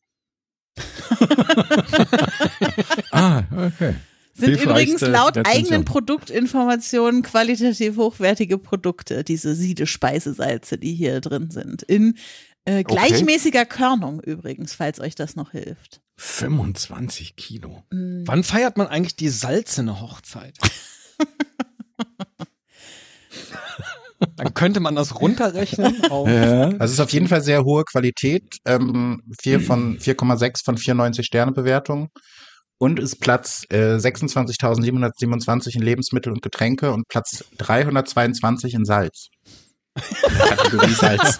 Ah, okay. sind hilfreichste übrigens laut Rezension. eigenen Produktinformationen qualitativ hochwertige Produkte, diese Siedespeisesalze, die hier drin sind. In äh, gleichmäßiger Körnung übrigens, falls euch das noch hilft. 25 Kilo. Mm. Wann feiert man eigentlich die salzene Hochzeit? Dann könnte man das runterrechnen. Auf Ja. Also es ist auf jeden Fall sehr hohe Qualität. Ähm, 4 von 4,6 von 94 Sterne Bewertung. Und ist Platz äh, 26.727 in Lebensmittel und Getränke und Platz 322 in Salz. Kategorie Salz.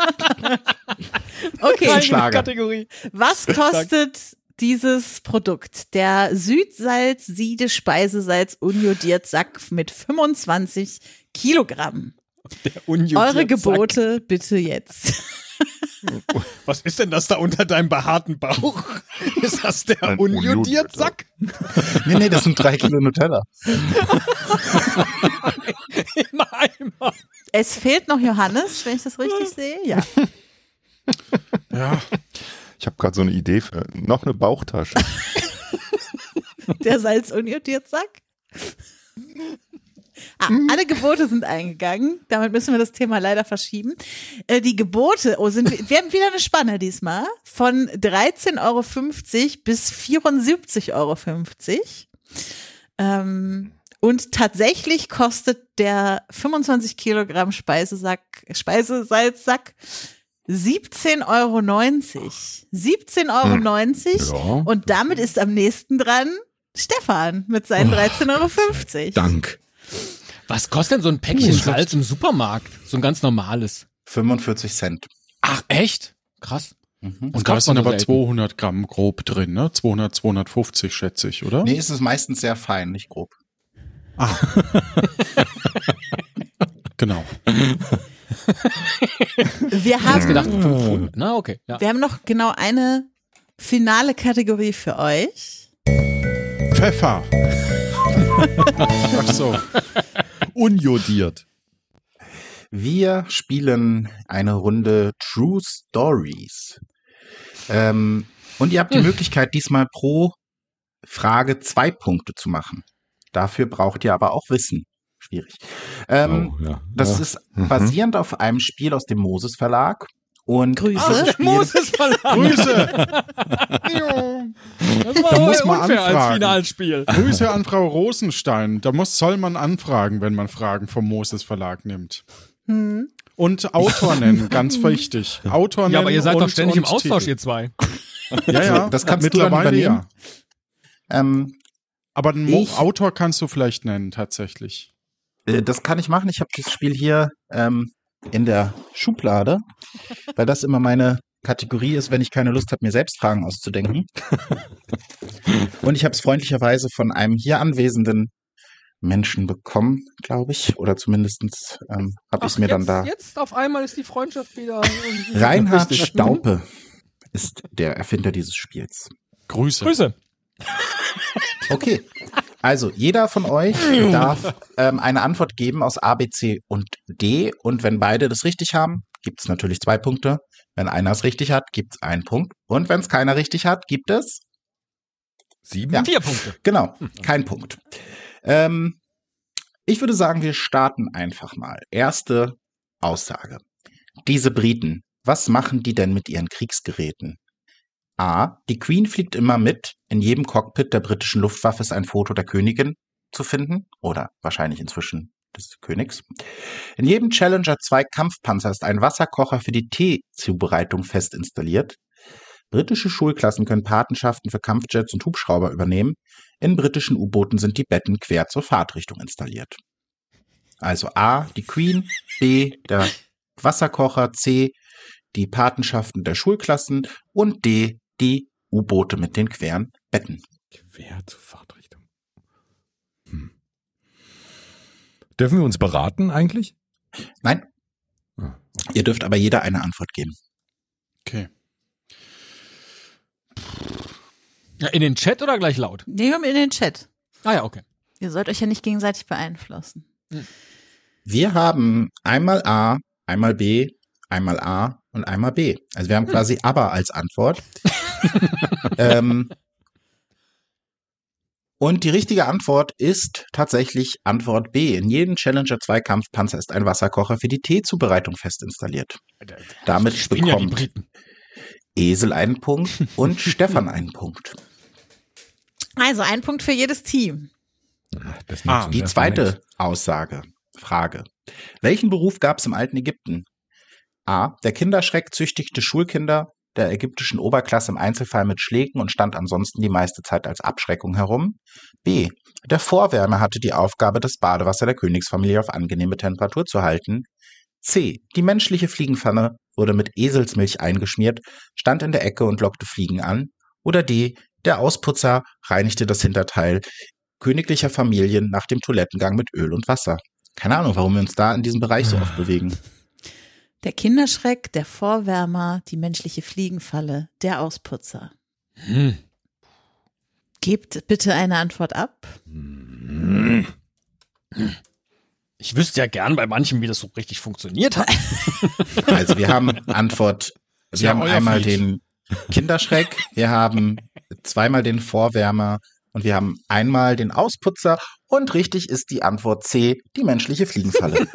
Okay, Ein Schlager. Kategorie. Was kostet dieses Produkt? Der Südsalz, Siede, Speisesalz, uniodiert Sack mit 25 Kilogramm. Eure Gebote bitte jetzt. Was ist denn das da unter deinem behaarten Bauch? Ist das der Ein unjodiert Sack? Nee, nee, das sind drei Kilo Nutella. Im Eimer. Es fehlt noch Johannes, wenn ich das richtig sehe. Ja. Ja, Ich habe gerade so eine äh, Idee für noch eine Bauchtasche. Der Salz-uniodiert Sack. Ah, alle Gebote sind eingegangen. Damit müssen wir das Thema leider verschieben. Äh, die Gebote, oh, sind, wir- wir haben wieder eine Spanne diesmal von 13,50 Euro bis 74,50 Euro. Ähm, und tatsächlich kostet der 25 Kilogramm Speisesack, Speisesalzsack 17,90 Euro. 17,90 Euro. Ja. Und damit ist am nächsten dran Stefan mit seinen Oh, 13,50 Euro. Dank. Was kostet denn so ein Päckchen Uh, Salz im Supermarkt? So ein ganz normales. 45 Cent. Mhm. Ach, echt? Krass. Und da kauft man sind so aber selten. 200 Gramm grob drin, ne? 200, 250 schätze ich, oder? Nee, es ist meistens sehr fein, nicht grob. Genau. Wir Ich hätte gedacht, haben, fünf Pfund. Na, okay. Ja. wir haben noch genau eine finale Kategorie für euch. Pfeffer. Ach so. Unjodiert. Wir spielen eine Runde True Stories. Ähm, und ihr habt die Möglichkeit, diesmal pro Frage zwei Punkte zu machen. Dafür braucht ihr aber auch Wissen. Schwierig. Ähm, Oh, ja. Das Ja. ist Mhm. basierend auf einem Spiel aus dem Moses Verlag. Und Grüße. dieses Spiel- Grüße. Das war Da aber muss man unfair als anfragen. Finalspiel. Grüße an Frau Rosenstein. Da muss, soll man anfragen, wenn man Fragen vom Moses Verlag nimmt. Und Autor nennen, ganz wichtig. Autor nennen. Ja, aber ihr seid und, doch ständig im und Austausch, Titel. ihr zwei. Ja, ja, Das kannst du dann mittlerweile übernehmen. ja. ähm, Aber den Mo Ich- Autor kannst du vielleicht nennen, tatsächlich. Äh, Das kann ich machen. Ich habe das Spiel hier ähm, in der Schublade, weil das immer meine Kategorie ist, wenn ich keine Lust habe, mir selbst Fragen auszudenken. Und ich habe es freundlicherweise von einem hier anwesenden Menschen bekommen, glaube ich. Oder zumindest ähm, habe ich es mir dann jetzt, da. Jetzt auf einmal ist die Freundschaft wieder. Reinhard Richtig. Staupe ist der Erfinder dieses Spiels. Grüße. Grüße. Okay. Also, jeder von euch darf ähm, eine Antwort geben aus A, B, C und D. Und wenn beide das richtig haben, gibt es natürlich zwei Punkte. Wenn einer es richtig hat, gibt es einen Punkt. Und wenn es keiner richtig hat, gibt es, Sieben? Ja. Vier Punkte. genau, keinen Punkt. Ähm, ich würde sagen, wir starten einfach mal. Erste Aussage. Diese Briten, was machen die denn mit ihren Kriegsgeräten? A. Die Queen fliegt immer mit. In jedem Cockpit der britischen Luftwaffe ist ein Foto der Königin zu finden. Oder wahrscheinlich inzwischen des Königs. In jedem Challenger 2 Kampfpanzer ist ein Wasserkocher für die Teezubereitung fest installiert. Britische Schulklassen können Patenschaften für Kampfjets und Hubschrauber übernehmen. In britischen U-Booten sind die Betten quer zur Fahrtrichtung installiert. Also A, die Queen, B, der Wasserkocher, C, die Patenschaften der Schulklassen und D, die U-Boote mit den queren Betten. Quer zur Fahrtrichtung. Hm. Dürfen wir uns beraten eigentlich? Nein, Ah. ihr dürft aber jeder eine Antwort geben. Okay. Ja, in den Chat oder gleich laut? Nehmen in den Chat. Ah ja, okay. Ihr sollt euch ja nicht gegenseitig beeinflussen. Wir haben einmal A, einmal B, einmal A und einmal B. Also wir haben Hm. quasi aber als Antwort. ähm, und die richtige Antwort ist tatsächlich Antwort B. In jedem Challenger 2 Kampfpanzer ist ein Wasserkocher für die Teezubereitung fest installiert. Damit Bin ja die bekommt Briten. Esel einen Punkt und Stefan einen Punkt. Also ein Punkt für jedes Team. Das Ah, nützt uns Die erstmal zweite nichts. Aussage, Frage. Welchen Beruf gab es im alten Ägypten? A. Der Kinderschreck züchtigte Schulkinder der ägyptischen Oberklasse im Einzelfall mit Schlägen und stand ansonsten die meiste Zeit als Abschreckung herum. B. Der Vorwärmer hatte die Aufgabe, das Badewasser der Königsfamilie auf angenehme Temperatur zu halten. C. Die menschliche Fliegenpfanne wurde mit Eselsmilch eingeschmiert, stand in der Ecke und lockte Fliegen an. Oder D. Der Ausputzer reinigte das Hinterteil königlicher Familien nach dem Toilettengang mit Öl und Wasser. Keine Ahnung, warum wir uns da in diesem Bereich so Ah. oft bewegen. Der Kinderschreck, der Vorwärmer, die menschliche Fliegenfalle, der Ausputzer. Hm. Gebt bitte eine Antwort ab. Ich wüsste ja gern bei manchem, wie das so richtig funktioniert hat. Also wir haben Antwort, wir ja haben euer einmal Feed. den Kinderschreck, wir haben zweimal den Vorwärmer, Und wir haben einmal den Ausputzer und richtig ist die Antwort C, die menschliche Fliegenfalle.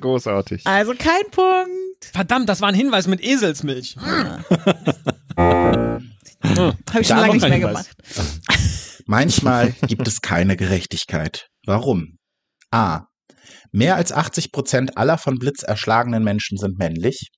Großartig. Also kein Punkt. Verdammt, das war ein Hinweis mit Eselsmilch. Habe ich schon Da lange noch nicht ein mehr Hinweis. gemacht. Manchmal gibt es keine Gerechtigkeit. Warum? A. Mehr als 80 Prozent aller von Blitz erschlagenen Menschen sind männlich.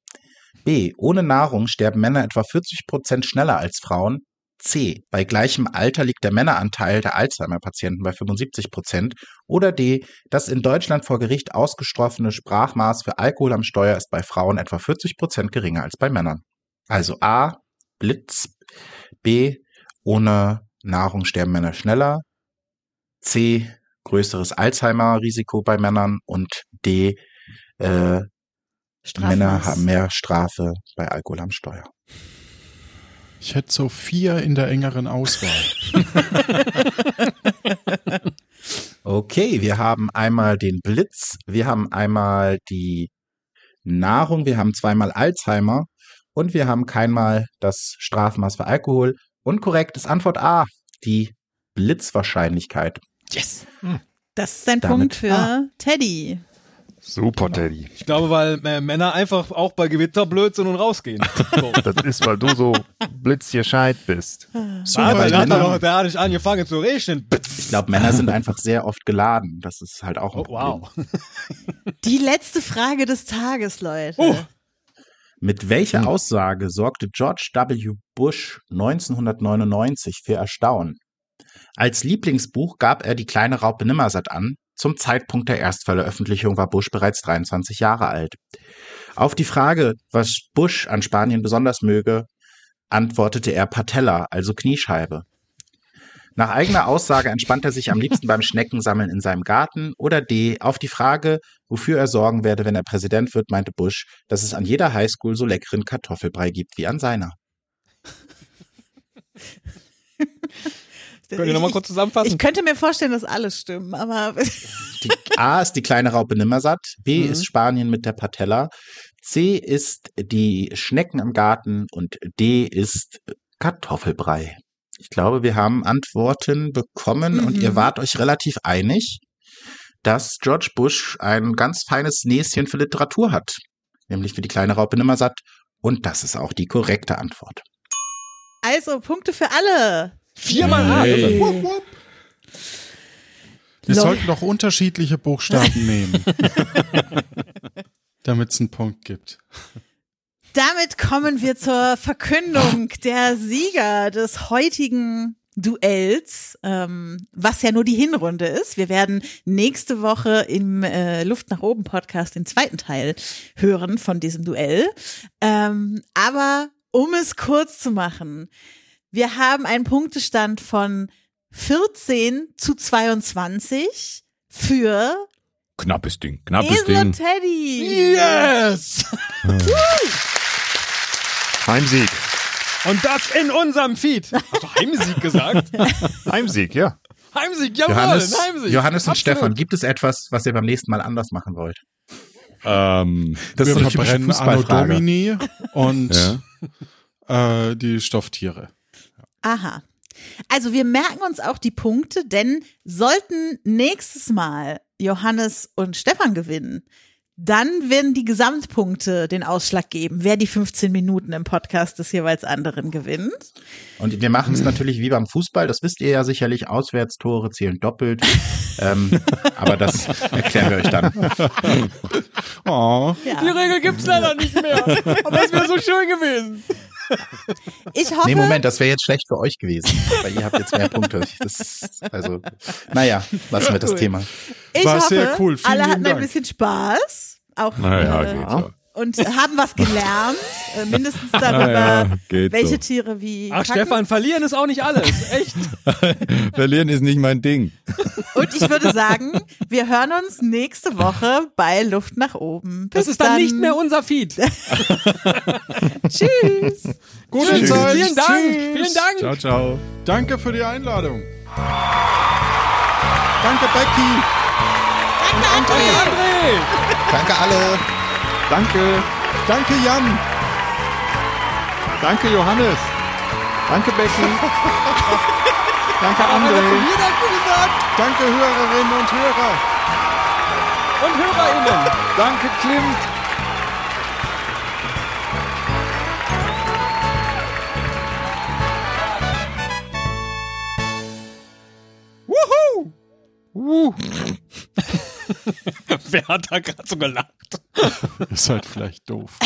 B. Ohne Nahrung sterben Männer etwa 40 Prozent schneller als Frauen. C. Bei gleichem Alter liegt der Männeranteil der Alzheimer-Patienten bei 75 Prozent. Oder D. Das in Deutschland vor Gericht ausgestrafene Sprachmaß für Alkohol am Steuer ist bei Frauen etwa 40 Prozent geringer als bei Männern. Also A. Blitz. B. Ohne Nahrung sterben Männer schneller. C. Größeres Alzheimer-Risiko bei Männern. Und D. Äh, Männer haben mehr Strafe bei Alkohol am Steuer. Ich hätte so vier in der engeren Auswahl. Okay, wir haben einmal den Blitz, wir haben einmal die Nahrung, wir haben zweimal Alzheimer und wir haben keinmal das Strafmaß für Alkohol. Und korrekt ist Antwort A, die Blitzwahrscheinlichkeit. Yes. Das ist ein Damit- Punkt für Ah. Teddy. Super, Teddy. Ich glaube, weil äh, Männer einfach auch bei Gewitter blöd sind und rausgehen. So. Das ist, weil du so blitzgescheit bist. Aber weil der hat Männer- doch der hat nicht angefangen zu regnen. Ich glaube, Männer sind einfach sehr oft geladen. Das ist halt auch ein Oh, wow. Problem. Die letzte Frage des Tages, Leute. Mit welcher Aussage sorgte George W. Bush 1999 für Erstaunen? Als Lieblingsbuch gab er die kleine Raupe Nimmersatt an. Zum Zeitpunkt der Erstveröffentlichung war Bush bereits 23 Jahre alt. Auf die Frage, was Bush an Spanien besonders möge, antwortete er Patella, also Kniescheibe. Nach eigener Aussage entspannt er sich am liebsten beim Schneckensammeln in seinem Garten oder D. Auf die Frage, wofür er sorgen werde, wenn er Präsident wird, meinte Bush, dass es an jeder Highschool so leckeren Kartoffelbrei gibt wie an seiner. Könnt ihr nochmal kurz Ich zusammenfassen? könnte mir vorstellen, dass alles stimmen, aber Die A ist die kleine Raupe Nimmersatt, B Mhm. ist Spanien mit der Patella, C ist die Schnecken im Garten und D ist Kartoffelbrei. Ich glaube, wir haben Antworten bekommen und Mhm. ihr wart euch relativ einig, dass George Bush ein ganz feines Näschen für Literatur hat, nämlich für die kleine Raupe Nimmersatt und das ist auch die korrekte Antwort. also Punkte für alle. Viermal A. Hey. Wupp, wupp. Wir Lol. sollten doch unterschiedliche Buchstaben nehmen. Damit es einen Punkt gibt. Damit kommen wir zur Verkündung der Sieger des heutigen Duells, ähm, was ja nur die Hinrunde ist. Wir werden nächste Woche im äh, Luft nach oben Podcast den zweiten Teil hören von diesem Duell. Ähm, aber um es kurz zu machen, wir haben einen Punktestand von 14 zu 22 für Knappes Ding, knappes Esel und Ding. Teddy. Yes! Heimsieg. Und das in unserem Feed. Hast du Heimsieg gesagt? Heimsieg, ja. Heimsieg, jawohl, Johannes, Heimsieg. Johannes und Absolut. Stefan, gibt es etwas, was ihr beim nächsten Mal anders machen wollt? Ähm, Das Wir eine typische verbrennen Anno Fußballfrage. Domini und ja. äh, die Stofftiere. Aha. Also wir merken uns auch die Punkte, denn sollten nächstes Mal Johannes und Stefan gewinnen, dann werden die Gesamtpunkte den Ausschlag geben, wer die 15 Minuten im Podcast des jeweils anderen gewinnt. Und wir machen es Hm. natürlich wie beim Fußball, das wisst ihr ja sicherlich, Auswärtstore zählen doppelt. ähm, aber das erklären wir euch dann. Oh, Die Ja. Regel gibt's leider nicht mehr. Aber es wäre so schön gewesen. Ich hoffe, Nee, Moment, das wäre jetzt schlecht für euch gewesen, weil ihr habt jetzt mehr Punkte. Das, also, naja, lassen wir das Cool. Thema. ich war hoffe sehr cool. Vielen alle hatten lieben ein Dank. bisschen Spaß. Auch Naja, äh, geht so. und haben was gelernt, äh, mindestens darüber, Naja, geht welche so. Tiere wie Ach, kacken. Stefan, verlieren ist auch nicht alles. Echt? Verlieren ist nicht mein Ding. Und ich würde sagen, wir hören uns nächste Woche bei Luft nach oben. Bis Das ist dann nicht mehr unser Feed. Tschüss. gute Tschüss. Zeit. Vielen Dank. Tschüss. Vielen Dank. Ciao, ciao. Danke für die Einladung. Danke, Becky. Danke, André. Danke alle. Danke. Danke, Jan. Danke, Johannes. Danke, Becky. Danke, Aber André. einer zu mir Danke gesagt. Danke, Hörerinnen und Hörer. Und HörerInnen. Danke, Klimt. Wuhu! Wuh. Wer hat da gerade so gelacht? Ist halt vielleicht doof.